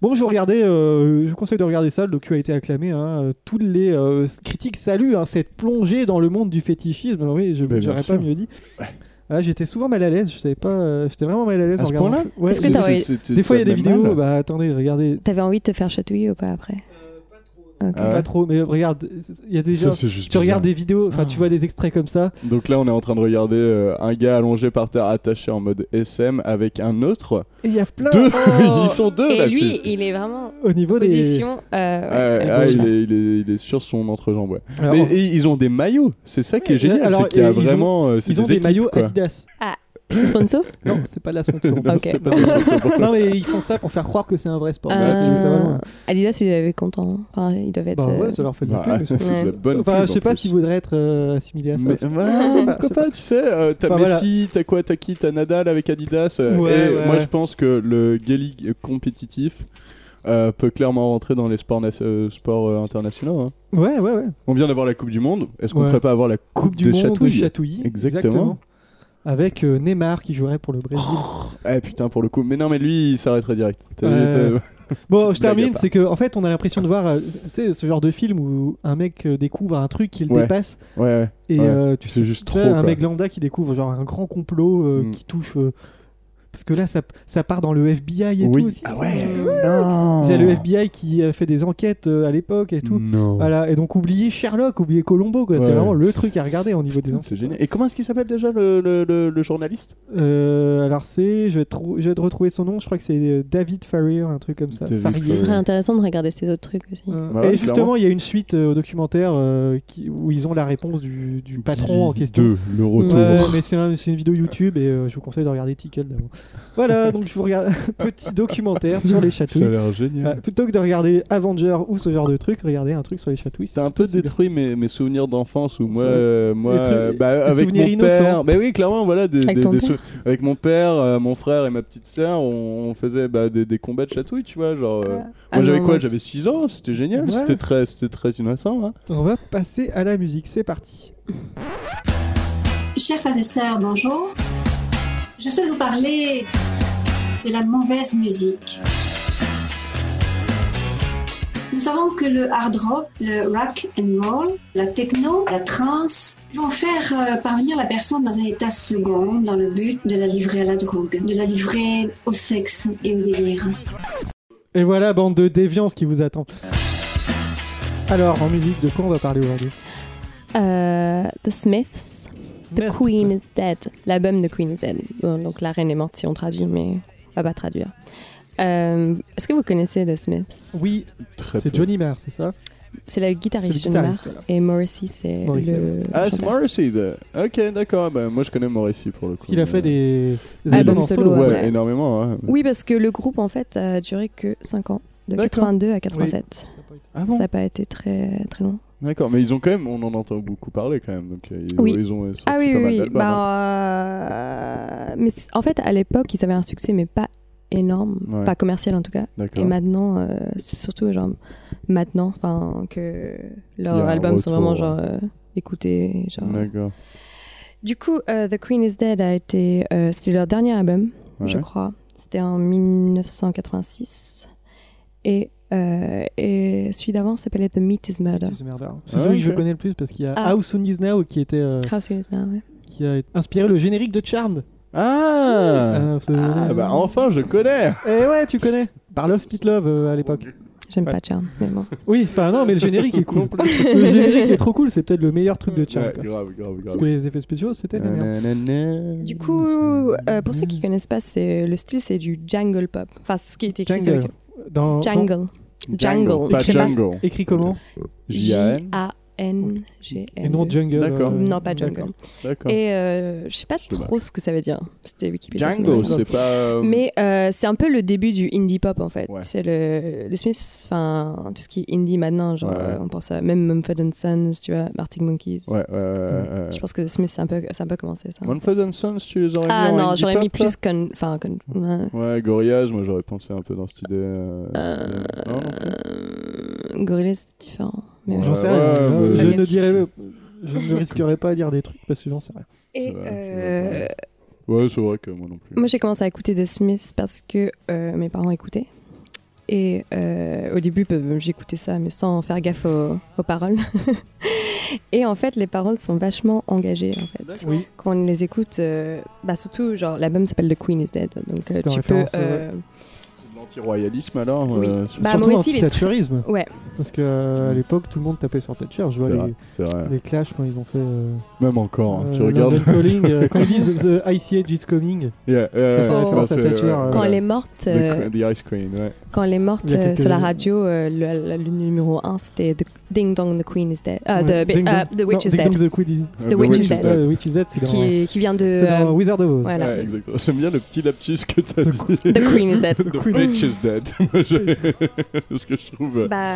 [SPEAKER 3] Bon, je regardais, euh, je vous conseille de regarder ça. Le docu a été acclamé. hein, euh, Toutes les euh, critiques saluent hein, cette plongée dans le monde du fétichisme. Oui, je
[SPEAKER 1] Mais bien
[SPEAKER 3] j'aurais pas
[SPEAKER 1] sûr.
[SPEAKER 3] mieux dit. Voilà, J'étais souvent mal à l'aise. Je savais pas. euh, J'étais vraiment mal à l'aise
[SPEAKER 1] À
[SPEAKER 3] en
[SPEAKER 1] ce
[SPEAKER 3] regardant.
[SPEAKER 1] point-là
[SPEAKER 3] Ouais,
[SPEAKER 2] Est-ce que
[SPEAKER 3] c'est-
[SPEAKER 2] t'as-
[SPEAKER 1] C'est- c'est- c'est-
[SPEAKER 3] Des fois, il y a
[SPEAKER 1] ça
[SPEAKER 3] des
[SPEAKER 1] te met
[SPEAKER 3] vidéos.
[SPEAKER 1] mal.
[SPEAKER 3] Bah, attendez, regardez.
[SPEAKER 2] T'avais envie de te faire chatouiller ou pas après Ok.
[SPEAKER 1] Ah ouais.
[SPEAKER 3] Pas trop, mais regarde. Il y a des
[SPEAKER 1] Ça,
[SPEAKER 3] gens.
[SPEAKER 1] c'est juste
[SPEAKER 3] Tu
[SPEAKER 1] bizarre. Ah.
[SPEAKER 3] regardes des vidéos, enfin tu vois des extraits comme ça.
[SPEAKER 1] Donc là, on est en train de regarder euh, un gars allongé par terre, attaché en mode SM, avec un autre.
[SPEAKER 3] Et il y a plein
[SPEAKER 1] Deux
[SPEAKER 2] Oh.
[SPEAKER 1] Ils sont deux
[SPEAKER 2] Et
[SPEAKER 1] Ah, là-dessus.
[SPEAKER 2] lui, il est vraiment
[SPEAKER 3] au niveau des.
[SPEAKER 2] position.
[SPEAKER 1] Ah,
[SPEAKER 2] euh,
[SPEAKER 1] ouais,
[SPEAKER 2] ouais,
[SPEAKER 1] ah,
[SPEAKER 2] gauche,
[SPEAKER 1] il,
[SPEAKER 2] là.
[SPEAKER 1] est, il est- il est sur son entrejambe. Ouais.
[SPEAKER 3] Alors,
[SPEAKER 1] Mais et ils ont des maillots, c'est ça qui
[SPEAKER 3] Ouais,
[SPEAKER 1] est génial,
[SPEAKER 3] alors,
[SPEAKER 1] c'est qu'il y a
[SPEAKER 3] et ils ont-
[SPEAKER 1] vraiment. euh, c'est
[SPEAKER 3] ils ont des
[SPEAKER 1] équipes,
[SPEAKER 3] maillots
[SPEAKER 1] quoi.
[SPEAKER 3] Adidas.
[SPEAKER 2] C'est sponsor
[SPEAKER 3] Non, c'est pas de la sponsor.
[SPEAKER 1] Non,
[SPEAKER 2] Ok.
[SPEAKER 1] c'est pas des sponsors.
[SPEAKER 3] non mais ils font ça pour faire croire que c'est un vrai sport.
[SPEAKER 1] bah,
[SPEAKER 2] Euh,
[SPEAKER 1] c'est-
[SPEAKER 3] Ça va loin.
[SPEAKER 2] Adidas, il devait être content. hein. Enfin, il devait être.
[SPEAKER 3] Bah ouais,
[SPEAKER 2] euh,
[SPEAKER 3] ça leur fait de la
[SPEAKER 1] Bah,
[SPEAKER 3] pub. mais
[SPEAKER 1] c'est
[SPEAKER 3] c'est-
[SPEAKER 1] de la bonne.
[SPEAKER 3] Enfin,
[SPEAKER 1] pub,
[SPEAKER 3] je sais
[SPEAKER 1] en
[SPEAKER 3] pas
[SPEAKER 1] plus.
[SPEAKER 3] s'ils voudraient être euh, assimilés à ça.
[SPEAKER 1] Mais-
[SPEAKER 3] Je sais
[SPEAKER 1] Ouais,
[SPEAKER 3] pas, je
[SPEAKER 1] je
[SPEAKER 3] sais pas, je
[SPEAKER 1] sais
[SPEAKER 3] sais pas.
[SPEAKER 1] pas, tu sais, euh, t'as
[SPEAKER 3] Enfin, voilà.
[SPEAKER 1] Messi, t'as quoi, t'as qui, t'as Nadal avec Adidas. euh,
[SPEAKER 3] Ouais,
[SPEAKER 1] et
[SPEAKER 3] ouais,
[SPEAKER 1] moi,
[SPEAKER 3] ouais.
[SPEAKER 1] je pense que le gay league compétitif euh, peut clairement rentrer dans les sports, nas- euh, sports euh, internationaux. hein.
[SPEAKER 3] Ouais, ouais, ouais.
[SPEAKER 1] On vient d'avoir la Coupe du Monde. Est-ce qu'on
[SPEAKER 3] Ouais.
[SPEAKER 1] pourrait pas avoir la Coupe
[SPEAKER 3] du
[SPEAKER 1] de
[SPEAKER 3] monde
[SPEAKER 1] Chatouille
[SPEAKER 3] de Chatouille.
[SPEAKER 1] Exactement.
[SPEAKER 3] Avec euh, Neymar qui jouerait pour le Brésil.
[SPEAKER 1] Eh putain, pour le coup. Mais non, mais lui, il s'arrêterait direct. T'as-
[SPEAKER 3] Ouais.
[SPEAKER 1] t'as-
[SPEAKER 3] bon,
[SPEAKER 1] petite
[SPEAKER 3] je termine,
[SPEAKER 1] blague à
[SPEAKER 3] c'est que en fait, on a l'impression de voir, euh, tu sais, ce genre de film où un mec euh, découvre un truc qu'il
[SPEAKER 1] Ouais.
[SPEAKER 3] dépasse
[SPEAKER 1] Ouais, ouais.
[SPEAKER 3] et
[SPEAKER 1] Ouais.
[SPEAKER 3] euh, tu
[SPEAKER 1] C'est juste
[SPEAKER 3] tu vois,
[SPEAKER 1] trop,
[SPEAKER 3] un
[SPEAKER 1] quoi.
[SPEAKER 3] mec lambda qui découvre genre un grand complot euh,
[SPEAKER 1] Mm.
[SPEAKER 3] qui touche. euh, parce que là, ça, ça part dans le FBI et
[SPEAKER 1] Oui.
[SPEAKER 3] tout. aussi.
[SPEAKER 1] Ah ouais. Oh.
[SPEAKER 3] Il y a le FBI qui a fait des enquêtes euh, à l'époque et tout.
[SPEAKER 1] Non.
[SPEAKER 3] Voilà, et donc oubliez Sherlock, oubliez Colombo, quoi.
[SPEAKER 1] Ouais.
[SPEAKER 3] C'est vraiment le truc à regarder au niveau des
[SPEAKER 1] Putain,
[SPEAKER 3] enfants.
[SPEAKER 1] C'est génial. Et comment est-ce qu'il s'appelle déjà le, le- le- le journaliste
[SPEAKER 3] Euh, alors c'est, je vais, trou- je vais te retrouver son nom, je crois que c'est euh, David Farrier, un truc comme ça.
[SPEAKER 1] David
[SPEAKER 3] Farrier.
[SPEAKER 2] Ce
[SPEAKER 1] Farrier.
[SPEAKER 2] serait intéressant de regarder ces autres trucs aussi.
[SPEAKER 3] Euh,
[SPEAKER 1] Bah ouais,
[SPEAKER 3] et justement, il y a une suite euh, au documentaire euh, qui- où ils ont la réponse du, du patron en question.
[SPEAKER 1] Deux, le retour.
[SPEAKER 3] Ouais, mais c'est un- c'est une vidéo YouTube et euh, je vous conseille de regarder Tickle d'abord. Voilà, donc je vous regarde petit documentaire sur les
[SPEAKER 1] Ça a
[SPEAKER 3] chatouilles.
[SPEAKER 1] l'air génial.
[SPEAKER 3] Euh, plutôt que de regarder Avenger ou ce genre de truc, regardez un truc sur les chatouilles. c'est
[SPEAKER 1] T'as un
[SPEAKER 3] tout
[SPEAKER 1] peu
[SPEAKER 3] aussi bien.
[SPEAKER 1] détruit mes, mes souvenirs d'enfance où moi,
[SPEAKER 3] C'est vrai.
[SPEAKER 1] euh, moi
[SPEAKER 3] Les trucs-
[SPEAKER 1] euh, bah,
[SPEAKER 3] les
[SPEAKER 1] avec
[SPEAKER 3] souvenirs
[SPEAKER 1] mon
[SPEAKER 3] innocents.
[SPEAKER 1] père, bah oui, clairement, voilà, des,
[SPEAKER 2] Avec
[SPEAKER 1] des-
[SPEAKER 2] ton
[SPEAKER 1] des
[SPEAKER 2] père.
[SPEAKER 1] sou- avec mon père, euh, mon frère et ma petite sœur, on, on faisait bah, des, des combats de chatouille, tu vois, genre. euh,
[SPEAKER 2] Ah
[SPEAKER 1] moi j'avais
[SPEAKER 2] non,
[SPEAKER 1] quoi
[SPEAKER 2] moi,
[SPEAKER 1] J'avais 6 ans, c'était génial,
[SPEAKER 3] Ouais.
[SPEAKER 1] c'était très, c'était très innocent. hein.
[SPEAKER 3] On va passer à la musique, c'est parti.
[SPEAKER 8] Chers frères et sœurs, bonjour. Je souhaite vous parler de la mauvaise musique. Nous savons que le hard rock, le rock and roll, la techno, la trance vont faire euh, parvenir la personne dans un état second dans le but de la livrer à la drogue, de la livrer au sexe et au délire.
[SPEAKER 3] Et voilà, bande de déviance qui vous attend. Alors, en musique, de quoi on va parler aujourd'hui
[SPEAKER 2] Euh, The Smiths. The
[SPEAKER 3] Merde.
[SPEAKER 2] Queen is Dead. L'album The Queen is Dead. Bon, donc la reine est morte si on traduit, mais on va pas traduire. Euh, Est-ce que vous connaissez The Smiths
[SPEAKER 3] Oui,
[SPEAKER 1] Très
[SPEAKER 3] c'est
[SPEAKER 1] peu.
[SPEAKER 3] Johnny Marr, c'est ça
[SPEAKER 2] C'est le
[SPEAKER 3] C'est le
[SPEAKER 2] guitariste Johnny Marr.
[SPEAKER 3] guitariste. voilà.
[SPEAKER 2] Et Morrissey, c'est
[SPEAKER 3] Morrissey,
[SPEAKER 2] le.
[SPEAKER 1] Ah, c'est
[SPEAKER 2] chanteur.
[SPEAKER 1] Morrissey. de- Ok, d'accord. Bah, moi je connais Morrissey pour le coup.
[SPEAKER 3] Parce qu'il a fait des, des
[SPEAKER 1] Album
[SPEAKER 3] albums en
[SPEAKER 2] solo,
[SPEAKER 3] solo.
[SPEAKER 1] Ouais,
[SPEAKER 2] Ouais,
[SPEAKER 3] ouais.
[SPEAKER 2] ouais.
[SPEAKER 1] énormément. hein.
[SPEAKER 2] Oui, parce que le groupe, en fait, a duré que 5 ans. De
[SPEAKER 1] D'accord.
[SPEAKER 2] 82 à 87.
[SPEAKER 1] Ah bon
[SPEAKER 2] Ça n'a pas été très, très long.
[SPEAKER 1] D'accord, mais ils ont quand même, on en entend beaucoup parler quand même. Donc euh, ils,
[SPEAKER 2] Oui.
[SPEAKER 1] ils ont euh, sorti
[SPEAKER 2] Ah oui,
[SPEAKER 1] pas
[SPEAKER 2] oui,
[SPEAKER 1] mal
[SPEAKER 2] oui.
[SPEAKER 1] d'albums, hein.
[SPEAKER 2] Bah, euh, Mais c- en fait, à l'époque, ils avaient un succès, mais pas énorme.
[SPEAKER 1] Ouais.
[SPEAKER 2] Pas commercial, en tout cas.
[SPEAKER 1] D'accord.
[SPEAKER 2] Et maintenant, euh, c'est surtout genre maintenant, enfin que leurs
[SPEAKER 1] Il y a un
[SPEAKER 2] albums sont vraiment
[SPEAKER 1] retour,
[SPEAKER 2] genre euh, écoutés. Genre.
[SPEAKER 1] D'accord.
[SPEAKER 2] Du coup, euh, The Queen is Dead a été, euh, c'était leur dernier album,
[SPEAKER 1] Ouais.
[SPEAKER 2] je crois. C'était en 1986 et euh, et celui d'avant s'appelait The Meat is Murder.
[SPEAKER 3] C'est merde. C'est
[SPEAKER 1] Ah,
[SPEAKER 3] celui que je
[SPEAKER 1] ok.
[SPEAKER 3] connais le plus parce qu'il y a
[SPEAKER 2] Ah.
[SPEAKER 3] House on Is Now qui était euh,
[SPEAKER 2] House is Now, ouais.
[SPEAKER 3] qui a inspiré le générique de Charmed.
[SPEAKER 1] Ah
[SPEAKER 3] Euh, vous savez-
[SPEAKER 1] Ah bah enfin je connais
[SPEAKER 3] Eh ouais, tu connais. Par Love Spit Love euh, à l'époque.
[SPEAKER 2] J'aime
[SPEAKER 3] Ouais.
[SPEAKER 2] pas Charm, mais bon.
[SPEAKER 3] Oui, enfin non, mais le générique est cool. le générique est trop cool, c'est peut-être le meilleur truc de Charmed.
[SPEAKER 1] Ouais,
[SPEAKER 3] quoi.
[SPEAKER 1] grave, grave,
[SPEAKER 3] Parce
[SPEAKER 1] grave.
[SPEAKER 3] que les effets spéciaux, c'était de la merde.
[SPEAKER 2] Du coup, euh, pour ceux qui connaissent pas, c'est le style, c'est du jungle pop. Enfin, ce qui est écrit sur
[SPEAKER 3] Jungle. Oh, Dans, dans-
[SPEAKER 2] Jungle. Jungle.
[SPEAKER 1] Pas
[SPEAKER 2] Je sais pas.
[SPEAKER 1] Jungle.
[SPEAKER 3] Écrit comment
[SPEAKER 1] J-A-N.
[SPEAKER 2] J-A-N-G-L.
[SPEAKER 3] Et non jungle.
[SPEAKER 1] D'accord.
[SPEAKER 3] euh,
[SPEAKER 2] E. Non, pas jungle.
[SPEAKER 1] D'accord.
[SPEAKER 2] Et euh, je sais pas
[SPEAKER 1] C'est dommage.
[SPEAKER 2] trop ce que ça veut dire. C'était Wikipédia. qui
[SPEAKER 1] Django,
[SPEAKER 2] me l'a dit.
[SPEAKER 1] c'est pas. euh,
[SPEAKER 2] Mais euh, c'est un peu le début du indie pop en fait.
[SPEAKER 1] Ouais.
[SPEAKER 2] C'est le, le Smiths, enfin tout ce qui est indie maintenant, genre
[SPEAKER 1] Ouais.
[SPEAKER 2] euh, on pense à même Mumford Sons, tu vois, Arctic Monkeys.
[SPEAKER 1] Ouais, euh,
[SPEAKER 2] Je pense que The Smiths, c'est un peu, c'est un peu commencé ça.
[SPEAKER 1] Manfred Sons, tu les aurais
[SPEAKER 2] Ah
[SPEAKER 1] mis en
[SPEAKER 2] non,
[SPEAKER 1] indie
[SPEAKER 2] j'aurais mis
[SPEAKER 1] pop, toi
[SPEAKER 2] plus con, enfin con- ouais.
[SPEAKER 1] Ouais, Gorillaz, moi j'aurais pensé un peu dans cette idée. euh,
[SPEAKER 2] Euh,
[SPEAKER 1] non, non plus.
[SPEAKER 2] Gorillaz, c'est différent. Mais
[SPEAKER 1] Ouais.
[SPEAKER 3] J'en sais rien.
[SPEAKER 1] Ouais,
[SPEAKER 3] je
[SPEAKER 1] mais-
[SPEAKER 3] ne dirais, je ne risquerais pas à dire des trucs parce que j'en sais rien.
[SPEAKER 2] Et
[SPEAKER 1] Ça va, ça va,
[SPEAKER 2] euh,
[SPEAKER 1] ça Ouais, c'est vrai que moi non plus.
[SPEAKER 2] moi, j'ai commencé à écouter des Smiths parce que euh, mes parents écoutaient. Et euh, au début, peu- j'écoutais ça, mais sans faire gaffe aux, aux paroles. et en fait, les paroles sont vachement engagées, en fait.
[SPEAKER 3] Oui.
[SPEAKER 2] Quand on les écoute, euh, bah, surtout, genre, l'album s'appelle The Queen is Dead. Donc, euh,
[SPEAKER 3] C'est en
[SPEAKER 2] tu peux.
[SPEAKER 3] référence,
[SPEAKER 2] euh,
[SPEAKER 1] C'est de l'anti-royalisme alors
[SPEAKER 2] Oui.
[SPEAKER 1] euh, sur-
[SPEAKER 2] Bah,
[SPEAKER 3] Surtout
[SPEAKER 2] moi aussi, il est
[SPEAKER 3] l'anti-thatcherisme.
[SPEAKER 2] Ouais.
[SPEAKER 3] Parce que euh, à l'époque, tout le monde tapait sur Thatcher. Je vois
[SPEAKER 1] C'est vrai,
[SPEAKER 3] les,
[SPEAKER 1] c'est vrai.
[SPEAKER 3] les clashs quand ils ont fait. euh,
[SPEAKER 1] Même encore, hein,
[SPEAKER 3] euh,
[SPEAKER 1] tu regardes.
[SPEAKER 3] London Calling, euh, quand ils disent The Icy Age is Coming.
[SPEAKER 1] Yeah,
[SPEAKER 3] fait
[SPEAKER 1] ouais,
[SPEAKER 2] référence
[SPEAKER 1] ouais,
[SPEAKER 3] à
[SPEAKER 1] c'est-
[SPEAKER 3] Thatcher,
[SPEAKER 1] ouais,
[SPEAKER 3] euh,
[SPEAKER 2] Quand
[SPEAKER 1] ouais.
[SPEAKER 2] elle est morte, euh,
[SPEAKER 1] The, Queen- The Ice Queen, ouais.
[SPEAKER 2] quand elle est
[SPEAKER 3] Il
[SPEAKER 2] morte
[SPEAKER 3] y a
[SPEAKER 2] euh,
[SPEAKER 3] quelques-
[SPEAKER 2] sur la radio, euh, le, le- le numéro 1, c'était The Ding Dong, The Queen is Dead. Ah,
[SPEAKER 3] Ouais.
[SPEAKER 2] the, bi-
[SPEAKER 3] Ding
[SPEAKER 2] euh,
[SPEAKER 3] Dong-
[SPEAKER 2] the Witch
[SPEAKER 3] non,
[SPEAKER 2] is
[SPEAKER 3] Ding
[SPEAKER 2] Dead.
[SPEAKER 3] Dong The Queen is-
[SPEAKER 1] Euh,
[SPEAKER 2] The Witch is Dead.
[SPEAKER 3] Euh, Witch is Dead, c'est dans,
[SPEAKER 2] Qui, qui vient de.
[SPEAKER 3] c'est dans
[SPEAKER 2] euh,
[SPEAKER 3] Wizard of Oz.
[SPEAKER 2] voilà.
[SPEAKER 1] Ouais, exactement. J'aime bien le petit lapsus que t'as
[SPEAKER 3] The
[SPEAKER 1] dit.
[SPEAKER 2] The Queen is Dead.
[SPEAKER 1] The
[SPEAKER 3] Queen.
[SPEAKER 1] Witch is dead. Moi, je- Ce que je trouve. euh,
[SPEAKER 2] Bah.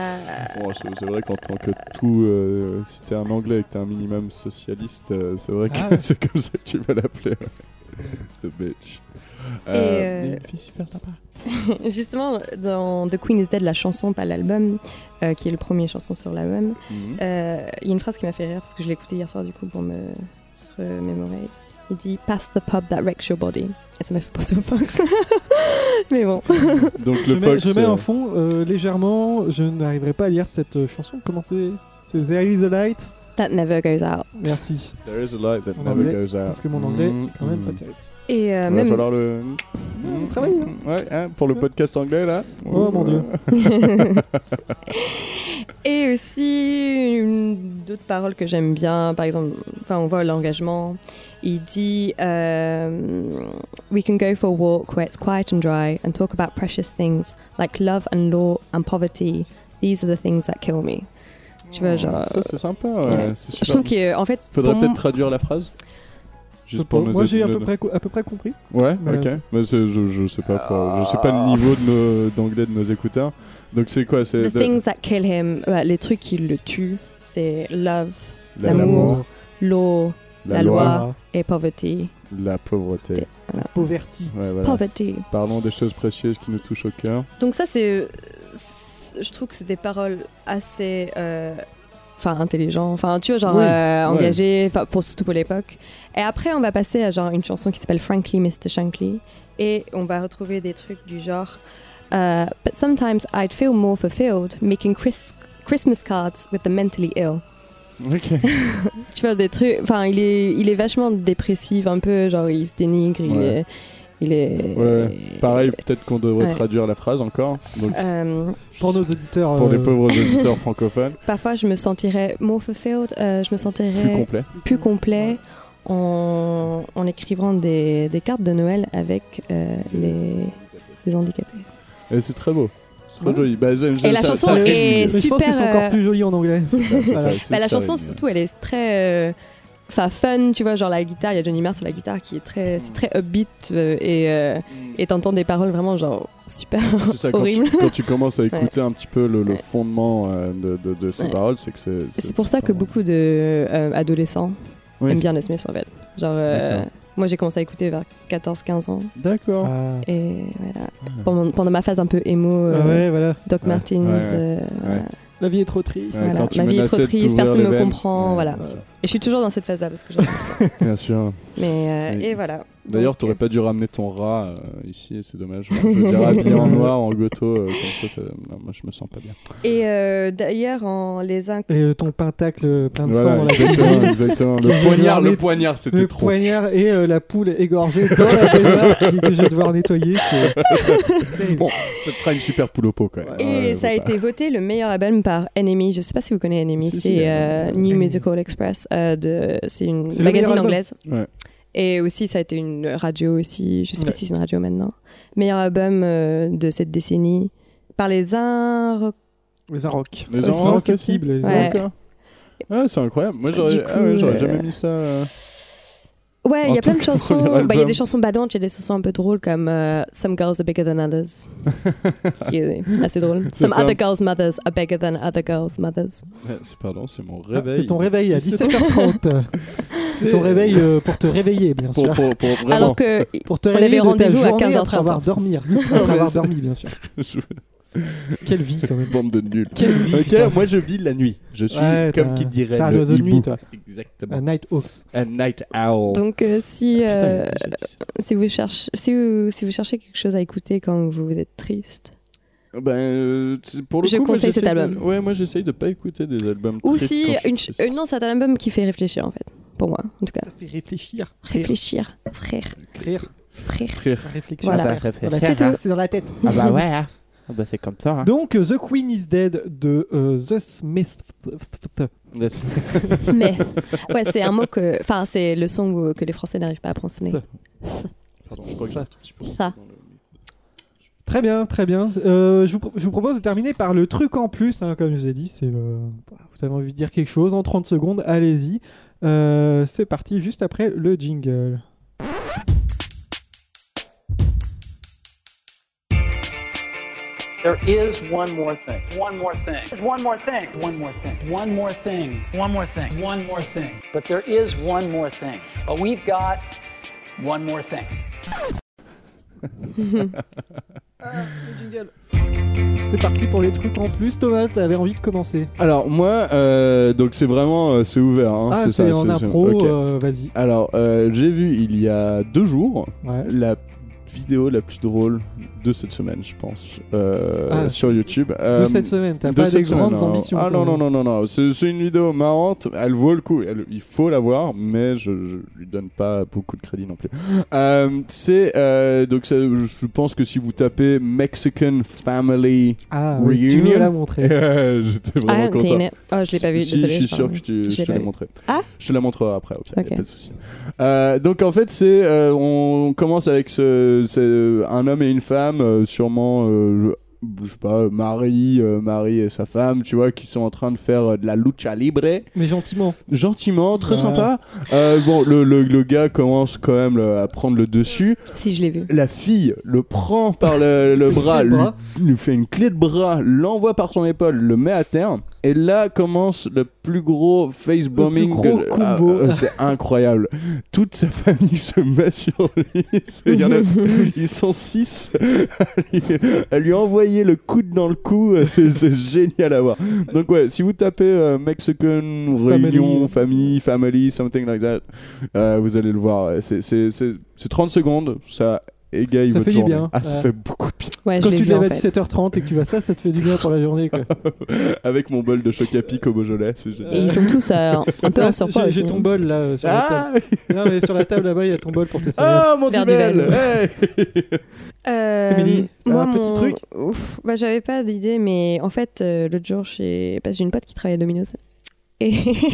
[SPEAKER 1] Bon, c'est c'est vrai qu'en tant que tout, euh, si t'es un anglais et que t'es un minimum socialiste, euh, c'est vrai que
[SPEAKER 3] Ah ouais.
[SPEAKER 1] c'est comme ça que tu vas l'appeler. ouais. The bitch.
[SPEAKER 2] euh,
[SPEAKER 1] mais une fille super sympa.
[SPEAKER 2] Justement, dans The Queen is Dead, la chanson, pas l'album, euh, qui est le premier chanson sur l'album,
[SPEAKER 1] Mhm.
[SPEAKER 2] euh, il y a une phrase qui m'a fait rire parce que je l'ai écoutée hier soir du coup pour me remémorer. Il dit Pass the pub that wrecks your body. Et ça m'a fait penser au Fox. Mais bon.
[SPEAKER 1] Donc
[SPEAKER 3] Je
[SPEAKER 1] le
[SPEAKER 3] mets,
[SPEAKER 1] Fox.
[SPEAKER 3] je mets
[SPEAKER 1] euh,
[SPEAKER 3] en fond euh, légèrement. Je n'arriverai pas à lire cette euh, chanson. Comment c'est C'est There is a light.
[SPEAKER 2] That never goes out.
[SPEAKER 3] Merci.
[SPEAKER 1] There is a light that
[SPEAKER 3] En
[SPEAKER 1] never
[SPEAKER 3] anglais,
[SPEAKER 1] goes out.
[SPEAKER 3] Parce que mon anglais
[SPEAKER 1] Mhm.
[SPEAKER 3] est quand même pas
[SPEAKER 1] Mhm.
[SPEAKER 3] terrible.
[SPEAKER 2] Et euh,
[SPEAKER 1] Il va
[SPEAKER 2] même. Mm.
[SPEAKER 1] falloir le. Mhm.
[SPEAKER 3] travailler, hein.
[SPEAKER 1] Ouais, hein, pour le podcast anglais là.
[SPEAKER 3] Oh, mon Dieu.
[SPEAKER 2] Et aussi, une- d'autres paroles que j'aime bien, par exemple, enfin, on voit l'engagement. Il dit euh, We can go for a walk where it's quiet and dry and talk about precious things like love and law and poverty. These are the things that kill me. Tu vois, genre.
[SPEAKER 1] Oh.
[SPEAKER 2] euh,
[SPEAKER 1] Ça c'est sympa. Ouais.
[SPEAKER 2] Ouais.
[SPEAKER 1] c'est
[SPEAKER 2] Je
[SPEAKER 1] super.
[SPEAKER 2] trouve que, en fait,
[SPEAKER 1] Faudrait
[SPEAKER 2] pour
[SPEAKER 1] peut-être
[SPEAKER 2] moi-
[SPEAKER 1] traduire la phrase.
[SPEAKER 3] Je sais pas. Moi, j'ai à peu près co- à peu près compris.
[SPEAKER 1] Ouais,
[SPEAKER 3] Mais
[SPEAKER 1] ok. Mais c'est- je, je sais pas quoi. Je sais pas le niveau de nos- d'anglais de nos écouteurs. Donc c'est quoi C'est
[SPEAKER 2] The things that kill him, ouais, les trucs qui le tuent, c'est love,
[SPEAKER 1] la-
[SPEAKER 2] l'amour, law la loi.
[SPEAKER 3] Voilà.
[SPEAKER 2] et poverty.
[SPEAKER 1] la pauvreté.
[SPEAKER 3] Poverty.
[SPEAKER 1] Ouais, voilà.
[SPEAKER 2] Poverty.
[SPEAKER 1] Parlons des choses précieuses qui nous touchent au cœur.
[SPEAKER 2] Donc ça, c'est, c'est- je trouve que c'est des paroles assez, euh, enfin intelligentes, enfin tu vois genre
[SPEAKER 1] Oui, ouais.
[SPEAKER 2] euh, engagées, enfin, pour surtout pour l'époque. Et après, on va passer à genre une chanson qui s'appelle Frankly Mr Shankly, et on va retrouver des trucs du genre. euh, But sometimes I'd feel more fulfilled making Chris- Christmas cards with the mentally ill.
[SPEAKER 1] Ok.
[SPEAKER 2] Tu vois des trucs, enfin il est, il est vachement dépressif un peu, genre il se dénigre, il
[SPEAKER 1] Ouais.
[SPEAKER 2] est, il est.
[SPEAKER 1] Ouais. Pareil, peut-être qu'on devrait
[SPEAKER 2] Ouais.
[SPEAKER 1] traduire la phrase encore. Donc,
[SPEAKER 2] Euh,
[SPEAKER 3] Pour nos auditeurs.
[SPEAKER 1] pour les
[SPEAKER 3] euh,
[SPEAKER 1] pauvres auditeurs francophones,
[SPEAKER 2] Parfois, je me sentirais more fulfilled, euh, je me
[SPEAKER 1] plus
[SPEAKER 2] sentirais
[SPEAKER 1] complet.
[SPEAKER 2] plus complet en, en écrivant des, des cartes de Noël avec euh, les, les handicapés.
[SPEAKER 1] Et c'est très beau. C'est très
[SPEAKER 3] Ouais.
[SPEAKER 1] joli. Bah, c'est- c'est-
[SPEAKER 2] la
[SPEAKER 1] ça-
[SPEAKER 2] chanson
[SPEAKER 1] ça
[SPEAKER 2] est
[SPEAKER 1] réjouit.
[SPEAKER 3] mais Je pense
[SPEAKER 2] super,
[SPEAKER 3] que c'est
[SPEAKER 2] euh,
[SPEAKER 3] encore plus joli en anglais.
[SPEAKER 1] C'est ça,
[SPEAKER 3] Voilà.
[SPEAKER 1] c'est ça,
[SPEAKER 2] Bah, la
[SPEAKER 1] ça
[SPEAKER 2] chanson,
[SPEAKER 1] réjouit.
[SPEAKER 2] surtout, elle est très. euh, Enfin, fun, tu vois, genre la guitare, il y a Johnny Marr sur la guitare qui est très, c'est très upbeat euh, et euh, et t'entends des paroles vraiment genre super
[SPEAKER 1] C'est ça, quand tu,
[SPEAKER 2] horribles.
[SPEAKER 1] quand tu commences à écouter un petit peu le, le fondement euh, de, de- de ces
[SPEAKER 2] Ouais.
[SPEAKER 1] paroles, c'est que c'est.
[SPEAKER 2] C'est pour ça que beaucoup de euh, adolescents
[SPEAKER 1] Oui.
[SPEAKER 2] aiment bien les Smiths en fait. Genre, euh,
[SPEAKER 1] D'accord.
[SPEAKER 2] moi j'ai commencé à écouter vers 14-15 ans.
[SPEAKER 1] D'accord.
[SPEAKER 3] Ah.
[SPEAKER 2] Et voilà. Pendant, pendant ma phase un peu émo, euh,
[SPEAKER 3] Ah ouais, voilà.
[SPEAKER 2] Doc
[SPEAKER 1] Ah. Ouais,
[SPEAKER 2] Martens,
[SPEAKER 1] ouais, ouais.
[SPEAKER 2] euh, voilà.
[SPEAKER 3] La vie est trop triste.
[SPEAKER 1] Ouais,
[SPEAKER 2] Voilà.
[SPEAKER 1] quand tu
[SPEAKER 2] Ma vie est trop
[SPEAKER 1] menaçais de
[SPEAKER 2] triste,
[SPEAKER 1] t'ouvrir
[SPEAKER 2] personne
[SPEAKER 1] les
[SPEAKER 2] ne me
[SPEAKER 1] veines.
[SPEAKER 2] comprend.
[SPEAKER 1] Ouais,
[SPEAKER 2] voilà.
[SPEAKER 1] bien sûr.
[SPEAKER 2] Et je suis toujours dans cette phase-là parce que j'aime.
[SPEAKER 1] Bien sûr.
[SPEAKER 2] Mais euh,
[SPEAKER 1] Oui.
[SPEAKER 2] et voilà.
[SPEAKER 1] D'ailleurs,
[SPEAKER 2] Donc, euh,
[SPEAKER 1] t'aurais pas dû ramener ton rat euh, ici, c'est dommage. Je veux dire, habillé en noir, en goto, euh, comme ça, ça- non, moi je me sens pas bien.
[SPEAKER 2] Et euh, d'ailleurs, en les uns.
[SPEAKER 3] Et euh, ton pentacle plein de sang
[SPEAKER 1] Voilà,
[SPEAKER 3] dans la
[SPEAKER 1] exactement,
[SPEAKER 3] cuisine.
[SPEAKER 1] exactement.
[SPEAKER 3] Qui
[SPEAKER 1] Le
[SPEAKER 3] veut
[SPEAKER 1] poignard,
[SPEAKER 3] ramener-
[SPEAKER 1] le poignard, c'était
[SPEAKER 3] Le
[SPEAKER 1] trop.
[SPEAKER 3] poignard et euh, la poule égorgée dans la baignoire qui- que je vais devoir nettoyer. c'est- terrible.
[SPEAKER 1] Bon, ça te fera une super poule au pot quand même.
[SPEAKER 2] Et
[SPEAKER 1] Ah Ouais, faut
[SPEAKER 2] ça a
[SPEAKER 1] pas.
[SPEAKER 2] été voté le meilleur album par Enemy. Je sais pas si vous connaissez Enemy.
[SPEAKER 1] Si, si,
[SPEAKER 2] c'est
[SPEAKER 1] euh,
[SPEAKER 2] euh, New
[SPEAKER 3] Enemy.
[SPEAKER 2] Musical Express. euh, de, c'est une
[SPEAKER 3] C'est le meilleur
[SPEAKER 2] magazine
[SPEAKER 3] album.
[SPEAKER 2] anglaise.
[SPEAKER 1] Ouais.
[SPEAKER 2] Et aussi, ça a été une radio aussi. Je sais
[SPEAKER 3] Ouais.
[SPEAKER 2] pas si c'est une radio maintenant. Meilleur album euh, de cette décennie par les uns.
[SPEAKER 3] Les Arocs.
[SPEAKER 1] bah. Les
[SPEAKER 2] aussi.
[SPEAKER 1] Arocs aussi.
[SPEAKER 3] Cibles, les
[SPEAKER 2] Ouais.
[SPEAKER 3] Arocs.
[SPEAKER 1] Ouais, Ah, c'est incroyable. Moi j'aurais
[SPEAKER 2] Du
[SPEAKER 1] ah ouais,
[SPEAKER 2] coup,
[SPEAKER 1] j'aurais
[SPEAKER 2] euh,
[SPEAKER 1] jamais mis ça. euh,
[SPEAKER 2] Ouais,
[SPEAKER 1] En
[SPEAKER 2] il y a
[SPEAKER 1] tant
[SPEAKER 2] plein de
[SPEAKER 1] que
[SPEAKER 2] chansons.
[SPEAKER 1] premier
[SPEAKER 2] Bah, Il y a
[SPEAKER 1] album.
[SPEAKER 2] des chansons badantes, il y a des chansons un peu drôles comme euh, Some Girls Are Bigger Than Others. qui est assez drôle.
[SPEAKER 1] C'est
[SPEAKER 2] Some
[SPEAKER 1] pas-
[SPEAKER 2] Other Girls' Mothers Are Bigger Than Other Girls' Mothers.
[SPEAKER 1] ouais, c'est- Pardon, c'est mon
[SPEAKER 3] Ah,
[SPEAKER 1] réveil.
[SPEAKER 3] C'est ton réveil à
[SPEAKER 1] 17
[SPEAKER 3] 17h30. C'est ton réveil euh, pour te réveiller, bien
[SPEAKER 1] Pour,
[SPEAKER 3] sûr.
[SPEAKER 1] pour, pour vraiment.
[SPEAKER 2] Alors que
[SPEAKER 3] Pour te
[SPEAKER 2] On
[SPEAKER 3] réveiller
[SPEAKER 2] avait
[SPEAKER 3] de ta
[SPEAKER 2] rendez-vous à
[SPEAKER 3] journée après
[SPEAKER 2] 15h30.
[SPEAKER 3] avoir dormi. Après avoir dormi, bien sûr.
[SPEAKER 1] Je-
[SPEAKER 3] Quelle vie, quand même.
[SPEAKER 1] Bande de nuls.
[SPEAKER 3] Quelle vie,
[SPEAKER 1] Ok,
[SPEAKER 3] putain.
[SPEAKER 1] moi je vis la nuit. Je suis
[SPEAKER 3] Ouais,
[SPEAKER 1] comme
[SPEAKER 3] t'as-
[SPEAKER 1] qui dirait
[SPEAKER 3] T'as un
[SPEAKER 1] le
[SPEAKER 3] oiseau de nuit,
[SPEAKER 1] hibou.
[SPEAKER 3] toi.
[SPEAKER 1] Exactement.
[SPEAKER 3] Un Night Hawks.
[SPEAKER 1] A night owl. Ah,
[SPEAKER 2] donc euh, si euh,
[SPEAKER 3] Putain, j'ai dit ça.
[SPEAKER 2] si vous cherchez si vous, si vous cherchez quelque chose à écouter quand vous êtes triste
[SPEAKER 1] Ben, euh, c'est- pour le
[SPEAKER 2] Je
[SPEAKER 1] coup, moi,
[SPEAKER 2] conseille cet
[SPEAKER 1] j'essaye de-
[SPEAKER 2] album.
[SPEAKER 1] Ouais, moi j'essaye de pas écouter des albums.
[SPEAKER 2] ou
[SPEAKER 1] tristes
[SPEAKER 2] si
[SPEAKER 1] quand je suis
[SPEAKER 2] une ch-
[SPEAKER 1] triste.
[SPEAKER 2] euh, non c'est un album qui fait réfléchir en fait pour moi en tout cas
[SPEAKER 3] Ça fait réfléchir.
[SPEAKER 2] réfléchir frère
[SPEAKER 3] Écrire.
[SPEAKER 2] frère
[SPEAKER 1] Frère.
[SPEAKER 3] Réflexion.
[SPEAKER 7] Ah
[SPEAKER 2] Voilà.
[SPEAKER 7] bah,
[SPEAKER 3] Voilà,
[SPEAKER 7] C'est
[SPEAKER 3] c'est
[SPEAKER 7] tout.
[SPEAKER 3] C'est dans la tête.
[SPEAKER 7] Ah bah ouais. hein. Ah bah c'est comme ça. hein.
[SPEAKER 3] Donc, euh, The Queen is Dead de euh, The Smith.
[SPEAKER 2] mais ouais c'est un mot que enfin c'est le son où- que les français n'arrivent pas à prononcer
[SPEAKER 1] Pardon, je crois que j'ai un tout petit peu-
[SPEAKER 2] Ça.
[SPEAKER 1] dans le-
[SPEAKER 3] Très bien, très bien. Euh, je, vous, pro- je vous propose de terminer par le truc en plus, hein, comme je vous ai dit. C'est, euh, vous avez envie de dire quelque chose en 30 secondes, allez-y. Euh, c'est parti, juste après le jingle.
[SPEAKER 5] There is one more thing. One more thing. There's one more thing. One more thing. One more thing. One more thing. One more thing. But there is one more thing. But we've got one more thing.
[SPEAKER 3] C'est parti pour les trucs en plus. Thomas, t'avais envie de commencer.
[SPEAKER 1] Alors, moi, euh, donc c'est vraiment. euh, c'est ouvert. Hein,
[SPEAKER 3] ah,
[SPEAKER 1] c'est
[SPEAKER 3] c'est
[SPEAKER 1] ça.
[SPEAKER 3] en impro,
[SPEAKER 1] ok.
[SPEAKER 3] euh, vas-y.
[SPEAKER 1] Alors, euh, j'ai vu il y a deux jours
[SPEAKER 3] Ouais.
[SPEAKER 1] la vidéo la plus drôle de cette semaine, je pense, euh,
[SPEAKER 3] Ah.
[SPEAKER 1] sur YouTube.
[SPEAKER 3] De
[SPEAKER 1] Euh,
[SPEAKER 3] cette semaine, t'as
[SPEAKER 1] de
[SPEAKER 3] pas
[SPEAKER 1] cette
[SPEAKER 3] des grandes
[SPEAKER 1] semaine, hein.
[SPEAKER 3] ambitions.
[SPEAKER 1] Ah
[SPEAKER 3] toi.
[SPEAKER 1] non, non, non, non, non. C'est c'est une vidéo marrante. Elle vaut le coup. Elle- il faut la voir, mais je, je lui donne pas beaucoup de crédit non plus. Euh, c'est euh, donc ça- je pense que si vous tapez Mexican Family,
[SPEAKER 3] Ah, oui, tu
[SPEAKER 1] Reunion.
[SPEAKER 3] nous l'as montré.
[SPEAKER 1] j'étais vraiment
[SPEAKER 2] ah c'est
[SPEAKER 1] content.
[SPEAKER 2] une... oh je l'ai pas vu
[SPEAKER 1] Si,
[SPEAKER 2] désolé
[SPEAKER 1] je suis sûr que je, te-
[SPEAKER 2] l'ai
[SPEAKER 1] je te
[SPEAKER 2] pas
[SPEAKER 1] l'ai
[SPEAKER 2] vu.
[SPEAKER 1] montré.
[SPEAKER 2] Ah
[SPEAKER 1] je te la montrerai après, au pire, y a
[SPEAKER 2] Ok.
[SPEAKER 1] pas de souci. Euh, donc en fait, c'est euh, on commence avec ce, ce- un homme et une femme, euh, sûrement, euh, je je sais pas, Marie, euh, Marie et sa femme, tu vois, qui sont en train de faire euh, de la lucha libre
[SPEAKER 3] Mais gentiment.
[SPEAKER 1] gentiment, très
[SPEAKER 3] Ouais.
[SPEAKER 1] sympa. Euh, bon, le, le, le gars commence quand même le- à prendre le dessus.
[SPEAKER 2] si je l'ai vu
[SPEAKER 1] La fille le prend par le, le bras,
[SPEAKER 3] clé de
[SPEAKER 1] lui,
[SPEAKER 3] bras.
[SPEAKER 1] lui fait une clé de bras, l'envoie par son épaule, le met à terre. Et là commence le plus gros face bombing.
[SPEAKER 3] gros
[SPEAKER 1] de-
[SPEAKER 3] combo.
[SPEAKER 1] euh, c'est incroyable. Toute sa famille se met sur lui. C'est- il y en a- ils sont six. à lui, à lui envoyer le coude dans le cou, euh, c'est c'est génial à voir. Donc ouais, si vous tapez euh, Mexican Réunion Family Family Something like that, euh, vous allez le voir. Ouais, C'est c'est- c'est- c'est 30 secondes, ça égaye
[SPEAKER 3] Ça
[SPEAKER 1] votre
[SPEAKER 3] fait du
[SPEAKER 1] journée.
[SPEAKER 3] bien.
[SPEAKER 1] Ah, ça
[SPEAKER 3] Ouais.
[SPEAKER 1] fait beaucoup de bien.
[SPEAKER 2] ouais
[SPEAKER 3] Quand
[SPEAKER 2] je l'ai
[SPEAKER 3] tu te
[SPEAKER 2] vu en
[SPEAKER 3] lèves à
[SPEAKER 2] fait
[SPEAKER 3] 17h30 et que tu vas ça, ça te fait du bien pour la journée. Quoi.
[SPEAKER 1] Avec mon bol de choc à pic au Beaujolais, c'est génial.
[SPEAKER 2] et ils sont tous euh, un peu en surpoids
[SPEAKER 3] J'ai-
[SPEAKER 2] aussi
[SPEAKER 3] J'ai ton
[SPEAKER 2] hein.
[SPEAKER 3] bol là euh, sur la table.
[SPEAKER 1] Ah,
[SPEAKER 3] Non, mais sur la table là-bas, il y a ton bol pour tes céréales.
[SPEAKER 1] ah mon
[SPEAKER 2] Verre
[SPEAKER 1] duvel
[SPEAKER 2] du
[SPEAKER 1] hey
[SPEAKER 2] Euh,
[SPEAKER 3] Émilie, t'as
[SPEAKER 2] moi,
[SPEAKER 3] un petit
[SPEAKER 2] mon-
[SPEAKER 3] truc
[SPEAKER 2] Ouf, bah, J'avais pas d'idée, mais en fait, euh, l'autre jour, chez... parce que j'ai une pote qui travaille à Domino's. Et...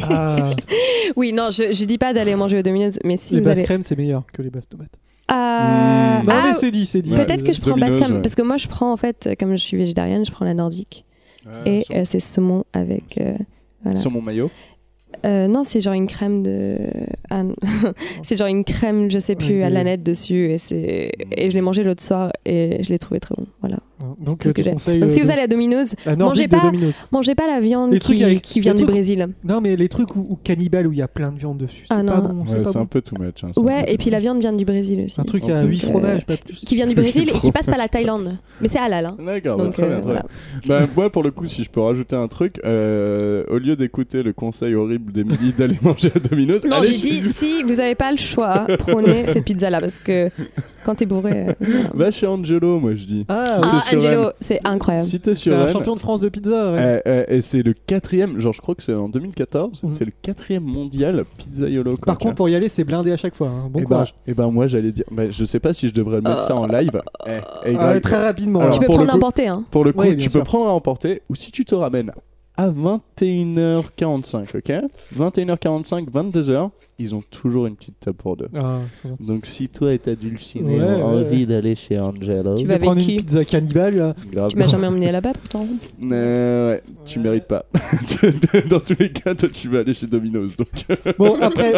[SPEAKER 3] Ah,
[SPEAKER 2] oui, non, je, je dis pas d'aller manger au Domino's, mais si
[SPEAKER 3] les
[SPEAKER 2] vous
[SPEAKER 3] basses
[SPEAKER 2] allez.
[SPEAKER 3] crèmes, c'est meilleur que les basses tomates.
[SPEAKER 2] Ah,
[SPEAKER 1] Mm.
[SPEAKER 3] Non,
[SPEAKER 2] ah,
[SPEAKER 3] mais c'est dit, c'est dit.
[SPEAKER 1] Ouais.
[SPEAKER 2] Peut-être que je prends
[SPEAKER 1] Domino's,
[SPEAKER 2] Bascam,
[SPEAKER 1] ouais.
[SPEAKER 2] parce que moi, je prends en fait, euh, comme je suis végétarienne, je prends la nordique. et euh, c'est saumon avec. euh, voilà.
[SPEAKER 1] Sur mon maillot.
[SPEAKER 2] Euh, non, c'est genre une crème de. ah, non. c'est genre une crème, je sais plus,
[SPEAKER 3] Ouais,
[SPEAKER 2] à
[SPEAKER 3] des-
[SPEAKER 2] la nette dessus. Et, c'est... et je l'ai mangé l'autre soir et je l'ai trouvé très bon. Voilà.
[SPEAKER 3] Donc,
[SPEAKER 2] C'est ce que
[SPEAKER 3] euh,
[SPEAKER 2] j'ai-
[SPEAKER 3] conseil,
[SPEAKER 2] Donc,
[SPEAKER 3] euh,
[SPEAKER 2] si
[SPEAKER 3] de-
[SPEAKER 2] vous allez à Domino's,
[SPEAKER 3] la nordique
[SPEAKER 2] mangez
[SPEAKER 3] de
[SPEAKER 2] pas-
[SPEAKER 3] Domino's.
[SPEAKER 2] mangez pas la viande
[SPEAKER 3] Les trucs
[SPEAKER 2] qui,
[SPEAKER 3] avec-
[SPEAKER 2] qui
[SPEAKER 3] les
[SPEAKER 2] vient du
[SPEAKER 3] trucs-
[SPEAKER 2] Brésil.
[SPEAKER 3] Non, mais les trucs où, où cannibale où il y a plein de viande dessus, c'est
[SPEAKER 2] Ah
[SPEAKER 3] pas
[SPEAKER 2] non.
[SPEAKER 3] bon.
[SPEAKER 1] Ouais,
[SPEAKER 3] c'est pas
[SPEAKER 1] c'est un
[SPEAKER 3] bon.
[SPEAKER 1] peu too much. hein, c'est un peu
[SPEAKER 2] Ouais, et
[SPEAKER 1] too
[SPEAKER 2] puis la viande vient du Brésil aussi.
[SPEAKER 3] Un truc
[SPEAKER 1] un
[SPEAKER 3] à
[SPEAKER 1] peu-
[SPEAKER 3] 8
[SPEAKER 2] euh,
[SPEAKER 3] fromages, pas plus.
[SPEAKER 2] Qui vient du Brésil et qui passe par la Thaïlande. Mais c'est halal. Hein.
[SPEAKER 1] much. D'accord, bah,
[SPEAKER 2] Donc,
[SPEAKER 1] très
[SPEAKER 2] euh,
[SPEAKER 1] bien. très
[SPEAKER 2] voilà.
[SPEAKER 1] bien. Bah, moi, pour le coup, si je peux rajouter un truc, euh, au lieu d'écouter le conseil horrible d'Emilie d'aller manger à Domino's,
[SPEAKER 2] Non,
[SPEAKER 1] allez
[SPEAKER 2] j'ai dit, si vous n'avez pas le choix, prenez cette pizza-là parce que quand t'es bourré. euh, voilà.
[SPEAKER 1] Va chez Angelo, moi je dis.
[SPEAKER 3] Ah,
[SPEAKER 1] C'était
[SPEAKER 2] ah,
[SPEAKER 1] sur
[SPEAKER 2] Angelo,
[SPEAKER 1] elle.
[SPEAKER 2] c'est incroyable.
[SPEAKER 1] Si t'es
[SPEAKER 3] c'est
[SPEAKER 1] sur
[SPEAKER 3] un
[SPEAKER 1] elle,
[SPEAKER 3] champion de France de pizza. ouais.
[SPEAKER 1] euh, euh, et c'est le quatrième, genre je crois que c'est en 2014,
[SPEAKER 3] Mhm.
[SPEAKER 1] c'est le quatrième mondial pizzaiolo. quoi,
[SPEAKER 3] Par
[SPEAKER 1] tu vois.
[SPEAKER 3] contre, pour y aller, c'est blindé à chaque fois. hein. Bon
[SPEAKER 1] Eh ben-
[SPEAKER 3] courage.
[SPEAKER 1] eh ben moi j'allais dire, bah, je sais pas si je devrais le mettre ça en live. Eh, eh,
[SPEAKER 3] Ah,
[SPEAKER 1] Greg,
[SPEAKER 3] très rapidement.
[SPEAKER 1] Alors,
[SPEAKER 2] tu peux
[SPEAKER 1] pour le
[SPEAKER 2] prendre
[SPEAKER 1] coup-
[SPEAKER 2] l'emporter. Hein.
[SPEAKER 1] Pour le coup,
[SPEAKER 3] Oui, bien
[SPEAKER 1] tu peux
[SPEAKER 3] sûr.
[SPEAKER 1] prendre à emporter ou si tu te ramènes à 21h45, ok 21h45, 22h, ils ont toujours une petite table pour deux.
[SPEAKER 3] Ah, c'est gentil.
[SPEAKER 1] Donc si toi et ta dulcinée
[SPEAKER 3] Ouais,
[SPEAKER 1] ont
[SPEAKER 3] ouais,
[SPEAKER 1] envie
[SPEAKER 3] ouais.
[SPEAKER 7] d'aller chez Angelo.
[SPEAKER 2] Tu
[SPEAKER 3] Je
[SPEAKER 2] vas
[SPEAKER 3] vais
[SPEAKER 2] avec
[SPEAKER 3] prendre
[SPEAKER 2] qui
[SPEAKER 3] une pizza cannibale. là.
[SPEAKER 1] grave,
[SPEAKER 2] Tu m'as jamais emmené là-bas pourtant.
[SPEAKER 1] Euh, ouais, tu mérites pas. Dans tous les cas, toi tu vas aller chez Domino's. Donc
[SPEAKER 3] Bon, après...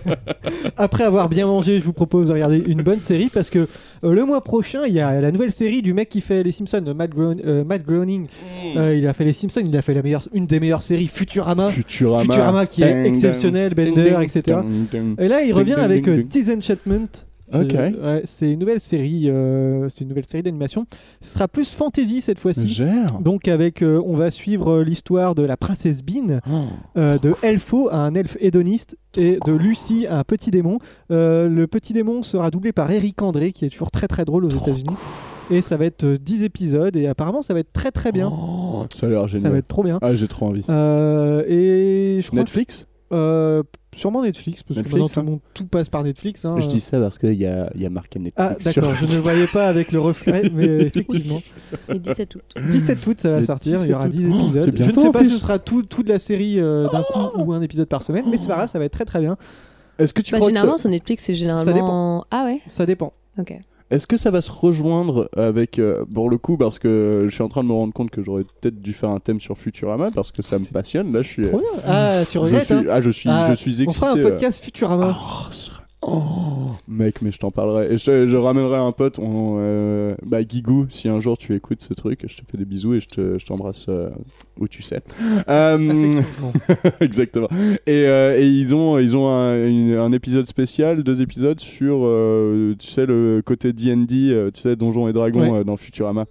[SPEAKER 3] après avoir bien mangé, je vous propose de regarder une bonne série parce que euh, le mois prochain, il y a la nouvelle série du mec qui fait les Simpsons, euh, Matt, Groen- euh, Matt Groening.
[SPEAKER 1] Hmm.
[SPEAKER 3] Euh, il a fait les Simpsons, il a fait la meilleure... une des meilleures séries, Futurama.
[SPEAKER 1] Futurama,
[SPEAKER 3] Futurama qui est exceptionnel, Bender, etc. Et là, il
[SPEAKER 1] Ding,
[SPEAKER 3] revient
[SPEAKER 1] ding,
[SPEAKER 3] avec
[SPEAKER 1] ding,
[SPEAKER 3] euh,
[SPEAKER 1] ding.
[SPEAKER 3] Disenchantment.
[SPEAKER 1] Ok.
[SPEAKER 3] Euh, ouais, c'est une nouvelle série, euh, c'est une nouvelle série d'animation. Ce sera plus fantasy cette fois-ci.
[SPEAKER 1] Gère.
[SPEAKER 3] Donc avec, euh, on va suivre euh, l'histoire de la princesse Bean,
[SPEAKER 1] Oh.
[SPEAKER 3] euh, de Elfo à un elfe hédoniste et de Lucie à un petit démon. Euh, le petit démon sera doublé par Eric André, qui est toujours très très drôle aux États-Unis. Et ça va être euh, 10 épisodes et apparemment ça va être très très bien.
[SPEAKER 1] Oh, ça a l'air
[SPEAKER 3] ça va
[SPEAKER 1] génial.
[SPEAKER 3] être trop bien.
[SPEAKER 1] Ah, j'ai trop envie.
[SPEAKER 3] Euh, et je crois
[SPEAKER 1] Netflix
[SPEAKER 3] que, euh, sûrement Netflix parce
[SPEAKER 1] Netflix,
[SPEAKER 3] que maintenant tout,
[SPEAKER 1] hein.
[SPEAKER 3] le monde, tout passe par Netflix. hein.
[SPEAKER 7] Je dis ça parce qu'il y a, il y a marqué Netflix.
[SPEAKER 3] Ah
[SPEAKER 7] sur-
[SPEAKER 3] d'accord, je ne le voyais pas avec le reflet, mais effectivement.
[SPEAKER 2] Et 17 août.
[SPEAKER 3] 17 août, ça va
[SPEAKER 1] Le
[SPEAKER 3] sortir, il y aura
[SPEAKER 1] 17
[SPEAKER 3] 10
[SPEAKER 1] août. Oh, c'est
[SPEAKER 3] épisodes. je ne
[SPEAKER 1] bientôt,
[SPEAKER 3] sais
[SPEAKER 1] en
[SPEAKER 3] pas si
[SPEAKER 1] plus. Oh.
[SPEAKER 3] ce sera tout, tout de la série euh, d'un coup ou un épisode par semaine, mais c'est pas grave, ça va être très très bien.
[SPEAKER 1] Est-ce que tu
[SPEAKER 2] Bah,
[SPEAKER 1] crois que ça-
[SPEAKER 2] généralement, sur Netflix, c'est généralement. Ah ouais
[SPEAKER 3] Ça dépend.
[SPEAKER 2] Ok.
[SPEAKER 1] Est-ce que ça va se rejoindre avec, euh, pour le coup, parce que je suis en train de me rendre compte que j'aurais peut-être dû faire un thème sur Futurama parce que ça me passionne. Là, je suis.
[SPEAKER 3] Ah, Trop bien. Ah, tu
[SPEAKER 1] je
[SPEAKER 3] regrettes,
[SPEAKER 1] suis,
[SPEAKER 3] hein
[SPEAKER 1] ah, je suis,
[SPEAKER 3] Ah,
[SPEAKER 1] je suis
[SPEAKER 3] On
[SPEAKER 1] excité.
[SPEAKER 3] fera un podcast Futurama.
[SPEAKER 1] euh. Oh, ce serait- oh, mec, mais je t'en parlerai. Et je, je ramènerai un pote. On, euh, bah, Guigou, si un jour tu écoutes ce truc, je te fais des bisous et je, te, je t'embrasse euh, où tu sais. Euh,
[SPEAKER 3] Effectivement.
[SPEAKER 1] Exactement. Et, euh, et ils ont, ils ont un, une- un épisode spécial, deux épisodes sur, euh, tu sais, le côté D&D, euh, tu sais, Donjons et Dragons
[SPEAKER 3] Ouais.
[SPEAKER 1] euh, dans Futurama.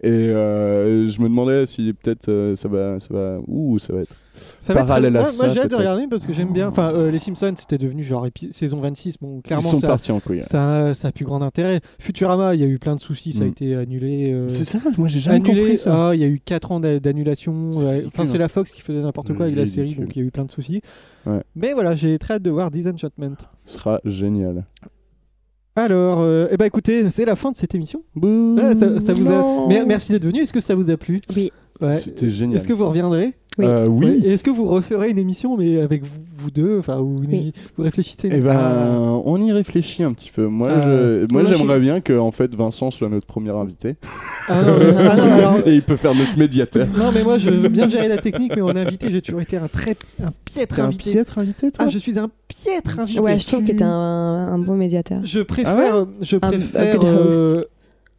[SPEAKER 1] Et euh, je me demandais si peut-être euh, ça va, ça va, ouh, ça va être.
[SPEAKER 3] Ça va être
[SPEAKER 1] Parallèle
[SPEAKER 3] très-
[SPEAKER 1] à
[SPEAKER 3] moi,
[SPEAKER 1] ça,
[SPEAKER 3] moi, j'ai hâte de
[SPEAKER 1] peut-être.
[SPEAKER 3] regarder parce que j'aime bien. Enfin, euh, les Simpsons, c'était devenu genre épi- saison 26. Bon,
[SPEAKER 1] Ils
[SPEAKER 3] clairement,
[SPEAKER 1] sont
[SPEAKER 3] ça,
[SPEAKER 1] partis en couille.
[SPEAKER 3] ça, ça a plus grand intérêt. Futurama, il y a eu plein de soucis, ça a
[SPEAKER 1] Mm.
[SPEAKER 3] été annulé. euh,
[SPEAKER 1] C'est ça, moi j'ai jamais
[SPEAKER 3] annulé.
[SPEAKER 1] compris ça.
[SPEAKER 3] Ah, il y a eu 4 ans d'a- d'annulation.
[SPEAKER 1] C'est
[SPEAKER 3] Ouais.
[SPEAKER 1] ridicule,
[SPEAKER 3] Enfin, c'est
[SPEAKER 1] hein.
[SPEAKER 3] la Fox qui faisait n'importe quoi avec la série,
[SPEAKER 1] Ridicule.
[SPEAKER 3] donc il y a eu plein de soucis.
[SPEAKER 1] Ouais.
[SPEAKER 3] Mais voilà, j'ai très hâte de voir Disenchantment.
[SPEAKER 1] Ce sera génial.
[SPEAKER 3] Alors, euh, eh ben écoutez, c'est la fin de cette émission.
[SPEAKER 1] Bouh.
[SPEAKER 3] Ah, ça, ça vous a- Mer- merci d'être venu. Est-ce que ça vous a plu
[SPEAKER 2] Oui.
[SPEAKER 3] Ouais.
[SPEAKER 1] C'était génial.
[SPEAKER 3] Est-ce que vous reviendrez
[SPEAKER 2] Oui.
[SPEAKER 1] Euh, oui.
[SPEAKER 3] Ouais. Et Est-ce que vous referez une émission, mais avec vous, vous deux Enfin, ou une
[SPEAKER 2] Oui.
[SPEAKER 3] émi- vous réfléchissez
[SPEAKER 1] Eh ben,
[SPEAKER 3] Ah.
[SPEAKER 1] on y réfléchit un petit peu. Moi,
[SPEAKER 3] Euh,
[SPEAKER 1] je- moi,
[SPEAKER 3] moi, je-
[SPEAKER 1] j'aimerais bien que en fait Vincent soit notre premier invité.
[SPEAKER 3] Ah non,
[SPEAKER 1] euh,
[SPEAKER 3] mais- ah non, alors-
[SPEAKER 1] Et il peut faire notre médiateur.
[SPEAKER 3] non, mais moi je veux bien gérer la technique, mais en invité, j'ai toujours été un très un piètre
[SPEAKER 1] T'es un
[SPEAKER 3] invité.
[SPEAKER 1] piètre invité, toi
[SPEAKER 3] Ah, je suis un piètre invité.
[SPEAKER 2] Ouais, je trouve que t'es un, un bon médiateur.
[SPEAKER 3] Je préfère,
[SPEAKER 1] Ah
[SPEAKER 3] je
[SPEAKER 2] Un- un
[SPEAKER 3] préfère
[SPEAKER 2] good host.
[SPEAKER 3] euh,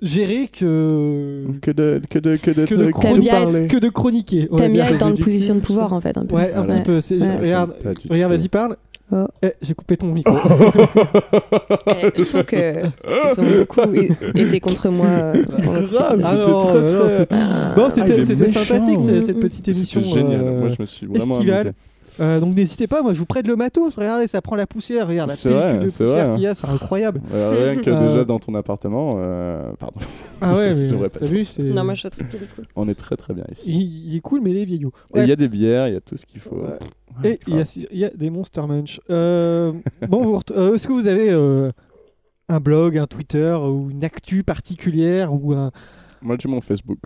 [SPEAKER 3] gérer que
[SPEAKER 1] Que de, que de, que de,
[SPEAKER 3] Que de
[SPEAKER 1] que
[SPEAKER 3] T'aimes
[SPEAKER 1] de
[SPEAKER 2] bien
[SPEAKER 1] parler.
[SPEAKER 3] que de chroniquer. Ouais,
[SPEAKER 2] T'aimes bien
[SPEAKER 3] ça,
[SPEAKER 2] être dans
[SPEAKER 3] c'est
[SPEAKER 2] une
[SPEAKER 3] du-
[SPEAKER 2] position de pouvoir en fait, un peu.
[SPEAKER 3] Ouais, un
[SPEAKER 1] Voilà.
[SPEAKER 3] petit peu. c'est-
[SPEAKER 2] Ouais.
[SPEAKER 3] Regarde,
[SPEAKER 1] Attends, pas du
[SPEAKER 3] regarde,
[SPEAKER 1] tout. Oh,
[SPEAKER 3] vas-y parle.
[SPEAKER 2] Oh.
[SPEAKER 3] Eh, j'ai coupé ton micro.
[SPEAKER 2] Eh, je trouve que ils ont beaucoup i- été contre moi euh, pendant ce
[SPEAKER 1] Grave.
[SPEAKER 2] podcast.
[SPEAKER 1] c'était
[SPEAKER 3] non,
[SPEAKER 1] très,
[SPEAKER 3] euh,
[SPEAKER 1] très-
[SPEAKER 3] non, c'était-
[SPEAKER 2] Ah.
[SPEAKER 3] Bon,
[SPEAKER 1] Ah, il
[SPEAKER 3] c'était
[SPEAKER 1] est
[SPEAKER 3] c'était
[SPEAKER 1] méchant.
[SPEAKER 3] sympathique ce- cette
[SPEAKER 2] Mm.
[SPEAKER 3] petite émission.
[SPEAKER 1] C'était génial.
[SPEAKER 3] euh,
[SPEAKER 1] Moi, je me suis vraiment
[SPEAKER 3] estivale.
[SPEAKER 1] amusé.
[SPEAKER 3] euh, donc n'hésitez pas, moi je vous prête le matos. Regardez, ça prend la poussière. Regarde la
[SPEAKER 1] C'est
[SPEAKER 3] pellicule
[SPEAKER 1] vrai,
[SPEAKER 3] de
[SPEAKER 1] c'est
[SPEAKER 3] poussière
[SPEAKER 1] vrai.
[SPEAKER 3] qu'il y a, c'est incroyable.
[SPEAKER 1] Euh, rien que
[SPEAKER 3] Euh,
[SPEAKER 1] déjà dans ton appartement. euh, Pardon.
[SPEAKER 3] Ah ouais, mais
[SPEAKER 1] J'aurais pas
[SPEAKER 3] t'as
[SPEAKER 1] dit.
[SPEAKER 3] vu, c'est-
[SPEAKER 2] Non, moi je trouve qu'il est cool.
[SPEAKER 1] On est très très bien ici.
[SPEAKER 3] il, il est cool, mais il est vieillot.
[SPEAKER 1] Et
[SPEAKER 3] Bref.
[SPEAKER 1] il y a des bières, il y a tout ce qu'il faut.
[SPEAKER 3] Ouais.
[SPEAKER 1] Ouais,
[SPEAKER 3] Et il y, a, il y a des Monster Munch. Euh, bon, vous ret- euh, est-ce que vous avez euh, un blog, un Twitter ou une actu particulière ou un
[SPEAKER 1] Moi, j'ai mon Facebook,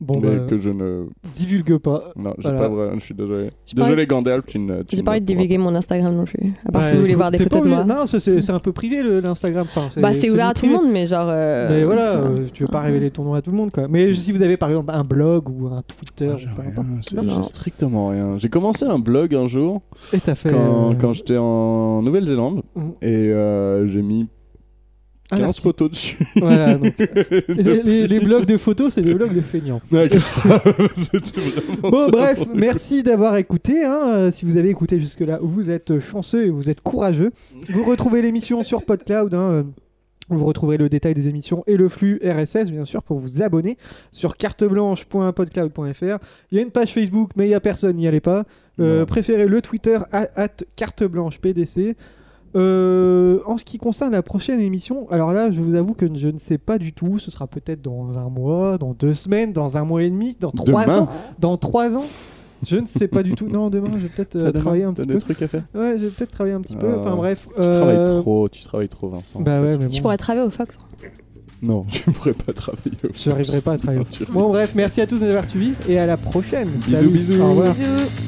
[SPEAKER 3] bon
[SPEAKER 1] mais
[SPEAKER 3] bah,
[SPEAKER 1] que je ne.
[SPEAKER 3] divulgue pas.
[SPEAKER 1] Non, j'ai
[SPEAKER 3] voilà.
[SPEAKER 1] pas vrai. Je suis désolé.
[SPEAKER 2] J'ai pas
[SPEAKER 1] Désolé, Gandalf, tu ne. tu
[SPEAKER 2] J'ai
[SPEAKER 1] ne
[SPEAKER 2] pas envie de
[SPEAKER 1] pourras
[SPEAKER 2] divulguer mon Instagram non plus. À part si
[SPEAKER 3] Ouais,
[SPEAKER 2] vous voulez voir des
[SPEAKER 3] t'es pas
[SPEAKER 2] photos de
[SPEAKER 3] obligé-
[SPEAKER 2] moi.
[SPEAKER 3] Non, ça, c'est c'est un peu privé le- l'Instagram. Enfin,
[SPEAKER 2] Bah, c'est ouvert à tout le
[SPEAKER 3] semi-privé.
[SPEAKER 2] monde, mais genre. euh,
[SPEAKER 3] Mais voilà, euh, tu veux pas révéler ton nom à tout le monde quoi. Mais si vous avez par exemple un blog ou un Twitter,
[SPEAKER 1] J'ai
[SPEAKER 3] ou peu
[SPEAKER 1] rien,
[SPEAKER 3] importe.
[SPEAKER 1] c'est-
[SPEAKER 2] Non, non.
[SPEAKER 1] j'ai strictement rien. J'ai commencé un blog un jour
[SPEAKER 3] et t'as fait.
[SPEAKER 1] quand,
[SPEAKER 3] euh,
[SPEAKER 1] quand j'étais en Nouvelle-Zélande
[SPEAKER 3] Mm.
[SPEAKER 1] et euh, j'ai mis
[SPEAKER 3] Ah,
[SPEAKER 1] 15
[SPEAKER 3] merci.
[SPEAKER 1] photos dessus.
[SPEAKER 3] Voilà, donc, les, les- les blogs de photos, c'est des blogs de feignants.
[SPEAKER 1] Ouais, grave, C'était vraiment
[SPEAKER 3] Bon,
[SPEAKER 1] ça.
[SPEAKER 3] bref, merci d'avoir écouté. hein. Euh, Si vous avez écouté jusque-là, vous êtes chanceux et vous êtes courageux. Vous retrouvez l'émission sur PodCloud. hein, euh, Vous retrouverez le détail des émissions et le flux RSS, bien sûr, pour vous abonner sur carteblanche.podcloud.fr. Il y a une page Facebook, mais il n'y a personne, n'y allez pas. Euh,
[SPEAKER 1] Non.
[SPEAKER 3] Préférez le Twitter, à- at carteblanchepdc. Euh, en ce qui concerne la prochaine émission, alors là, je vous avoue que je ne sais pas du tout. Ce sera peut-être dans un mois, dans deux semaines, dans un mois et demi, dans trois
[SPEAKER 1] Demain.
[SPEAKER 3] ans. Dans trois ans Je ne sais pas du tout. Non, demain, je vais peut-être euh,
[SPEAKER 1] T'as tra-
[SPEAKER 3] travailler un
[SPEAKER 1] t'as
[SPEAKER 3] petit
[SPEAKER 1] des
[SPEAKER 3] peu.
[SPEAKER 1] trucs à faire
[SPEAKER 3] Ouais, je vais peut-être travailler un petit peu. Enfin
[SPEAKER 1] Ah,
[SPEAKER 3] bref. euh,
[SPEAKER 1] Tu travailles trop, tu travailles trop, Vincent.
[SPEAKER 3] Bah ouais, mais
[SPEAKER 2] Je
[SPEAKER 3] bon,
[SPEAKER 2] pourrais travailler au Fox.
[SPEAKER 1] Non, je ne pourrais pas travailler. au
[SPEAKER 3] je n'arriverai pas à travailler.
[SPEAKER 1] Fox.
[SPEAKER 3] Bon, bref, merci à tous de nous avoir suivis et à la prochaine.
[SPEAKER 1] Bisous,
[SPEAKER 3] Salut.
[SPEAKER 1] bisous.
[SPEAKER 3] Au revoir.
[SPEAKER 2] Bisous.